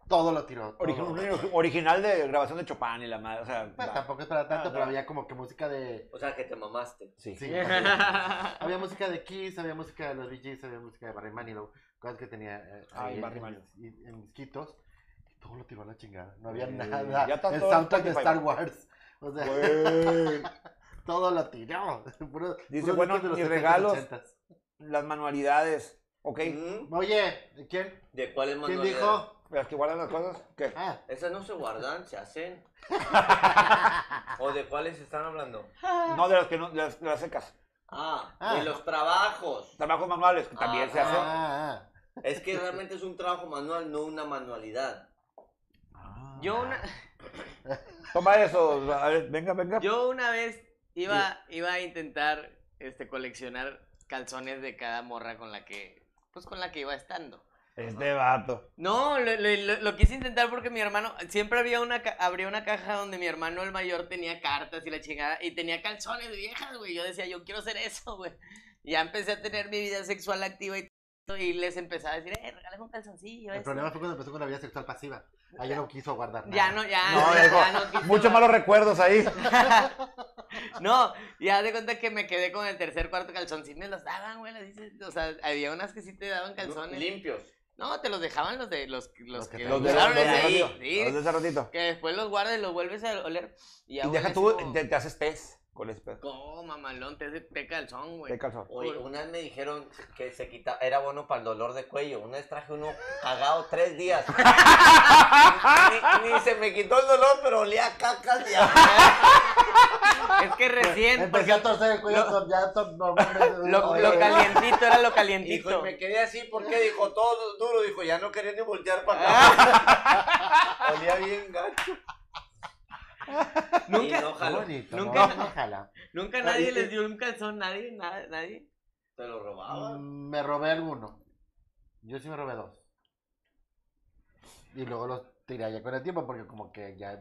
Speaker 3: todo lo tiró. todo.
Speaker 4: original de grabación de Chopin y la madre. O sea,
Speaker 3: Pues
Speaker 4: va.
Speaker 3: tampoco es para tanto,
Speaker 4: Ah,
Speaker 3: pero
Speaker 4: no.
Speaker 3: había como que música de...
Speaker 5: O sea, que te mamaste.
Speaker 4: sí.
Speaker 3: Sí, había, había música de Kiss, había música de los Bee Gees, había música de Barry Manilow, cosas que tenía eh,
Speaker 4: Ay,
Speaker 3: ahí en-
Speaker 4: Ah, Barry
Speaker 3: en
Speaker 4: Manilow.
Speaker 3: mis- en mis quitos. y todo lo tiró a la chingada. No había
Speaker 4: Eh,
Speaker 3: nada.
Speaker 4: ya está
Speaker 3: el
Speaker 4: todo en
Speaker 3: soundtrack de
Speaker 4: Spotify.
Speaker 3: Star Wars. O sea,
Speaker 4: Güey.
Speaker 3: todo lo tiró. Puro-
Speaker 4: Dice,
Speaker 3: puros
Speaker 4: bueno,
Speaker 3: discos de los
Speaker 4: mis
Speaker 3: 70s,
Speaker 4: regalos.
Speaker 3: 80s.
Speaker 4: Las manualidades. Ok.
Speaker 5: Mm,
Speaker 3: Oye, ¿quién?
Speaker 5: ¿De cuáles
Speaker 3: ¿Quién
Speaker 5: manualidades?
Speaker 3: dijo?
Speaker 4: Las que guardan las cosas. ¿Qué?
Speaker 3: Ah,
Speaker 5: Esas no se guardan, se hacen. ¿O de cuáles están hablando?
Speaker 4: No, de las que no, de las, de las secas.
Speaker 5: Ah,
Speaker 3: Ah.
Speaker 5: de los trabajos.
Speaker 4: Trabajos manuales, que también se hacen.
Speaker 3: ah, ah.
Speaker 5: Es que realmente es un trabajo manual, no una manualidad.
Speaker 3: ah.
Speaker 2: Yo una,
Speaker 4: Toma eso. A ver, venga, venga.
Speaker 2: yo una vez iba, iba a intentar este, coleccionar calzones de cada morra con la que. Pues con la que iba estando.
Speaker 4: Este vato.
Speaker 2: No, lo, lo- lo- lo quise intentar porque mi hermano, siempre había una, ca- habría una caja donde mi hermano el mayor tenía cartas y la chingada, y tenía calzones viejas, güey. Yo decía, yo quiero hacer eso, güey. Y Ya empecé a tener mi vida sexual activa y, todo, y les empezaba a decir, eh, regálame un calzoncillo.
Speaker 3: El
Speaker 2: esto".
Speaker 3: problema fue cuando empezó con la vida sexual pasiva. Ahí ya no quiso guardar nada.
Speaker 2: Ya no, ya,
Speaker 4: No,
Speaker 2: ya,
Speaker 4: viejo,
Speaker 2: ya no quiso,
Speaker 4: Muchos
Speaker 2: güey.
Speaker 4: malos recuerdos ahí.
Speaker 2: No, ya de cuenta que me quedé con el tercer, cuarto calzón. Sí me los daban, güey. las dices, O sea, había unas que sí te daban calzones.
Speaker 5: Limpios.
Speaker 2: No, te los dejaban los de los, los,
Speaker 3: Los que
Speaker 2: que,
Speaker 3: te-
Speaker 4: Los de, los
Speaker 2: usaron
Speaker 4: de
Speaker 2: ese
Speaker 4: hace
Speaker 2: ahí,
Speaker 4: ratito,
Speaker 2: sí.
Speaker 4: los de hace ratito.
Speaker 2: Que después los guardas y los vuelves a oler. Y, ya
Speaker 4: Y deja
Speaker 2: huele
Speaker 4: tú,
Speaker 2: así como-
Speaker 4: te, te haces test con ese pedo.
Speaker 2: Como mamalón, te hace te calzón, güey.
Speaker 4: De calzón.
Speaker 5: Oye, una vez me dijeron que se quita, era bueno para el dolor de cuello. Una vez traje uno cagado tres días. ni, ni se me quitó el dolor, pero olía a caca al día.
Speaker 2: Es que recién,
Speaker 3: Empecé
Speaker 2: porque
Speaker 3: a torcer el cuello, ya to- normalmente-
Speaker 2: lo,
Speaker 3: Oye,
Speaker 2: lo calientito era lo
Speaker 5: Hijo,
Speaker 2: calientito.
Speaker 5: y me quedé así porque dijo todo duro. Dijo, ya no quería ni voltear para acá. olía bien gacho. Y no
Speaker 2: Nunca,
Speaker 5: jaló,
Speaker 3: bonito,
Speaker 2: Nunca-
Speaker 3: no, no jala.
Speaker 2: nunca nadie les dio un calzón, nadie, nada, nadie.
Speaker 5: Te lo robaba.
Speaker 3: Mm, Me robé alguno. Yo sí me robé dos. Y luego los tiré ya con el tiempo porque como que ya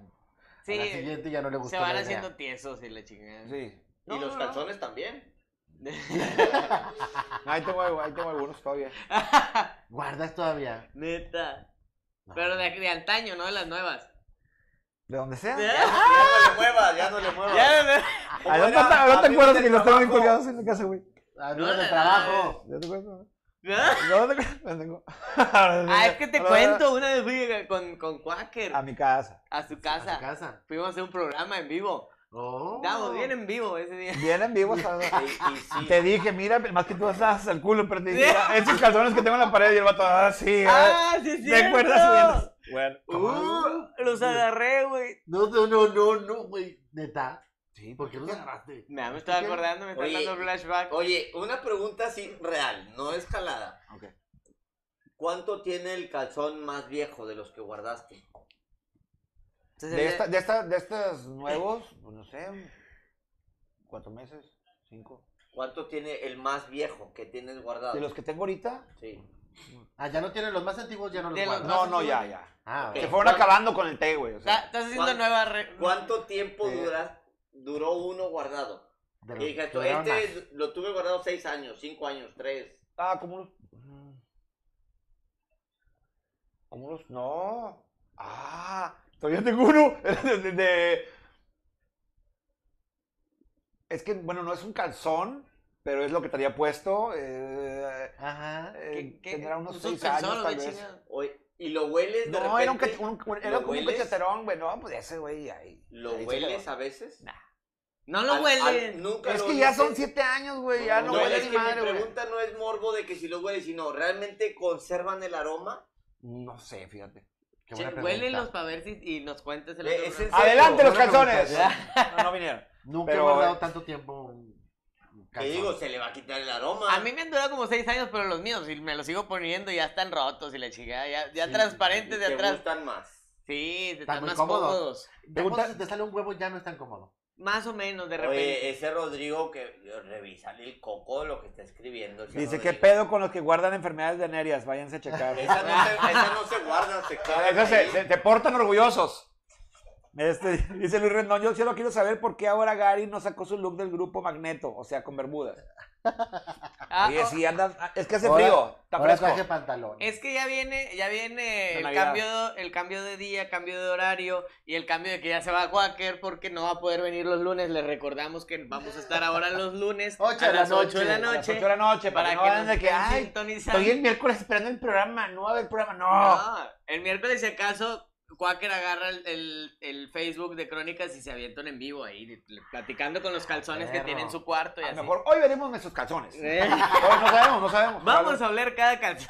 Speaker 2: Sí,
Speaker 3: a la siguiente ya no le gustó
Speaker 2: se van
Speaker 3: la idea.
Speaker 2: haciendo tiesos y la chingada.
Speaker 4: Sí.
Speaker 2: No,
Speaker 5: y los
Speaker 2: no, no.
Speaker 5: calzones también.
Speaker 4: Ahí tengo, ahí tengo algunos todavía.
Speaker 3: ¿Guardas todavía?
Speaker 2: Neta.
Speaker 3: No.
Speaker 2: Pero de, de antaño, no de las nuevas.
Speaker 4: De donde sea.
Speaker 2: Ya,
Speaker 5: Ya no le muevas, ya no le muevas.
Speaker 2: ya,
Speaker 5: ¿Cómo
Speaker 4: ¿A dónde
Speaker 5: era?
Speaker 4: está- ¿No te
Speaker 5: Amigos
Speaker 4: acuerdas
Speaker 5: del
Speaker 4: que los tengo bien
Speaker 5: trabajo.
Speaker 4: colgados en la casa, güey?
Speaker 3: Amigos
Speaker 2: No,
Speaker 3: de
Speaker 2: no,
Speaker 3: trabajo.
Speaker 4: ¿Ya te acuerdas?
Speaker 2: ya.
Speaker 4: No, no te acuerdas. Los tengo.
Speaker 2: Ah, es que te cuento, una vez fui con, con Quaker
Speaker 4: A mi casa.
Speaker 2: a su
Speaker 3: A su
Speaker 2: casa.
Speaker 3: casa.
Speaker 2: Fuimos a hacer un programa en vivo.
Speaker 3: Oh.
Speaker 2: Estábamos bien en vivo ese día.
Speaker 4: Bien en vivo. ¿sabes?
Speaker 5: Y, y sí,
Speaker 4: Te dije, mira, más que tú estás al culo, pero te dije, mira, esos calzones que tengo en la pared y el vato, ah, sí, ah,
Speaker 2: Ah, sí, es
Speaker 4: ¿te
Speaker 2: cierto.
Speaker 4: acuerdas? Bueno, Bueno,
Speaker 2: Uh, los agarré, güey.
Speaker 3: No, no, no, no, no, güey. Neta.
Speaker 4: sí,
Speaker 3: ¿Por qué los agarraste?
Speaker 2: Nah, me estaba
Speaker 3: ¿Qué?
Speaker 2: acordando, me están
Speaker 5: Oye,
Speaker 2: dando flashback.
Speaker 5: Oye, una pregunta así real, no escalada.
Speaker 4: Ok.
Speaker 5: ¿Cuánto tiene el calzón más viejo de los que guardaste?
Speaker 2: Entonces,
Speaker 4: De, esta, de, esta, de estos nuevos, pues no sé, cuatro meses, cinco.
Speaker 5: ¿Cuánto tiene el más viejo que tienes guardado?
Speaker 4: De los que tengo ahorita,
Speaker 5: Sí.
Speaker 3: Ah, ya no tienen los más antiguos, ya no los
Speaker 2: De los
Speaker 3: guardas.
Speaker 4: no, no, ya, ya.
Speaker 3: Ah,
Speaker 5: Ok.
Speaker 4: Se fueron acabando con el té, güey. O
Speaker 2: Está-
Speaker 4: sea,
Speaker 2: Estás haciendo
Speaker 5: ¿Cuán-
Speaker 2: nueva. re-
Speaker 5: ¿Cuánto tiempo
Speaker 4: Eh.
Speaker 5: duras- duró uno guardado?
Speaker 3: de
Speaker 5: Y
Speaker 3: los
Speaker 5: dije,
Speaker 3: que duraron
Speaker 5: este lo tuve guardado seis años, cinco años, tres.
Speaker 4: Ah, como unos. Como unos. No. Ah, todavía tengo uno. De, de- de- Es que, bueno, no es un calzón, pero es lo que traía puesto. eh,
Speaker 3: Ajá.
Speaker 4: eh,
Speaker 2: ¿Qué- qué-
Speaker 4: tendrá unos
Speaker 2: un
Speaker 4: seis
Speaker 2: suspensor,
Speaker 4: años,
Speaker 2: güey,
Speaker 4: tal vez.
Speaker 2: chingada?
Speaker 5: Oye, y lo hueles de
Speaker 4: No, era, un, cach-
Speaker 5: repente?
Speaker 4: un- era
Speaker 5: ¿Lo
Speaker 4: como un
Speaker 5: hueles?
Speaker 4: cacheterón, güey. No, pues ese güey ahí.
Speaker 5: ¿Lo
Speaker 4: ahí se
Speaker 5: hueles
Speaker 4: quedó.
Speaker 5: a veces?
Speaker 2: No lo
Speaker 5: Al- al-
Speaker 2: huelen.
Speaker 5: nunca
Speaker 4: Es
Speaker 5: lo
Speaker 4: que ya
Speaker 5: hueles.
Speaker 4: son siete años, güey. Ya no,
Speaker 5: No,
Speaker 4: huele
Speaker 5: es que
Speaker 4: madre,
Speaker 5: mi
Speaker 4: güey.
Speaker 5: pregunta no es morbo de que si lo hueles, sino ¿realmente conservan el aroma?
Speaker 4: No sé, fíjate.
Speaker 3: Qué
Speaker 2: Che,
Speaker 3: buena pregunta.
Speaker 2: Huélelos para ver si y nos cuentas el
Speaker 5: Eh,
Speaker 2: otro
Speaker 5: es
Speaker 2: programa.
Speaker 5: en
Speaker 4: ¡Adelante los
Speaker 3: buena pregunta,
Speaker 4: calzones! No, no vinieron.
Speaker 3: Nunca
Speaker 4: Pero,
Speaker 3: he guardado
Speaker 4: eh,
Speaker 3: tanto tiempo un un
Speaker 5: Que
Speaker 3: calzón.
Speaker 5: digo, se le va a quitar el aroma.
Speaker 2: Ah, A mí me han durado como seis años, pero los míos, y me los sigo poniendo, ya están rotos y la chingada, ya, ya
Speaker 3: Sí,
Speaker 2: transparentes de
Speaker 5: te
Speaker 2: atrás.
Speaker 5: gustan más.
Speaker 2: Sí, te
Speaker 3: Están
Speaker 2: están
Speaker 3: muy
Speaker 2: más
Speaker 3: cómodos.
Speaker 2: cómodos.
Speaker 3: Ya
Speaker 4: pregunta-
Speaker 3: cuando se te sale un huevo ya no es tan cómodo.
Speaker 2: Más o menos, de repente.
Speaker 5: Oye, eh, ese Rodrigo que revisale el coco de lo que está escribiendo. ese
Speaker 4: Dice, ¿qué
Speaker 5: Rodrigo".
Speaker 4: pedo con los que guardan enfermedades venéreas? Váyanse a checar.
Speaker 5: Esa no, se, esa no se guarda, se queda.
Speaker 4: Eso se,
Speaker 5: ahí.
Speaker 4: se- te portan orgullosos. Este, dice Luis Rendón, yo solo quiero saber por qué ahora Gary no sacó su look del grupo Magneto, o sea, con bermudas.
Speaker 2: Ah,
Speaker 4: Oye,
Speaker 2: oh,
Speaker 4: sí, andan, es que hace
Speaker 3: Ahora-
Speaker 4: frío, está
Speaker 3: Ahora
Speaker 4: fresco.
Speaker 3: traje pantalón.
Speaker 2: Es que ya viene, ya viene
Speaker 4: La
Speaker 2: el
Speaker 4: Navidad.
Speaker 2: cambio, el cambio de día, cambio de horario y el cambio de que ya se va a Quaker porque no va a poder venir los lunes. Les recordamos que vamos a estar ahora los lunes
Speaker 3: Ocho
Speaker 2: a
Speaker 3: de la
Speaker 2: las 8 de la
Speaker 3: noche,
Speaker 4: A las
Speaker 2: noche.
Speaker 4: ocho de la noche,
Speaker 2: para
Speaker 4: para, que no anden
Speaker 2: nos
Speaker 4: de que,
Speaker 2: estén
Speaker 4: ay,
Speaker 2: sintonizando.
Speaker 4: estoy el miércoles esperando el programa, no va a haber programa, no.
Speaker 2: No, el miércoles, si acaso, Quaker agarra el, el- el Facebook de Crónicas y se avientan en vivo ahí, platicando con los calzones que
Speaker 3: Perro.
Speaker 2: tiene en su cuarto y
Speaker 4: A
Speaker 2: así.
Speaker 4: lo mejor hoy veremos nuestros calzones. Hoy
Speaker 2: Eh,
Speaker 4: no sabemos, no sabemos.
Speaker 2: Vamos a oler cada calzón.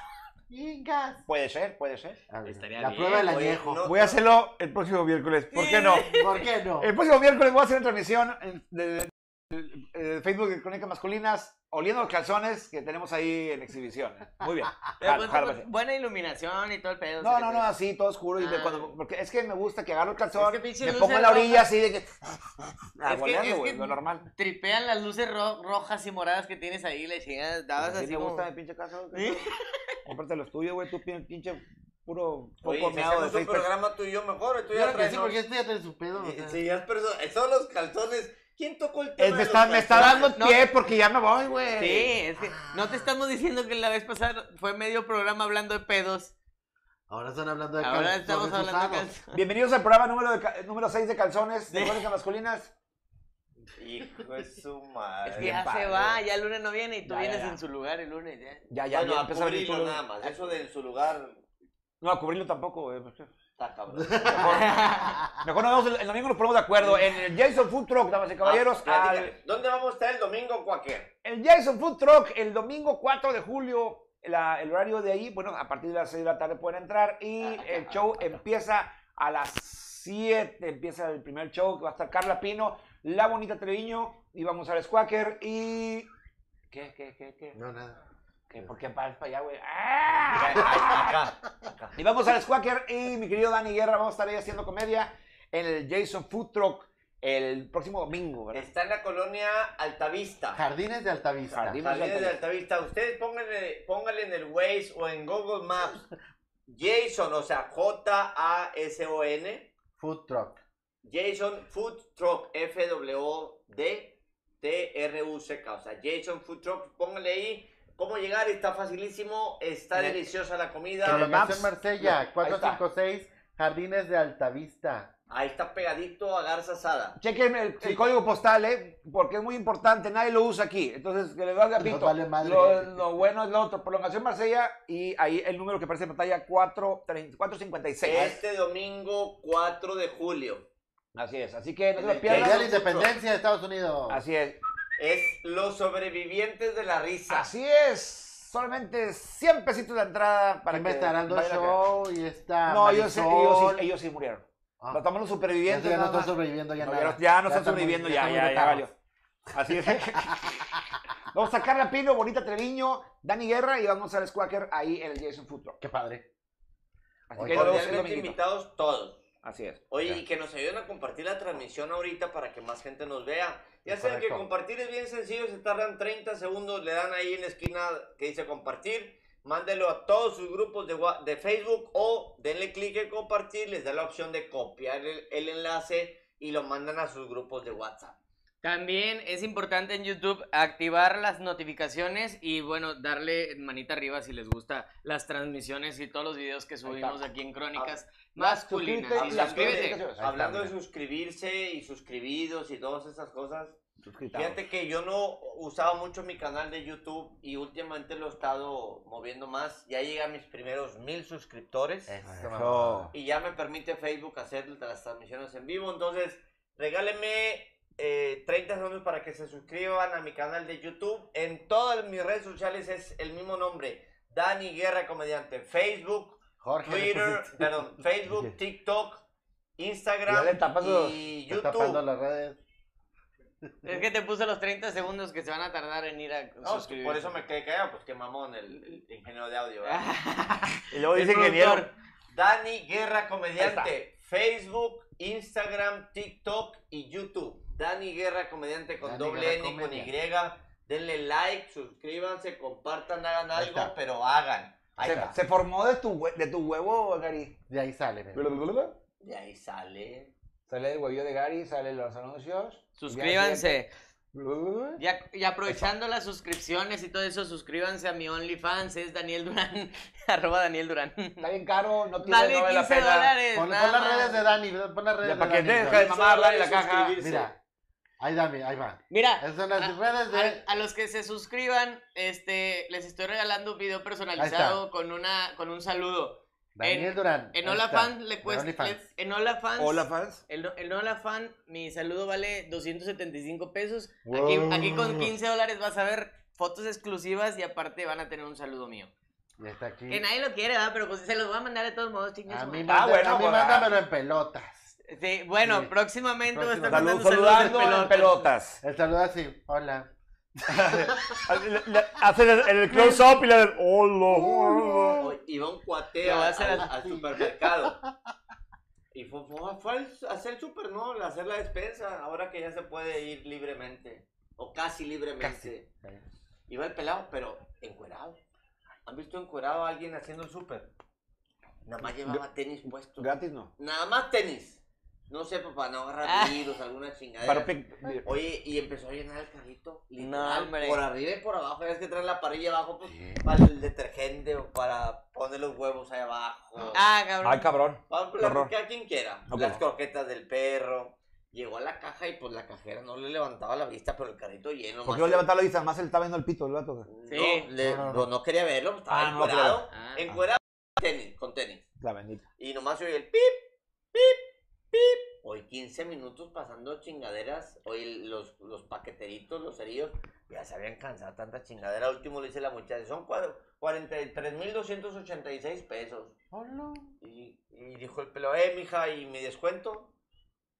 Speaker 3: ¡Ingas!
Speaker 4: Puede ser, puede ser.
Speaker 3: A ver,
Speaker 2: Estaría
Speaker 3: la
Speaker 2: bien,
Speaker 3: prueba del
Speaker 5: oye,
Speaker 3: añejo.
Speaker 5: no-
Speaker 4: Voy a hacerlo el próximo miércoles, ¿por qué no?
Speaker 3: ¿Por qué no?
Speaker 4: El próximo miércoles voy a hacer una transmisión en- de, de- de Facebook de Crónicas Masculinas, oliendo los calzones que tenemos ahí en exhibición. Muy bien. Jalo, jalo, jalo.
Speaker 2: Buena iluminación y todo el pedo. o
Speaker 4: No,
Speaker 2: sea,
Speaker 4: no,
Speaker 2: que- pues
Speaker 4: no, así, todo oscuro. Y de
Speaker 2: Ah.
Speaker 4: cuando- porque es que me gusta que agarro el
Speaker 2: Es
Speaker 4: calzón,
Speaker 2: que pinche
Speaker 4: me
Speaker 2: luz
Speaker 4: pongo en
Speaker 2: es
Speaker 4: la orilla
Speaker 2: roja.
Speaker 4: así de que. Ah,
Speaker 2: es
Speaker 4: boleando,
Speaker 2: que
Speaker 4: güey, lo normal.
Speaker 2: Tripean las luces ro- rojas y moradas que tienes ahí, le chingas, dabas así
Speaker 4: Así Pues me
Speaker 2: como-
Speaker 4: gusta mi pinche calzón.
Speaker 2: ¿Sí?
Speaker 4: Cómprate los tuyos, güey, tú pin- pinche puro
Speaker 5: Oye,
Speaker 4: poco meado
Speaker 5: si
Speaker 4: de
Speaker 5: hacemos un
Speaker 4: seis personas.
Speaker 5: programa tú y yo mejor, tú ya
Speaker 3: Claro que
Speaker 5: traes,
Speaker 3: sí,
Speaker 5: ¿no?
Speaker 3: porque este ya tiene su pedo. o
Speaker 5: Eh,
Speaker 3: sea.
Speaker 5: sí, ya es perso- Son los calzones. ¿Quién tocó el tema?
Speaker 4: Eh,
Speaker 5: de
Speaker 4: Me
Speaker 5: los
Speaker 4: está, me está
Speaker 5: calzones?
Speaker 4: dando
Speaker 2: No.
Speaker 4: pie porque ya me voy, güey.
Speaker 2: Sí, es que no te estamos diciendo que la vez pasada fue medio programa hablando de pedos.
Speaker 3: Ahora están hablando de
Speaker 2: Ahora
Speaker 3: calzones
Speaker 2: estamos hablando de
Speaker 3: usados.
Speaker 2: calzón.
Speaker 4: Bienvenidos al programa número, de ca- número 6 de calzones de Crónicas Masculinas.
Speaker 5: Hijo de su madre.
Speaker 2: Es que
Speaker 4: bien
Speaker 2: ya
Speaker 4: padre,
Speaker 2: se va,
Speaker 4: güey.
Speaker 2: ya el lunes no viene y tú
Speaker 4: Ya, ya,
Speaker 2: vienes
Speaker 4: ya.
Speaker 2: en su lugar el lunes. Ya.
Speaker 4: Ya, ya,
Speaker 5: bueno,
Speaker 4: ya
Speaker 5: a
Speaker 4: empieza a abrir
Speaker 5: cubrirlo
Speaker 4: todo.
Speaker 5: nada más. Eso de en su lugar
Speaker 4: No, a cubrirlo tampoco, güey. pues,
Speaker 5: está cabrón.
Speaker 4: Mejor nos vemos el, el domingo, nos ponemos de acuerdo. En el Jason Food Truck, damas y caballeros.
Speaker 5: Ah,
Speaker 4: al-
Speaker 5: platícame, ¿Dónde vamos a estar el domingo, Cuaquer?
Speaker 4: el Jason Food Truck, el domingo 4 de julio. la- el horario de ahí, bueno, a partir de las 6 de la tarde pueden entrar. Y el show empieza a las 7. Empieza el primer show que va a estar Carla Pino, La Bonita Treviño. Y vamos al Squacker. Y. ¿Qué, qué, qué, qué?
Speaker 3: No, nada.
Speaker 4: ¿Qué? ¿Por qué para para allá, güey? ¡Ah!
Speaker 5: Acá.
Speaker 4: Y vamos al Squacker y mi querido Dani Guerra, vamos a estar ahí haciendo comedia en el Jason Food Truck el próximo domingo, ¿verdad?
Speaker 5: Está en la colonia Altavista.
Speaker 3: Jardines de Altavista.
Speaker 4: Jardines.
Speaker 5: Jardines de Altavista. Ustedes pónganle, pónganle en el Waze o en Google Maps Jason, o sea, J-A-S-O-N,
Speaker 3: Food truck.
Speaker 5: Jason Food Truck, F-W-D-T-R-U-C-K. O sea, Jason Food Truck, pónganle ahí. ¿Cómo llegar? Está facilísimo, está
Speaker 4: En el-
Speaker 5: deliciosa la comida.
Speaker 4: el
Speaker 3: Navegación
Speaker 4: Maps.
Speaker 3: Marsella,
Speaker 4: Ahí
Speaker 3: 456, Jardines de Altavista.
Speaker 5: Ahí está pegadito a Garza Sada.
Speaker 4: Chequen el, el código postal, ¿eh? Porque es muy importante, nadie lo usa aquí. Entonces, que le valga pito.
Speaker 3: Nos vale madre.
Speaker 4: Lo, lo bueno es lo otro, prolongación Marsella y ahí el número que aparece en pantalla, 430 456.
Speaker 5: Este domingo 4 de julio.
Speaker 4: Así es, así que no se lo
Speaker 5: Que
Speaker 3: El día
Speaker 4: pierdan.
Speaker 3: de la independencia de Estados Unidos.
Speaker 4: Así es,
Speaker 5: Es los sobrevivientes de la risa.
Speaker 4: así es. Solamente 100 pesitos de entrada para
Speaker 3: Para
Speaker 4: que...
Speaker 3: me estarán dando
Speaker 4: vayan a-
Speaker 3: show y está.
Speaker 4: No, ellos, sí-
Speaker 3: Marisol.
Speaker 4: ellos sí, ellos sí murieron.
Speaker 3: Ah,
Speaker 4: Nos estamos los
Speaker 3: ya
Speaker 4: supervivientes.
Speaker 3: no
Speaker 4: nada
Speaker 3: están
Speaker 4: más.
Speaker 3: sobreviviendo ya
Speaker 4: No,
Speaker 3: nada.
Speaker 4: ya, no- ya no están
Speaker 3: muy-
Speaker 4: sobreviviendo, ya,
Speaker 3: están muy
Speaker 4: ya, ya
Speaker 3: vetados.
Speaker 4: valió. Así es. vamos a Carla Pino, Bonita Treviño, Dani Guerra y vamos al Squacker ahí en el Jason Food Truck.
Speaker 3: Qué padre.
Speaker 4: Así
Speaker 3: Oye,
Speaker 4: que nos vemos el
Speaker 5: Cordialmente
Speaker 4: dominguito.
Speaker 5: invitados todos.
Speaker 4: Así es.
Speaker 5: Oye, y que nos ayuden a compartir la transmisión ahorita para que más gente nos vea. Ya
Speaker 3: Es
Speaker 5: saben que
Speaker 3: correcto.
Speaker 5: compartir es bien sencillo, se tardan 30 segundos, le dan ahí en la esquina que dice compartir, mándelo a todos sus grupos de, wa- de Facebook o denle clic en compartir, les da la opción de copiar el, el enlace y lo mandan a sus grupos de WhatsApp.
Speaker 2: También es importante en YouTube activar las notificaciones y bueno, darle manita arriba si les gusta las transmisiones y todos los videos que subimos aquí en Crónicas Masculinas.
Speaker 4: Ah, suscríbete
Speaker 2: Y
Speaker 4: y las
Speaker 2: suscríbete.
Speaker 4: notificaciones.
Speaker 5: Hablando de suscribirse y suscribidos y todas esas cosas, fíjate que yo no usaba mucho mi canal de YouTube y últimamente lo he estado moviendo más. Ya llegué a mis primeros mil suscriptores.
Speaker 4: Eh.
Speaker 3: Eso,
Speaker 4: Eso.
Speaker 5: y ya me permite Facebook hacer las transmisiones en vivo. Entonces, regálenme eh, 30 segundos para que se suscriban a mi canal de YouTube. En todas mis redes sociales es el mismo nombre, Dani Guerra Comediante. Facebook,
Speaker 3: Jorge. pues,
Speaker 5: Twitter,
Speaker 3: le
Speaker 5: perdón, Facebook, TikTok, Instagram
Speaker 4: Ya le tapas los-
Speaker 5: y
Speaker 3: pusiste- está tapando
Speaker 5: YouTube.
Speaker 3: las redes.
Speaker 2: Es que te puse los 30 segundos que se van a tardar en ir
Speaker 3: pues,
Speaker 2: a
Speaker 5: No,
Speaker 2: suscribirse.
Speaker 5: por eso me quedé callado, pues qué mamón el, el ingeniero de audio. ¿verdad?
Speaker 3: Ah,
Speaker 7: Y luego
Speaker 2: El
Speaker 7: dice ingeniero.
Speaker 2: productor.
Speaker 5: Dani Guerra Comediante. Facebook, Instagram, TikTok y YouTube. Dani Guerra Comediante con
Speaker 3: Dani
Speaker 5: doble
Speaker 3: Guerra
Speaker 5: N y con
Speaker 3: Comedia.
Speaker 5: Y. Denle like, suscríbanse, compartan, hagan
Speaker 3: Ahí
Speaker 5: algo,
Speaker 3: está.
Speaker 5: pero hagan. Ahí
Speaker 4: Se,
Speaker 5: está.
Speaker 4: se formó de tu, hue- de tu huevo, Gary.
Speaker 3: De ahí sale, mira.
Speaker 5: De ahí sale.
Speaker 4: Sale el huevo de Gary, salen los anuncios.
Speaker 2: Suscríbanse.
Speaker 4: Blablabla.
Speaker 2: Ya, y aprovechando las suscripciones y todo eso, suscríbanse a mi OnlyFans, es Daniel Durán, arroba Daniel Durán.
Speaker 4: Está bien caro, no tiene
Speaker 2: Vale
Speaker 4: no vale la
Speaker 2: 15
Speaker 4: pena.
Speaker 2: dólares.
Speaker 3: Pon,
Speaker 2: Pues nada
Speaker 3: pon las
Speaker 2: más.
Speaker 3: redes de Dani, ¿verdad? pon las redes
Speaker 4: Ya,
Speaker 3: de
Speaker 4: para que
Speaker 3: Dani.
Speaker 4: deja
Speaker 3: mira.
Speaker 4: de mamar, dale la caja.
Speaker 3: Mira, ahí dame, ahí va.
Speaker 2: Mira,
Speaker 3: Esas son las redes de...
Speaker 2: a, a los que se suscriban, este, les estoy regalando un video personalizado con una, con un saludo.
Speaker 3: Daniel
Speaker 2: en-
Speaker 3: Durán.
Speaker 2: En
Speaker 3: ahí
Speaker 2: Hola
Speaker 3: está,
Speaker 2: Fan le
Speaker 3: de
Speaker 2: cuesta,
Speaker 3: OnlyFans.
Speaker 2: le- en Hola Fans,
Speaker 4: Hola, fans.
Speaker 2: el, el Hola Fan, mi saludo vale 275 pesos. Aquí, aquí con 15 dólares vas a ver fotos exclusivas y aparte van a tener un saludo mío.
Speaker 3: Y está aquí.
Speaker 2: Que nadie lo quiere, ¿verdad? Pero pues se los voy a mandar de todos modos, chingas.
Speaker 3: A mí,
Speaker 4: Ah,
Speaker 3: manda-
Speaker 4: bueno,
Speaker 3: a mí
Speaker 4: pues,
Speaker 3: mándamelo en pelotas.
Speaker 2: Sí, bueno,
Speaker 3: Sí.
Speaker 2: próximamente voy a estar
Speaker 4: Salud-
Speaker 2: mandando
Speaker 4: saludando
Speaker 2: saludos de
Speaker 4: en pelotas.
Speaker 3: El saludo así, hola.
Speaker 5: Ah,
Speaker 7: Hacen el, el close-up y le hacen,
Speaker 4: Uh.
Speaker 7: hola.
Speaker 5: Hoy Oh, Iba un cuate
Speaker 2: Lo va
Speaker 5: a-
Speaker 2: a hacer
Speaker 5: al,
Speaker 2: así.
Speaker 5: al supermercado. Y fue, fue- fue al- a hacer el super, ¿no? A hacer la despensa. Ahora que ya se puede ir libremente. O casi libremente. Iba el pelado, pero encuerado. ¿Han visto encuerado a alguien haciendo el súper? Nada más llevaba tenis puesto.
Speaker 4: Gratis no.
Speaker 5: Nada más tenis. No sé, papá, no
Speaker 2: Ah.
Speaker 5: agarra virus, alguna
Speaker 4: Para
Speaker 5: chingadera.
Speaker 4: pic-
Speaker 5: Oye, y empezó a llenar el carrito.
Speaker 2: No,
Speaker 5: Literal,
Speaker 2: hombre.
Speaker 5: por arriba y por abajo. Ya es que traen la parrilla abajo pues, para el detergente o para poner los huevos ahí abajo.
Speaker 2: Ah, cabrón.
Speaker 4: Ay, cabrón.
Speaker 5: Para
Speaker 4: horror.
Speaker 5: platicar quien quiera.
Speaker 4: Ok.
Speaker 5: Las croquetas del perro. Llegó a la caja y pues la cajera no le levantaba la vista, pero el carrito lleno.
Speaker 4: ¿Por
Speaker 5: más
Speaker 4: qué no
Speaker 5: el-
Speaker 4: levantar la vista? Más él está viendo el pito el vato. güey.
Speaker 2: Sí.
Speaker 5: No, le-
Speaker 4: No, no, no.
Speaker 5: no, no quería verlo, estaba
Speaker 4: Ah, no,
Speaker 2: claro.
Speaker 5: encuerado.
Speaker 2: Ah.
Speaker 5: encuerado tenis, con tenis.
Speaker 4: La bendita.
Speaker 5: Y nomás oí el pip, pip, pip. Hoy 15 minutos pasando chingaderas. Hoy los, los paqueteritos, los heridos, ya se habían cansado tantas chingaderas. Al último le dice la muchacha, son cua- 43.286 pesos.
Speaker 3: Hola.
Speaker 5: Y, y dijo el pelo, eh, mija, ¿y mi descuento?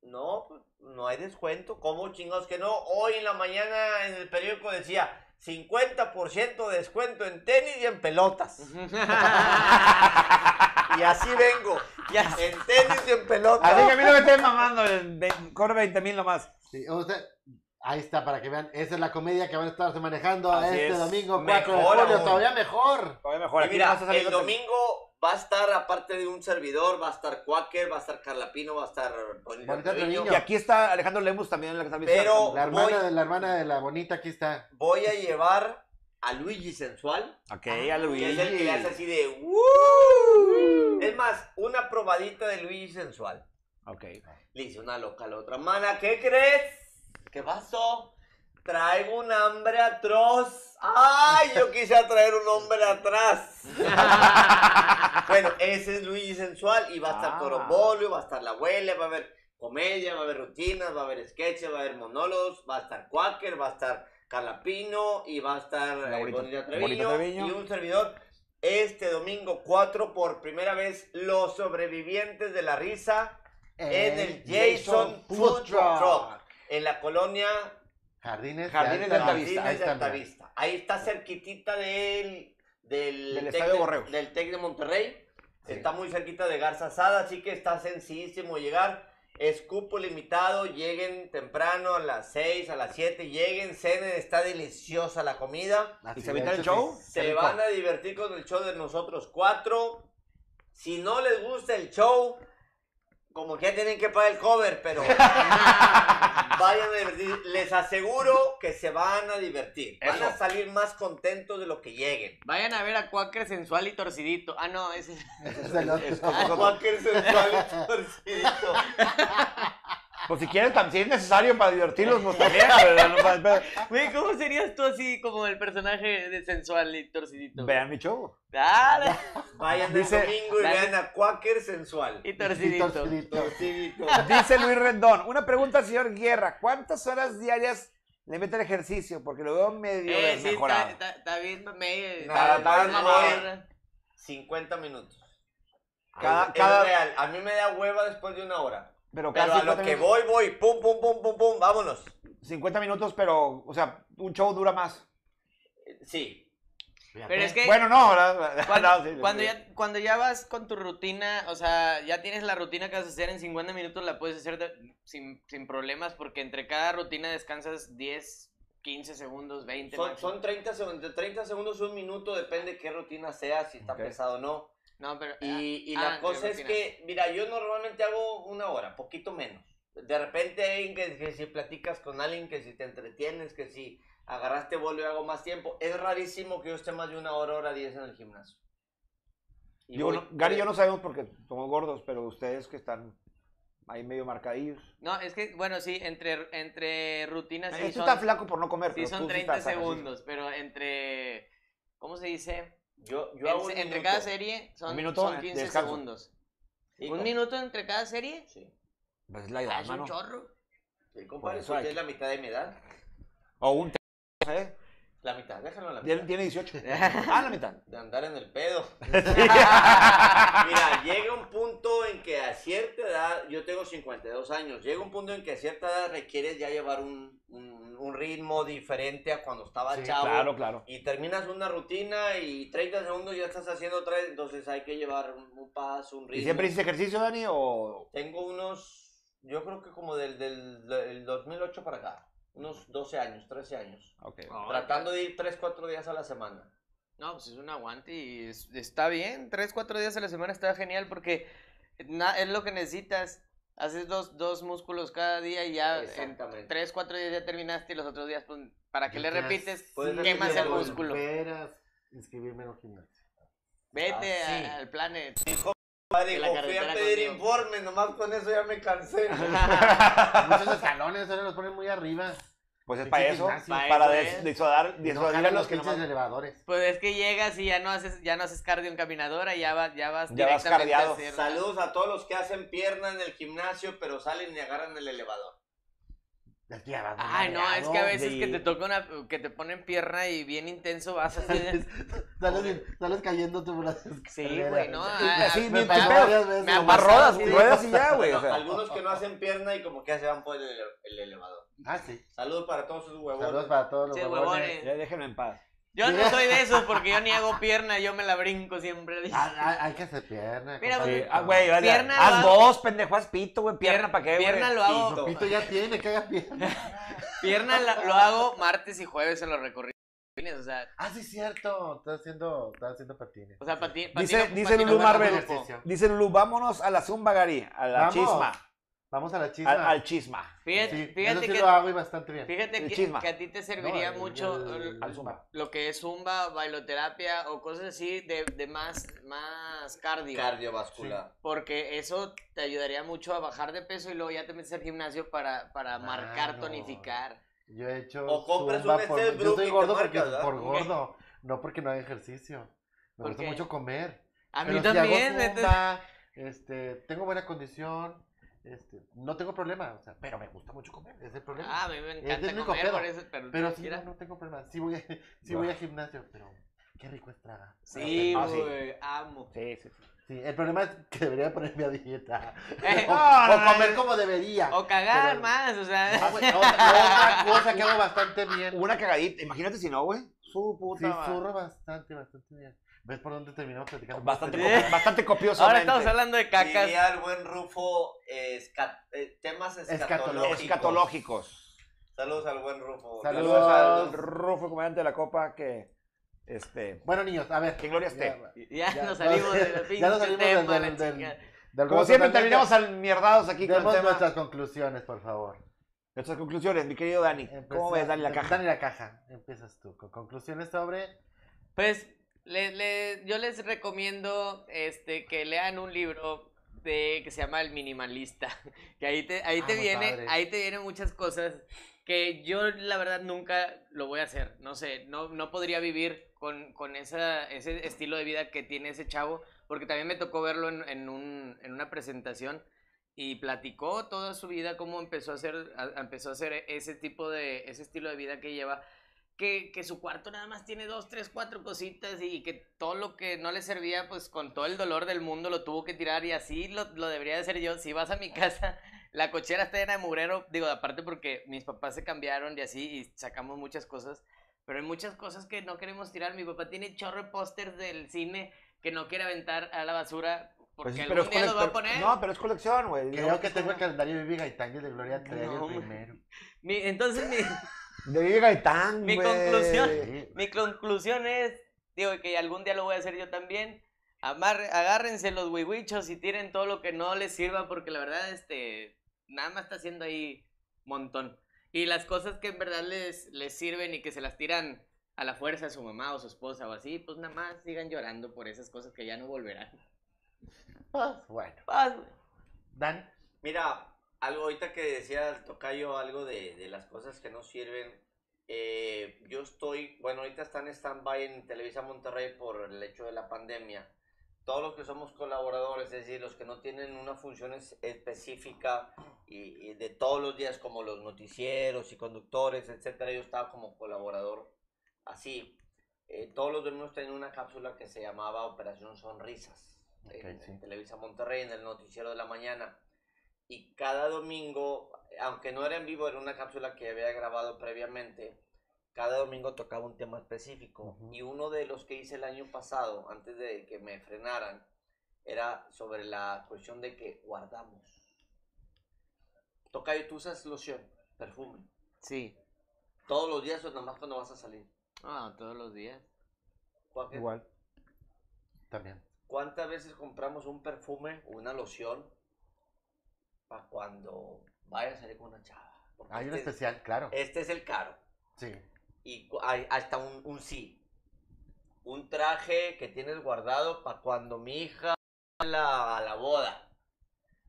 Speaker 5: No, pues, no hay descuento. ¿Cómo chingados que no? Hoy en la mañana en el periódico decía 50% de descuento en tenis y en pelotas.
Speaker 2: Ah.
Speaker 5: Y así vengo.
Speaker 2: Ya.
Speaker 5: En tenis y en pelotas.
Speaker 4: Así Ah, que a mí no me estés mamando. el ve- Corre 20 mil nomás.
Speaker 3: Sí, o sea, ahí está, para que vean. Esa es la comedia que van a estarse manejando
Speaker 4: Así
Speaker 3: este
Speaker 4: es.
Speaker 3: domingo 4
Speaker 5: Mejor
Speaker 3: de julio.
Speaker 5: aún.
Speaker 3: Todavía mejor.
Speaker 4: Todavía mejor.
Speaker 5: Y
Speaker 4: Aquí
Speaker 5: mira,
Speaker 4: nomás está
Speaker 5: el
Speaker 4: saliendo-
Speaker 5: domingo va a estar, aparte de un servidor, va a estar Quaker, va a estar Carlapino, va a estar Bonita
Speaker 3: Bonita
Speaker 5: Treviño.
Speaker 4: Y aquí está Alejandro Lemus también en la que está
Speaker 5: Pero-
Speaker 3: La hermana,
Speaker 5: Voy.
Speaker 3: de, la hermana de la bonita aquí está.
Speaker 5: Voy a llevar a Luigi Sensual.
Speaker 4: Ok, a Luis.
Speaker 5: Ah, Que es el que le hace así de "Woo". Es más, una probadita de Luigi sensual.
Speaker 4: Ok.
Speaker 5: Le hice una loca a la otra. Mana, ¿qué crees? ¿Qué pasó? Traigo un hambre atroz. ¡Ay! Yo quise traer un hombre atrás. bueno, ese es Luigi sensual. Y va a estar
Speaker 4: Ah.
Speaker 5: Corombolio, va a estar la abuela, va a haber comedia, va a haber rutinas, va a haber sketches, va a haber monólogos, va a estar Quaker, va a estar Calapino y va a estar eh,
Speaker 4: Laurita-
Speaker 5: Bonita
Speaker 4: Bonita
Speaker 5: Treviño,
Speaker 4: Treviño.
Speaker 5: y un servidor. Este domingo 4, por primera vez, los sobrevivientes de la risa en
Speaker 3: Eh,
Speaker 5: el Jason Food Truck, en la colonia
Speaker 3: Jardines,
Speaker 4: Jardines de
Speaker 3: Alta
Speaker 4: Altavista,
Speaker 5: Jardines
Speaker 3: Ahí
Speaker 5: de
Speaker 3: está, mira.
Speaker 5: Altavista. Ahí está cerquitita del, del,
Speaker 4: Del
Speaker 5: Tec
Speaker 4: Estadio
Speaker 5: de-
Speaker 4: Borregos.
Speaker 5: del Tec de Monterrey.
Speaker 3: Sí.
Speaker 5: Está muy cerquita de Garza Asada, así que está sencillísimo llegar. Es cupo limitado, lleguen temprano a las 6, a las 7, lleguen, cenen, está deliciosa la comida.
Speaker 3: Así
Speaker 4: ¿Y se
Speaker 3: de
Speaker 4: avienta el
Speaker 3: hecho,
Speaker 4: show?
Speaker 3: sí.
Speaker 5: Se van a divertir con el show de nosotros cuatro. Si no les gusta el show, como que ya tienen que pagar el cover, pero vayan a divertir. Les aseguro que se van a divertir. Van a
Speaker 4: Eso.
Speaker 5: salir más contentos de lo que lleguen.
Speaker 2: Vayan a ver a Quaker sensual y torcidito. Ah, no, ese es.
Speaker 3: Es el otro.
Speaker 5: Cualquier sensual y torcidito.
Speaker 4: Pues si quieren, tam- si es necesario para divertirlos, pues también. pero no para- pero-
Speaker 2: Güey, ¿cómo serías tú así como el personaje de sensual y torcidito? güey?
Speaker 4: Vean mi show.
Speaker 2: Ah, la-
Speaker 5: Vayan el
Speaker 4: Dice-
Speaker 5: domingo y
Speaker 2: Dale.
Speaker 5: vean a Quaker sensual.
Speaker 2: y
Speaker 3: Y
Speaker 2: torcidito.
Speaker 3: torcidito.
Speaker 5: Torcidito.
Speaker 4: Dice Luis Rendón. Una pregunta, señor Guerra. ¿Cuántas horas diarias le mete al ejercicio? Porque lo veo medio
Speaker 2: Eh, sí,
Speaker 4: desmejorado.
Speaker 2: está, está, está bien, me.
Speaker 5: Nada,
Speaker 2: está bien,
Speaker 5: nada,
Speaker 2: mamón.
Speaker 5: 50 minutos.
Speaker 4: Cada-
Speaker 5: es, es
Speaker 4: cada-
Speaker 2: Eh,
Speaker 5: real. A mí me da hueva después de una hora.
Speaker 4: Pero
Speaker 5: Pero
Speaker 4: casi
Speaker 5: a lo que
Speaker 4: minutos,
Speaker 5: voy, voy. Pum, pum, pum, pum, pum. Vámonos.
Speaker 4: 50 minutos, pero, o sea, un show dura más.
Speaker 5: Sí.
Speaker 2: Pero es que.
Speaker 4: Bueno, no, la- la-
Speaker 2: Cuando,
Speaker 4: no, sí, sí.
Speaker 2: cuando ya, cuando ya vas con tu rutina, o sea, ya tienes la rutina que vas a hacer en 50 minutos, la puedes hacer de- sin, sin problemas, porque entre cada rutina descansas 10, 15 segundos, 20
Speaker 5: Son,
Speaker 2: máximo.
Speaker 5: son 30 segundos, de 30 segundos, un minuto, depende qué rutina sea, si está
Speaker 4: Ok.
Speaker 5: pesado o no.
Speaker 2: No, pero.
Speaker 5: Y, y
Speaker 2: ah,
Speaker 5: la
Speaker 2: de
Speaker 5: cosa es
Speaker 2: rutina.
Speaker 5: que, mira, yo normalmente hago una hora, poquito menos. De repente hay que, que si platicas con alguien, que si te entretienes, que si agarraste vuelo y hago más tiempo. Es rarísimo que yo esté más de una hora, hora diez en el gimnasio. Y
Speaker 4: Digo,
Speaker 5: voy-
Speaker 4: no- Gary y yo no sabemos porque somos gordos, pero ustedes que están ahí medio marcadillos.
Speaker 2: No, es que, bueno, sí, entre, entre rutinas sí
Speaker 4: Este
Speaker 2: son,
Speaker 4: está flaco por no comer.
Speaker 2: sí
Speaker 4: pero
Speaker 2: son
Speaker 4: tú
Speaker 2: 30
Speaker 4: estás sacas, sí.
Speaker 2: segundos, pero entre. ¿Cómo se dice?
Speaker 5: Yo,
Speaker 2: En-
Speaker 5: yo hago un
Speaker 2: entre
Speaker 5: minuto.
Speaker 2: cada serie son,
Speaker 4: Un minuto,
Speaker 2: son 15
Speaker 4: descanso.
Speaker 2: segundos.
Speaker 5: Sí,
Speaker 2: ¿Un
Speaker 5: com-
Speaker 2: minuto entre cada serie?
Speaker 5: Sí,
Speaker 4: Pues es la
Speaker 2: Ah,
Speaker 4: edad,
Speaker 2: es un
Speaker 4: mano.
Speaker 2: chorro.
Speaker 5: sí, compadre,
Speaker 4: eso
Speaker 5: porque
Speaker 4: hay
Speaker 5: es la mitad de mi edad.
Speaker 4: O un t- ¿eh?
Speaker 5: La mitad, déjalo a la
Speaker 4: Tiene
Speaker 5: mitad.
Speaker 4: tiene 18. Ah, la mitad.
Speaker 5: De andar en el pedo. Mira, llega un punto en que a cierta edad, yo tengo 52 años, llega un punto en que a cierta edad requieres ya llevar un, un- un ritmo diferente a cuando estaba
Speaker 3: Sí,
Speaker 5: chavo.
Speaker 4: Claro, claro.
Speaker 5: Y terminas una rutina y 30 segundos ya estás haciendo otra, entonces hay que llevar un, un paso, un ritmo.
Speaker 4: ¿Y siempre hiciste ejercicio, Dani? O...
Speaker 5: Tengo unos, yo creo que como del, del, del 2008 para acá, unos 12 años, 13 años.
Speaker 4: Ok.
Speaker 5: Tratando de ir 3, 4 días a la semana.
Speaker 2: No, pues es un aguante y es- está bien. Tres, cuatro días a la semana está genial porque na- es lo que necesitas. Haces dos, dos músculos cada día y ya en
Speaker 5: Exactamente.
Speaker 2: tres, cuatro días ya terminaste y los otros días, pues, ¿para qué le
Speaker 3: Mientras
Speaker 2: repites?
Speaker 5: puedes
Speaker 3: sí,
Speaker 2: Quemas el
Speaker 3: quiero
Speaker 2: músculo.
Speaker 3: volver a inscribirme en un gimnasio.
Speaker 2: Vete
Speaker 5: Ah, sí.
Speaker 2: a- al planet.
Speaker 5: Padre,
Speaker 2: En la
Speaker 5: dijo, fui a
Speaker 2: carretera
Speaker 5: pedir
Speaker 2: contigo.
Speaker 5: informe, nomás con eso ya me cansé.
Speaker 3: Muchos de los salones ahora los ponen muy arriba.
Speaker 4: Pues es
Speaker 3: Pinche
Speaker 4: para eso,
Speaker 3: gimnasio.
Speaker 2: Pa'
Speaker 4: para
Speaker 2: eso
Speaker 4: des-
Speaker 2: es.
Speaker 4: disuadar,
Speaker 3: Y no
Speaker 4: disuadir a
Speaker 3: jalan
Speaker 4: los
Speaker 3: los
Speaker 4: que
Speaker 3: pinches
Speaker 4: nomás-
Speaker 3: elevadores.
Speaker 2: Pues es que llegas y ya no haces, ya no haces cardio en caminadora, ya vas, ya vas
Speaker 4: Ya vas
Speaker 2: directamente
Speaker 4: cardeado.
Speaker 2: a hacer-
Speaker 5: Saludos a todos los que hacen pierna en el gimnasio, pero salen y agarran el elevador.
Speaker 3: Es que ya vas
Speaker 2: Ay, no, es que a
Speaker 3: mareado.
Speaker 2: veces que
Speaker 4: de-
Speaker 2: te toca una, que te ponen pierna y bien intenso vas a hacer.
Speaker 3: Sales, sales cayéndote por las
Speaker 2: Sí,
Speaker 3: escaleras.
Speaker 2: güey, no.
Speaker 4: Y
Speaker 2: ah,
Speaker 4: así,
Speaker 2: me
Speaker 4: bien
Speaker 2: pasó
Speaker 4: tus pedos.
Speaker 2: varias
Speaker 3: veces.
Speaker 2: Me ha
Speaker 4: Nomás
Speaker 2: pasado
Speaker 4: ruedas,
Speaker 2: así de-
Speaker 4: ruedas y ya, güey.
Speaker 5: Bueno,
Speaker 4: o sea.
Speaker 5: algunos que no hacen pierna y como que ya se van por el, el elevador.
Speaker 3: Ah, sí.
Speaker 5: Saludos para todos sus huevones.
Speaker 3: Saludos para todos los
Speaker 2: Sí,
Speaker 3: huevones.
Speaker 2: huevones.
Speaker 4: Ya déjenlo en paz.
Speaker 2: Yo no soy de esos porque yo ni hago pierna, yo me la brinco siempre.
Speaker 3: Ah, ah, hay que hacer pierna.
Speaker 2: Mira,
Speaker 3: compadre.
Speaker 4: Sí, ah, güey, vale.
Speaker 2: Pierna
Speaker 4: haz
Speaker 2: lo hago.
Speaker 4: dos, pendejo, haz pito, güey. Pierna para qué, güey.
Speaker 2: Pierna lo hago,
Speaker 5: Pito.
Speaker 3: Pito ya tiene, que haga pierna.
Speaker 2: pierna la- lo hago martes y jueves en los recorridos. O sea,
Speaker 3: Ah, sí, cierto. Estás haciendo, estás haciendo patines.
Speaker 2: o sea, pati-
Speaker 4: Dice-
Speaker 2: patino-
Speaker 4: dice
Speaker 2: patino
Speaker 4: Lulu
Speaker 2: con
Speaker 4: Marvel.
Speaker 2: grupo.
Speaker 3: Ejercicio.
Speaker 4: Dice Lulu, vámonos a la zumba, Gary. A la
Speaker 3: Vamos,
Speaker 4: chisma.
Speaker 3: Vamos a la chisma.
Speaker 4: Al, al chisma.
Speaker 2: Fíjate,
Speaker 3: Sí,
Speaker 2: fíjate
Speaker 3: eso sí
Speaker 2: que,
Speaker 3: lo hago y bastante bien.
Speaker 2: fíjate
Speaker 4: El
Speaker 2: que,
Speaker 4: chisma.
Speaker 2: que a ti te serviría
Speaker 3: No, el-
Speaker 2: mucho
Speaker 3: el-
Speaker 4: Al zumba.
Speaker 2: lo que es zumba, bailoterapia o cosas así de, de más, más cardio.
Speaker 5: Cardiovascular.
Speaker 2: Porque eso te ayudaría mucho a bajar de peso y luego ya te metes al gimnasio para, para marcar,
Speaker 3: Claro.
Speaker 2: tonificar.
Speaker 3: Yo he hecho.
Speaker 5: O compras
Speaker 3: zumba
Speaker 5: un
Speaker 3: por-
Speaker 5: Excel
Speaker 3: Yo
Speaker 5: Brook y
Speaker 3: soy
Speaker 5: te
Speaker 3: gordo porque,
Speaker 5: marcas, ¿verdad?
Speaker 3: por gordo, no porque no haga ejercicio. Me
Speaker 2: ¿Por
Speaker 3: gusta
Speaker 2: qué?
Speaker 3: mucho comer.
Speaker 2: A mí
Speaker 3: Pero si hago
Speaker 2: también. entonces-
Speaker 3: zumba, este, tengo buena condición. Este, no tengo problema, o sea, pero me gusta mucho comer, ese es el problema.
Speaker 2: Ah, a mí me
Speaker 3: es
Speaker 2: encanta
Speaker 3: el único
Speaker 2: comer,
Speaker 3: pedo.
Speaker 2: por eso, pero,
Speaker 3: pero sí,
Speaker 2: mira.
Speaker 3: no, no tengo problema. Sí voy a, sí voy a gimnasio, pero qué rico es tragar.
Speaker 2: Sí,
Speaker 4: Ah, sí.
Speaker 2: güey, amo.
Speaker 4: Sí, sí, sí.
Speaker 3: Sí, el problema es que debería ponerme a dieta.
Speaker 2: Eh,
Speaker 3: o,
Speaker 4: no,
Speaker 3: o
Speaker 4: no,
Speaker 3: comer
Speaker 4: no.
Speaker 3: como debería.
Speaker 2: O cagar
Speaker 3: Pero-
Speaker 2: más, o
Speaker 3: Ah,
Speaker 2: sea.
Speaker 3: güey, otra, otra cosa que hago bastante bien.
Speaker 4: Una cagadita. Imagínate si no, güey. Su
Speaker 3: Sí,
Speaker 4: puta. madre.
Speaker 3: zurro bastante, bastante bien. ¿Ves por dónde terminamos platicando?
Speaker 4: Bastante,
Speaker 2: Sí.
Speaker 4: copi- bastante copioso.
Speaker 2: Ahora estamos hablando de cacas.
Speaker 5: Diría el buen Rufo eh, esca- eh, temas escatológicos.
Speaker 4: Escatológicos.
Speaker 5: Saludos al buen Rufo.
Speaker 3: Saludos.
Speaker 5: al-
Speaker 4: Rufo, comandante de la copa, que. Este.
Speaker 3: Bueno, niños, a ver.
Speaker 4: Que gloria esté.
Speaker 3: Ya,
Speaker 2: Ya
Speaker 3: Ya,
Speaker 2: nos salimos de la
Speaker 3: ya nos
Speaker 2: pinche
Speaker 3: salimos del-
Speaker 2: tema, la
Speaker 3: del- del-
Speaker 2: chingada.
Speaker 3: De alguna
Speaker 4: Como siempre,
Speaker 3: manera,
Speaker 4: terminamos al mierdados aquí con
Speaker 3: Demos
Speaker 4: el tema.
Speaker 3: nuestras conclusiones, por favor.
Speaker 4: Nuestras conclusiones, mi querido Dani. ¿Cómo
Speaker 3: Empezar-
Speaker 4: ves, Dani, la caja?
Speaker 3: Dani la caja. Empiezas tú. Con conclusiones sobre.
Speaker 2: Pues le- le- yo les recomiendo este, que lean un libro de, que se llama El Minimalista, que ahí te, ahí
Speaker 3: Ah,
Speaker 2: te
Speaker 3: muy
Speaker 2: viene,
Speaker 3: padre.
Speaker 2: ahí te vienen muchas cosas que yo la verdad nunca lo voy a hacer, no sé, no, no podría vivir con, con esa, ese estilo de vida que tiene ese chavo, porque también me tocó verlo en, en un- en una presentación y platicó toda su vida cómo empezó a hacer, a- empezó a hacer ese tipo de, ese estilo de vida que lleva que, que su cuarto nada más tiene dos, tres, cuatro cositas y que todo lo que no le servía, pues con todo el dolor del mundo lo tuvo que tirar y así lo, lo debería de ser yo. Si vas a mi casa, la cochera está llena de mugrero, digo, aparte porque mis papás se cambiaron y así y sacamos muchas cosas, pero hay muchas cosas que no queremos tirar. Mi papá tiene chorro de pósters del cine que no quiere aventar a la basura porque
Speaker 4: Pues,
Speaker 2: algún día
Speaker 4: cole-
Speaker 2: los va a
Speaker 4: pero-
Speaker 2: poner.
Speaker 4: No, pero es colección, güey. Digo,
Speaker 3: Creo que tengo el calendario de Vivi Gaitán y el de Gloria Trevi,
Speaker 2: No,
Speaker 3: el
Speaker 2: hombre.
Speaker 3: primero.
Speaker 2: Mi- entonces mi...
Speaker 4: De Vivi Gaitán,
Speaker 2: Mi
Speaker 4: güey. Eh,
Speaker 2: conclusión.
Speaker 3: Sí.
Speaker 2: Mi conclusión es, digo que algún día lo voy a hacer yo también. Amar, agárrense los huihuichos y tiren todo lo que no les sirva porque la verdad este nada más está haciendo ahí montón. Y las cosas que en verdad les, les sirven y que se las tiran a la fuerza a su mamá o su esposa o así, pues nada más sigan llorando por esas cosas que ya no volverán.
Speaker 3: Pues bueno.
Speaker 2: Paz, güey.
Speaker 3: Dani.
Speaker 5: Mira, algo ahorita que decía el tocayo, algo de, de las cosas que no sirven. eh, yo estoy, bueno, ahorita está en stand-by en Televisa Monterrey por el hecho de la pandemia. Todos los que somos colaboradores, es decir, los que no tienen una función es- específica y, y de todos los días, como los noticieros y conductores, etcétera, yo estaba como colaborador así. Eh, todos los domingos tenía una cápsula que se llamaba Operación Sonrisas en-
Speaker 3: Ok,
Speaker 5: en
Speaker 3: sí.
Speaker 5: Televisa Monterrey, en el noticiero de la mañana y cada domingo, aunque no era en vivo, era una cápsula que había grabado previamente, cada domingo tocaba un tema específico.
Speaker 3: Ujú.
Speaker 5: Y uno de los que hice el año pasado, antes de que me frenaran, era sobre la cuestión de que guardamos. Tocayo, tú usas loción, perfume,
Speaker 2: Sí.
Speaker 5: todos los días o nomás cuando vas a salir.
Speaker 2: Ah, todos los días.
Speaker 5: Joaquín,
Speaker 4: Igual.
Speaker 3: También.
Speaker 5: ¿Cuántas veces compramos un perfume o una loción para cuando vayas a salir con una chava? Porque
Speaker 3: Hay un
Speaker 5: este-
Speaker 3: especial, claro.
Speaker 5: Este es el caro.
Speaker 3: Sí.
Speaker 5: y cu- hay- hasta un, un sí. Un traje que tienes guardado para cuando mi hija va a la, a la boda.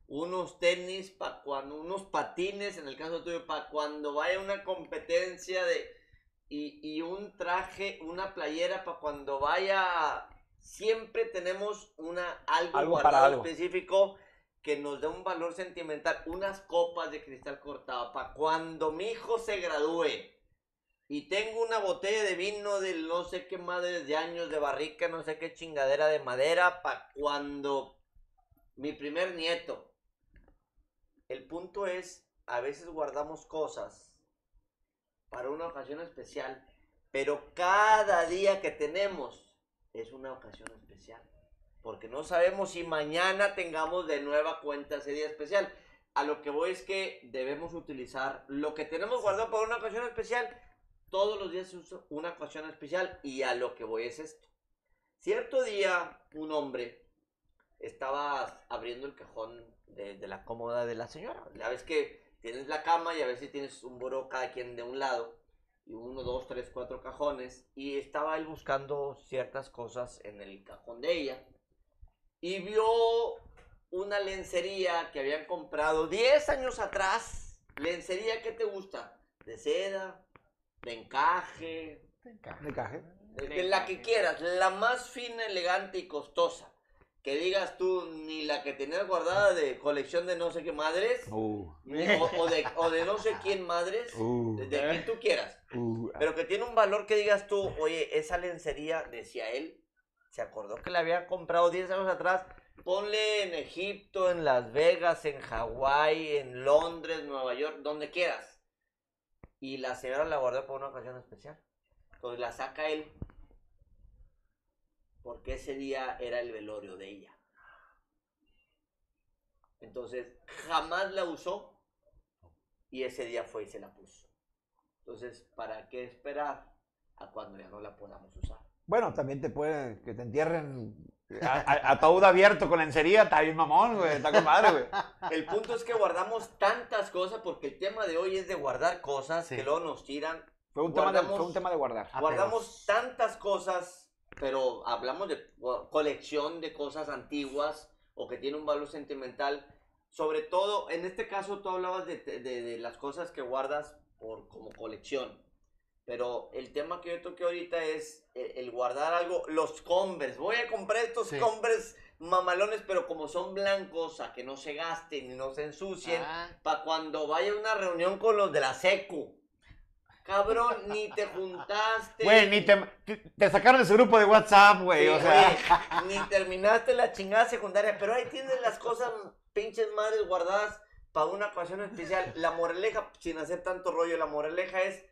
Speaker 5: Unos tenis para cuando, unos patines en el caso tuyo, para cuando vaya a una competencia de. Y, y un traje, una playera para cuando vaya. Siempre tenemos una, algo,
Speaker 4: Algo para
Speaker 5: guardado
Speaker 4: algo.
Speaker 5: específico que nos dé un valor sentimental. Unas copas de cristal cortado para cuando mi hijo se gradúe y tengo una botella de vino de no sé qué madre de años de barrica, no sé qué chingadera de madera, para cuando mi primer nieto. El punto es, a veces guardamos cosas para una ocasión especial, pero cada día que tenemos es una ocasión especial. Porque no sabemos si mañana tengamos de nueva cuenta ese día especial. A lo que voy es que debemos utilizar lo que tenemos guardado para una ocasión especial. Todos los días se usa una ocasión especial y a lo que voy es esto. Cierto día un hombre estaba abriendo el cajón de, de la cómoda de la señora. La vez que tienes la cama y a veces tienes un buró cada quien de un lado y uno, dos, tres, cuatro cajones y estaba él buscando ciertas cosas en el cajón de ella y vio una lencería que habían comprado 10 años atrás. Lencería que te gusta, de seda, de encaje,
Speaker 4: De caje.
Speaker 5: de,
Speaker 2: De
Speaker 5: de la
Speaker 2: encaje.
Speaker 5: que quieras, la más fina, elegante y costosa. Que digas tú, ni la que tenías guardada de colección de no sé qué madres,
Speaker 4: Uh,
Speaker 5: ni- o, o de, o de no sé quién madres,
Speaker 4: uh,
Speaker 5: de quien tú quieras.
Speaker 4: uh.
Speaker 5: Pero que tiene un valor que digas tú, oye, esa lencería, decía él, se acordó que la había comprado 10 años atrás. Ponle en Egipto, en Las Vegas, en Hawái, en Londres, Nueva York, donde quieras. Y la señora la guardó por una ocasión especial. Entonces la saca él. Porque ese día era el velorio de ella. Entonces jamás la usó. Y ese día fue y se la puso. Entonces, ¿para qué esperar a cuando ya no la podamos usar?
Speaker 4: Bueno, también te pueden que te entierren A- a- Ataúd abierto con lencería, está bien mamón, güey. Está con madre, güey.
Speaker 5: El punto es que guardamos tantas cosas porque el tema de hoy es de guardar cosas
Speaker 3: Sí.
Speaker 5: que luego nos tiran.
Speaker 4: Fue un, tema de,
Speaker 5: Guardamos-
Speaker 4: fue un tema de guardar.
Speaker 3: Apegos.
Speaker 5: Guardamos tantas cosas, pero hablamos de co- colección de cosas antiguas o que tienen un valor sentimental. Sobre todo, en este caso tú hablabas de, de- de las cosas que guardas por, como colección. Pero el tema que yo toqué ahorita es eh, el, el guardar algo, los Converse. Voy a comprar estos
Speaker 3: Sí.
Speaker 5: Converse mamalones, pero como son blancos, a que no se gasten y no se ensucien.
Speaker 2: Ah,
Speaker 5: para cuando vaya a una reunión con los de la secu. Cabrón, ni te juntaste.
Speaker 4: Güey, ni te, te, te sacaron de su grupo de WhatsApp, güey.
Speaker 5: Sí,
Speaker 4: o sea,
Speaker 5: oye, ni terminaste la chingada secundaria, pero ahí tienes las cosas pinches madres guardadas para una ocasión especial. La moraleja, sin hacer tanto rollo, la moraleja es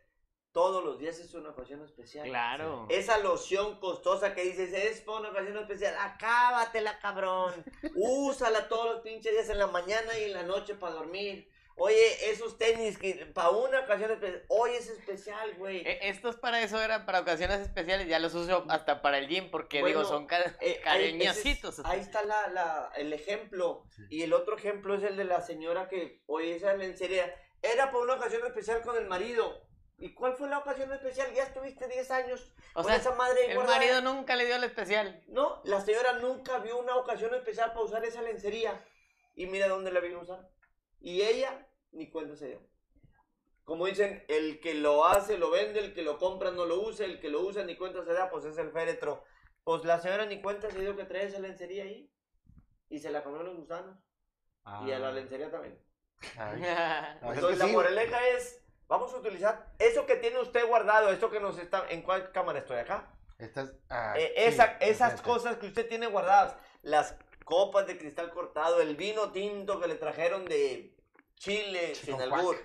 Speaker 5: todos los días es una ocasión especial.
Speaker 2: claro.
Speaker 5: Esa loción costosa que dices es para una ocasión especial, acábatela, cabrón. Úsala todos los pinches días en la mañana y en la noche para dormir. Oye, esos tenis que para una ocasión especial, hoy es especial, güey.
Speaker 2: Eh, Estos para eso eran para ocasiones especiales, ya los uso hasta para el gym, porque
Speaker 5: Bueno,
Speaker 2: digo, son ca-
Speaker 5: Eh, ahí- ese es-
Speaker 2: cariñositos.
Speaker 5: Ahí, está la, la- el ejemplo. Y el otro ejemplo es el de la señora que hoy esa lencería. Era por una ocasión especial con el marido. ¿Y cuál fue la ocasión especial? Ya estuviste 10 años
Speaker 2: O
Speaker 5: con
Speaker 2: sea,
Speaker 5: esa madre
Speaker 2: el
Speaker 5: guardada.
Speaker 2: marido nunca le dio el especial.
Speaker 5: No, la señora nunca vio una ocasión especial para usar esa lencería. Y mira dónde la vino a usar. Y ella ni cuenta se dio. Como dicen, el que lo hace lo vende, el que lo compra no lo usa, el que lo usa ni cuenta se da, pues es el féretro. Pues la señora ni cuenta se dio que trae esa lencería ahí. Y se la comió los gusanos. Y a la lencería también.
Speaker 3: Ay,
Speaker 4: Ah. Pues es
Speaker 5: Entonces
Speaker 4: que
Speaker 5: la
Speaker 4: sí.
Speaker 5: moraleja es, vamos a utilizar eso que tiene usted guardado, esto que nos está... ¿En cuál cámara estoy acá?
Speaker 3: estas, ah,
Speaker 5: Eh,
Speaker 3: sí,
Speaker 5: esa- esas
Speaker 3: perfecto.
Speaker 5: cosas que usted tiene guardadas, las copas de cristal cortado, el vino tinto que le trajeron de Chile, sin albur,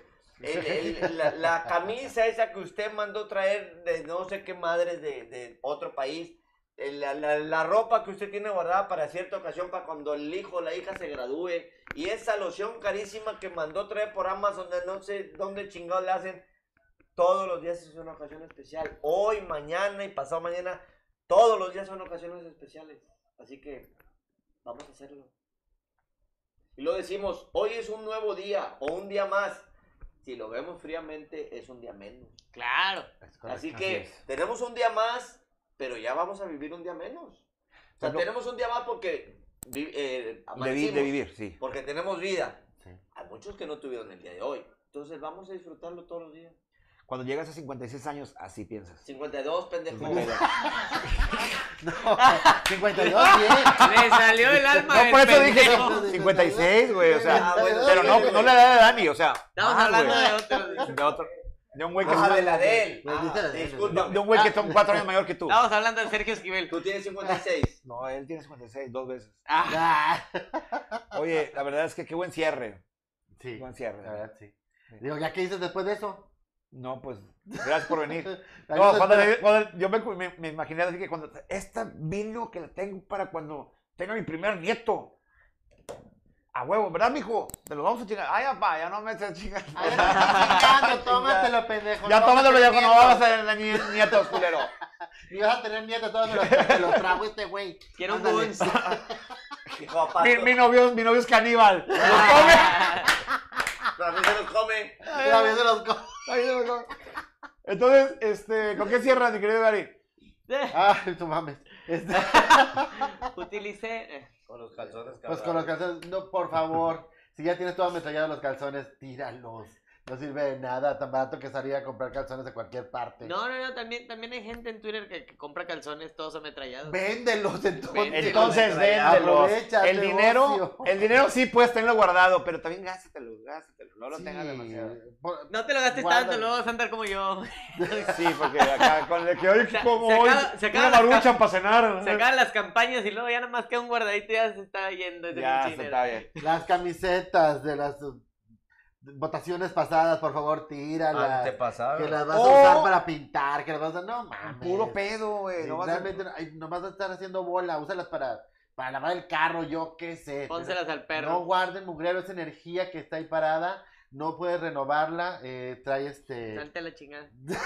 Speaker 5: el- el- la, la camisa esa que usted mandó traer de no sé qué madres de, de otro país, el- la, la- la ropa que usted tiene guardada para cierta ocasión, para cuando el hijo o la hija se gradúe, y esa loción carísima que mandó traer por Amazon, de no sé dónde chingados le hacen. Todos los días es una ocasión especial. Hoy, mañana y pasado mañana. Todos los días son ocasiones especiales. Así que vamos a hacerlo. Y lo decimos, hoy es un nuevo día o un día más. Si lo vemos fríamente, es un día menos.
Speaker 2: Claro.
Speaker 3: Es correcto.
Speaker 5: Así que
Speaker 3: es.
Speaker 5: tenemos un día más, pero ya vamos a vivir un día menos. O
Speaker 3: Pues
Speaker 5: sea,
Speaker 4: Pero-
Speaker 5: tenemos un día más porque vi- eh,
Speaker 4: de, vi-
Speaker 5: amanecimos,
Speaker 4: de vivir, sí.
Speaker 5: porque tenemos vida.
Speaker 3: Sí.
Speaker 5: Hay muchos que no tuvieron el día de hoy. Entonces vamos a disfrutarlo todos los días.
Speaker 4: Cuando llegas a 56 años, así piensas.
Speaker 5: 52, pendejo.
Speaker 3: Pues 52, bien.
Speaker 2: Le salió el
Speaker 4: No,
Speaker 2: alma. del
Speaker 4: por eso dije
Speaker 2: pendejo.
Speaker 4: no, pues, 56, güey, o sea.
Speaker 5: Ah, bueno,
Speaker 4: Pero no, pues, no
Speaker 5: sí, güey.
Speaker 4: la edad de Dani, o sea.
Speaker 2: Estamos
Speaker 4: ah,
Speaker 2: hablando
Speaker 4: güey,
Speaker 2: de otro. dice.
Speaker 4: de otro. De un güey que,
Speaker 5: Ah, de la de él.
Speaker 3: Pues dice la de él.
Speaker 5: disculpa.
Speaker 4: de un güey que son cuatro años mayor que tú.
Speaker 2: Estamos hablando de Sergio Esquivel.
Speaker 5: Tú tienes 56.
Speaker 4: No, él tiene 56, dos veces.
Speaker 3: Ah,
Speaker 4: Oye, la verdad es que qué buen cierre.
Speaker 3: sí,
Speaker 4: Qué buen
Speaker 3: la
Speaker 4: cierre.
Speaker 3: verdad, sí. Digo, ¿ya qué dices después de eso?
Speaker 4: No, pues, gracias por venir.
Speaker 3: La
Speaker 4: No,
Speaker 3: neta,
Speaker 4: cuando,
Speaker 3: espera.
Speaker 4: le- cuando- yo me, me, me imaginé así que cuando esta vino que la tengo para cuando tenga mi primer nieto. A huevo, ¿verdad, mijo? Te lo vamos a chingar. Ay, papá, ya no me estás chingando.
Speaker 3: Ay, no, chingando, tómatelo, pendejo.
Speaker 4: ya
Speaker 3: no,
Speaker 4: tómatelo ya cuando
Speaker 3: no
Speaker 4: vas a tener ni- nietos, culero.
Speaker 3: Y vas a tener miedo todos los que los trago este güey.
Speaker 2: Quiero un
Speaker 3: Ándale.
Speaker 2: Guns.
Speaker 5: Dijo papá.
Speaker 4: Mi, mi novio, mi novio es caníbal. Lo
Speaker 5: No, a mí se los come.
Speaker 3: Una vez se los co-
Speaker 4: come. Ay, no, no. Entonces, este, ¿con qué cierras, mi querido Gary?
Speaker 3: Ay, tú mames. Este,
Speaker 2: Utilicé. eh,
Speaker 5: Con los calzones,
Speaker 3: pues con los calzones, no, por favor. Si ya tienes todo ametrallado los calzones, tíralos. No sirve de nada, tan barato que salir a comprar calzones de cualquier parte.
Speaker 2: No, no, no. También, también hay gente en Twitter que, que compra calzones todos ametrallados.
Speaker 3: Véndelos entonces.
Speaker 2: Véndelos.
Speaker 4: Entonces, véndelos.
Speaker 3: Aprovecha
Speaker 4: El
Speaker 3: el
Speaker 4: dinero,
Speaker 3: negocio.
Speaker 4: el dinero sí puedes tenerlo guardado, pero también gástatelo, gástatelo. No lo
Speaker 3: Sí,
Speaker 4: tengas demasiado.
Speaker 3: por-
Speaker 2: No te lo gastes
Speaker 3: Guárdalo.
Speaker 2: tanto, luego vas a andar como yo.
Speaker 4: Sí, porque acá con el que hoy
Speaker 2: Se-
Speaker 4: como
Speaker 2: se
Speaker 4: hoy,
Speaker 2: acaba- se
Speaker 4: una
Speaker 2: acaba la
Speaker 4: marucha para cenar.
Speaker 2: Se acaban las campañas y luego ya nada más queda un guardadito y ya se está yendo ese
Speaker 4: Ya,
Speaker 2: pinche
Speaker 4: se
Speaker 2: dinero.
Speaker 4: está bien.
Speaker 3: Las camisetas de las uh, votaciones pasadas, por favor,
Speaker 4: Ah,
Speaker 3: tíralas.
Speaker 5: Antepasado.
Speaker 3: Que las vas
Speaker 4: O-
Speaker 3: a usar para pintar, que las vas a... No mames.
Speaker 4: Puro pedo, güey.
Speaker 3: Sí,
Speaker 4: No vas a-
Speaker 3: realmente no- ay, nomás vas a estar haciendo bola, úsalas para, para lavar el carro, yo qué sé.
Speaker 2: Pónselas al
Speaker 3: No
Speaker 2: perro.
Speaker 3: guarden mugrero esa energía que está ahí parada no puede renovarla, eh, trae este...
Speaker 2: Salte a la chingada.
Speaker 4: Deja,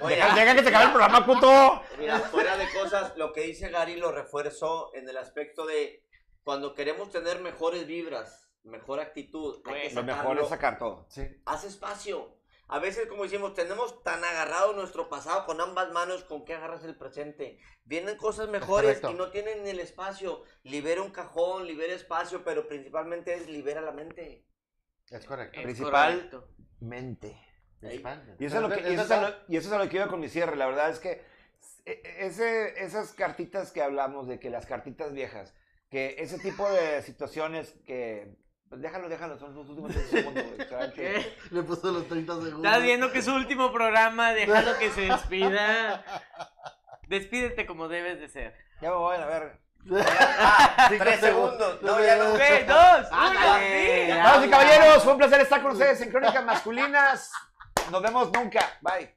Speaker 5: Oye,
Speaker 2: ah.
Speaker 4: deja- deja que se acabe el programa, puto.
Speaker 5: Mira, fuera de cosas, lo que dice Gary lo refuerzo en el aspecto de cuando queremos tener mejores vibras, mejor actitud, hay que
Speaker 4: Lo mejor es
Speaker 5: sacarlo.
Speaker 4: sacar todo.
Speaker 3: Sí.
Speaker 5: haz espacio. A veces, como decimos, tenemos tan agarrado nuestro pasado con ambas manos, con que agarras el presente. Vienen cosas mejores
Speaker 3: correcto.
Speaker 5: y no tienen el espacio. Libera un cajón, libera espacio, pero principalmente es libera la mente.
Speaker 3: Es correcto.
Speaker 2: Es
Speaker 4: Principal- eh,
Speaker 2: correcto.
Speaker 7: Mente.
Speaker 3: Principal.
Speaker 4: Y eso, es lo que, y eso es a
Speaker 3: verdad.
Speaker 4: lo- y eso es a lo que iba con mi cierre. La verdad es que e- e- ese, esas cartitas que hablamos de que las cartitas viejas, que ese tipo de situaciones que. Pues déjalo, déjalo, son los últimos 30 segundos. güey, se van chidos.
Speaker 2: ¿Qué?
Speaker 3: Le puso los 30 segundos.
Speaker 2: Estás viendo que es su último programa, déjalo que se despida. Despídete como debes de ser.
Speaker 4: ya me voy a ver.
Speaker 5: Ah, Tres segundos. No, ya no.
Speaker 2: Tres, dos,
Speaker 5: Ándale.
Speaker 2: uno, sí.
Speaker 4: Damas y caballeros, fue un placer estar con ustedes en Crónicas Masculinas. Nos vemos nunca. Bye.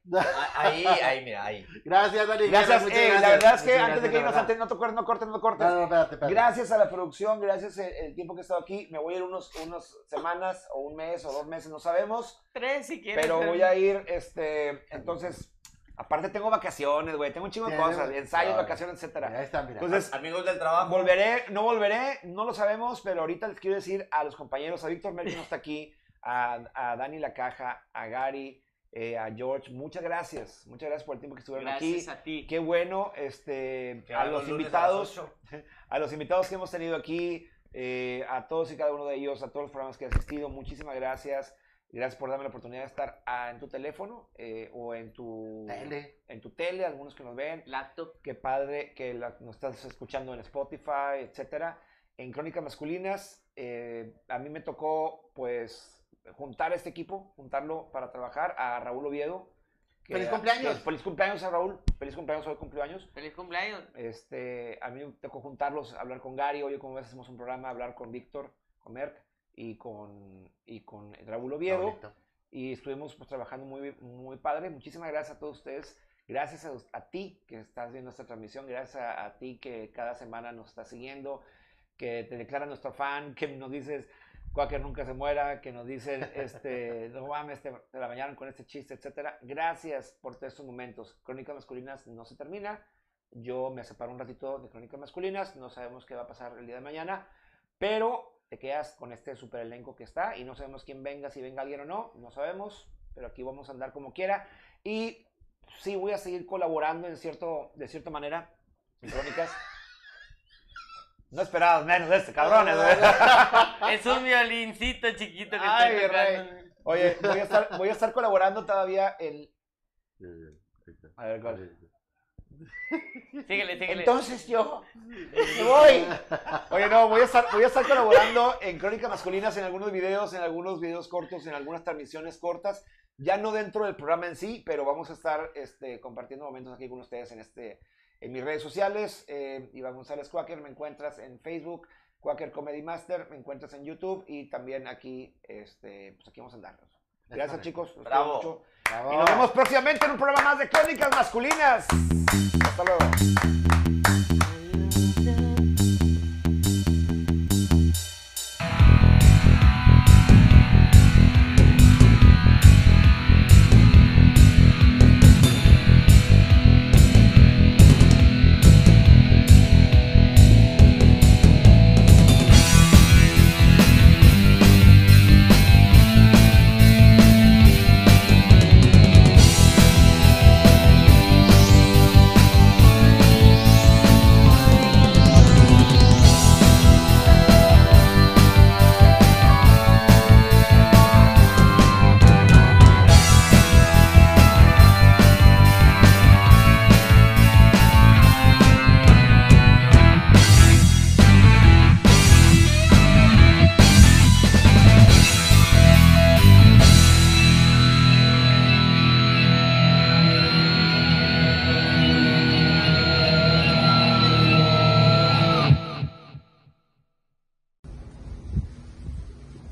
Speaker 5: Ahí, ahí, mira, ahí.
Speaker 3: Gracias, Dani.
Speaker 4: Gracias.
Speaker 3: muchas
Speaker 4: eh, La verdad
Speaker 3: Muchas
Speaker 4: es que
Speaker 3: gracias,
Speaker 4: antes de que
Speaker 3: la
Speaker 4: irnos,
Speaker 3: verdad.
Speaker 4: antes, no te cortes, no cortes, no cortes.
Speaker 3: No, no, espérate, espérate.
Speaker 4: Gracias a la producción, gracias el, el tiempo que he estado aquí. Me voy a ir unos, unas semanas o un mes o dos meses, no sabemos.
Speaker 2: Tres si quieres.
Speaker 4: Pero voy a ir, este, entonces, aparte tengo vacaciones, güey, tengo un chingo de
Speaker 3: Tenemos-
Speaker 4: cosas, ensayos,
Speaker 3: Claro.
Speaker 4: vacaciones, etcétera.
Speaker 3: Ahí está, mira.
Speaker 4: Entonces,
Speaker 5: Amigos del trabajo.
Speaker 4: volveré, no volveré, no lo sabemos, pero ahorita les quiero decir a los compañeros, a Víctor Merck que no está aquí, a, a Dani La Caja, a Gary, eh, a George, muchas gracias, muchas gracias por el tiempo que estuvieron
Speaker 2: Gracias
Speaker 4: aquí.
Speaker 2: a ti.
Speaker 4: Qué bueno, este,
Speaker 5: Que
Speaker 4: a
Speaker 5: hagan
Speaker 4: los
Speaker 5: lunes
Speaker 4: invitados
Speaker 5: las ocho.
Speaker 4: a los invitados que hemos tenido aquí, eh, a todos y cada uno de ellos, a todos los programas que han asistido, muchísimas gracias. Gracias por darme la oportunidad de estar ah, en tu teléfono eh, o en tu
Speaker 3: Tele.
Speaker 4: en tu tele, algunos que nos ven.
Speaker 2: Laptop.
Speaker 4: Qué padre que la- nos estás escuchando en Spotify, etcétera. En Crónicas Masculinas, eh, a mí me tocó pues juntar este equipo, juntarlo para trabajar a Raúl Oviedo. que-
Speaker 3: ¡Feliz cumpleaños!
Speaker 4: que- feliz cumpleaños a Raúl. Feliz cumpleaños, hoy cumpleaños.
Speaker 2: Feliz cumpleaños.
Speaker 4: Este, a mí me tocó juntarlos, hablar con Gary, oye, como ves, hacemos un programa, hablar con Víctor, con Merck y con, y con Raúl Oviedo.
Speaker 3: Ahorita.
Speaker 4: Y estuvimos pues, trabajando muy, muy padre. Muchísimas gracias a todos ustedes. Gracias a, a ti que estás viendo esta transmisión. Gracias a, a ti que cada semana nos estás siguiendo, que te declaras nuestro fan, que nos dices, Quaker nunca se muera, que nos dices, este, no mames, te, te la bañaron con este chiste, etcétera. Gracias por todos estos momentos. Crónicas Masculinas no se termina. Yo me separo un ratito de Crónicas Masculinas. No sabemos qué va a pasar el día de mañana, pero te quedas con este super elenco que está y no sabemos quién venga, si venga alguien o no, no sabemos, pero aquí vamos a andar como quiera. Y sí, voy a seguir colaborando en cierto, de cierta manera en Crónicas. No esperabas menos de este, cabrones. ¿eh?
Speaker 2: Es un violincito chiquito que
Speaker 4: Ay, mi
Speaker 2: está tocando.
Speaker 4: Oye, voy a estar, voy a estar colaborando todavía en...
Speaker 3: Sí, sí, sí.
Speaker 4: A ver, ¿cuál?
Speaker 2: Síguele, síguele.
Speaker 4: Entonces yo me voy. Oye, no, voy a estar, voy a estar colaborando en Crónicas Masculinas en algunos videos, en algunos videos cortos, en algunas transmisiones cortas. Ya no dentro del programa en sí, pero vamos a estar este, compartiendo momentos aquí con ustedes en, este, en mis redes sociales. Eh, Iván González Quaker, me encuentras en Facebook, Quaker Comedy Master, me encuentras en YouTube y también aquí, este, pues aquí vamos a andar. Gracias chicos, los quiero
Speaker 5: Bravo.
Speaker 4: mucho.
Speaker 3: Bravo.
Speaker 4: Y nos vemos próximamente en un programa más de Crónicas Masculinas. Hasta luego.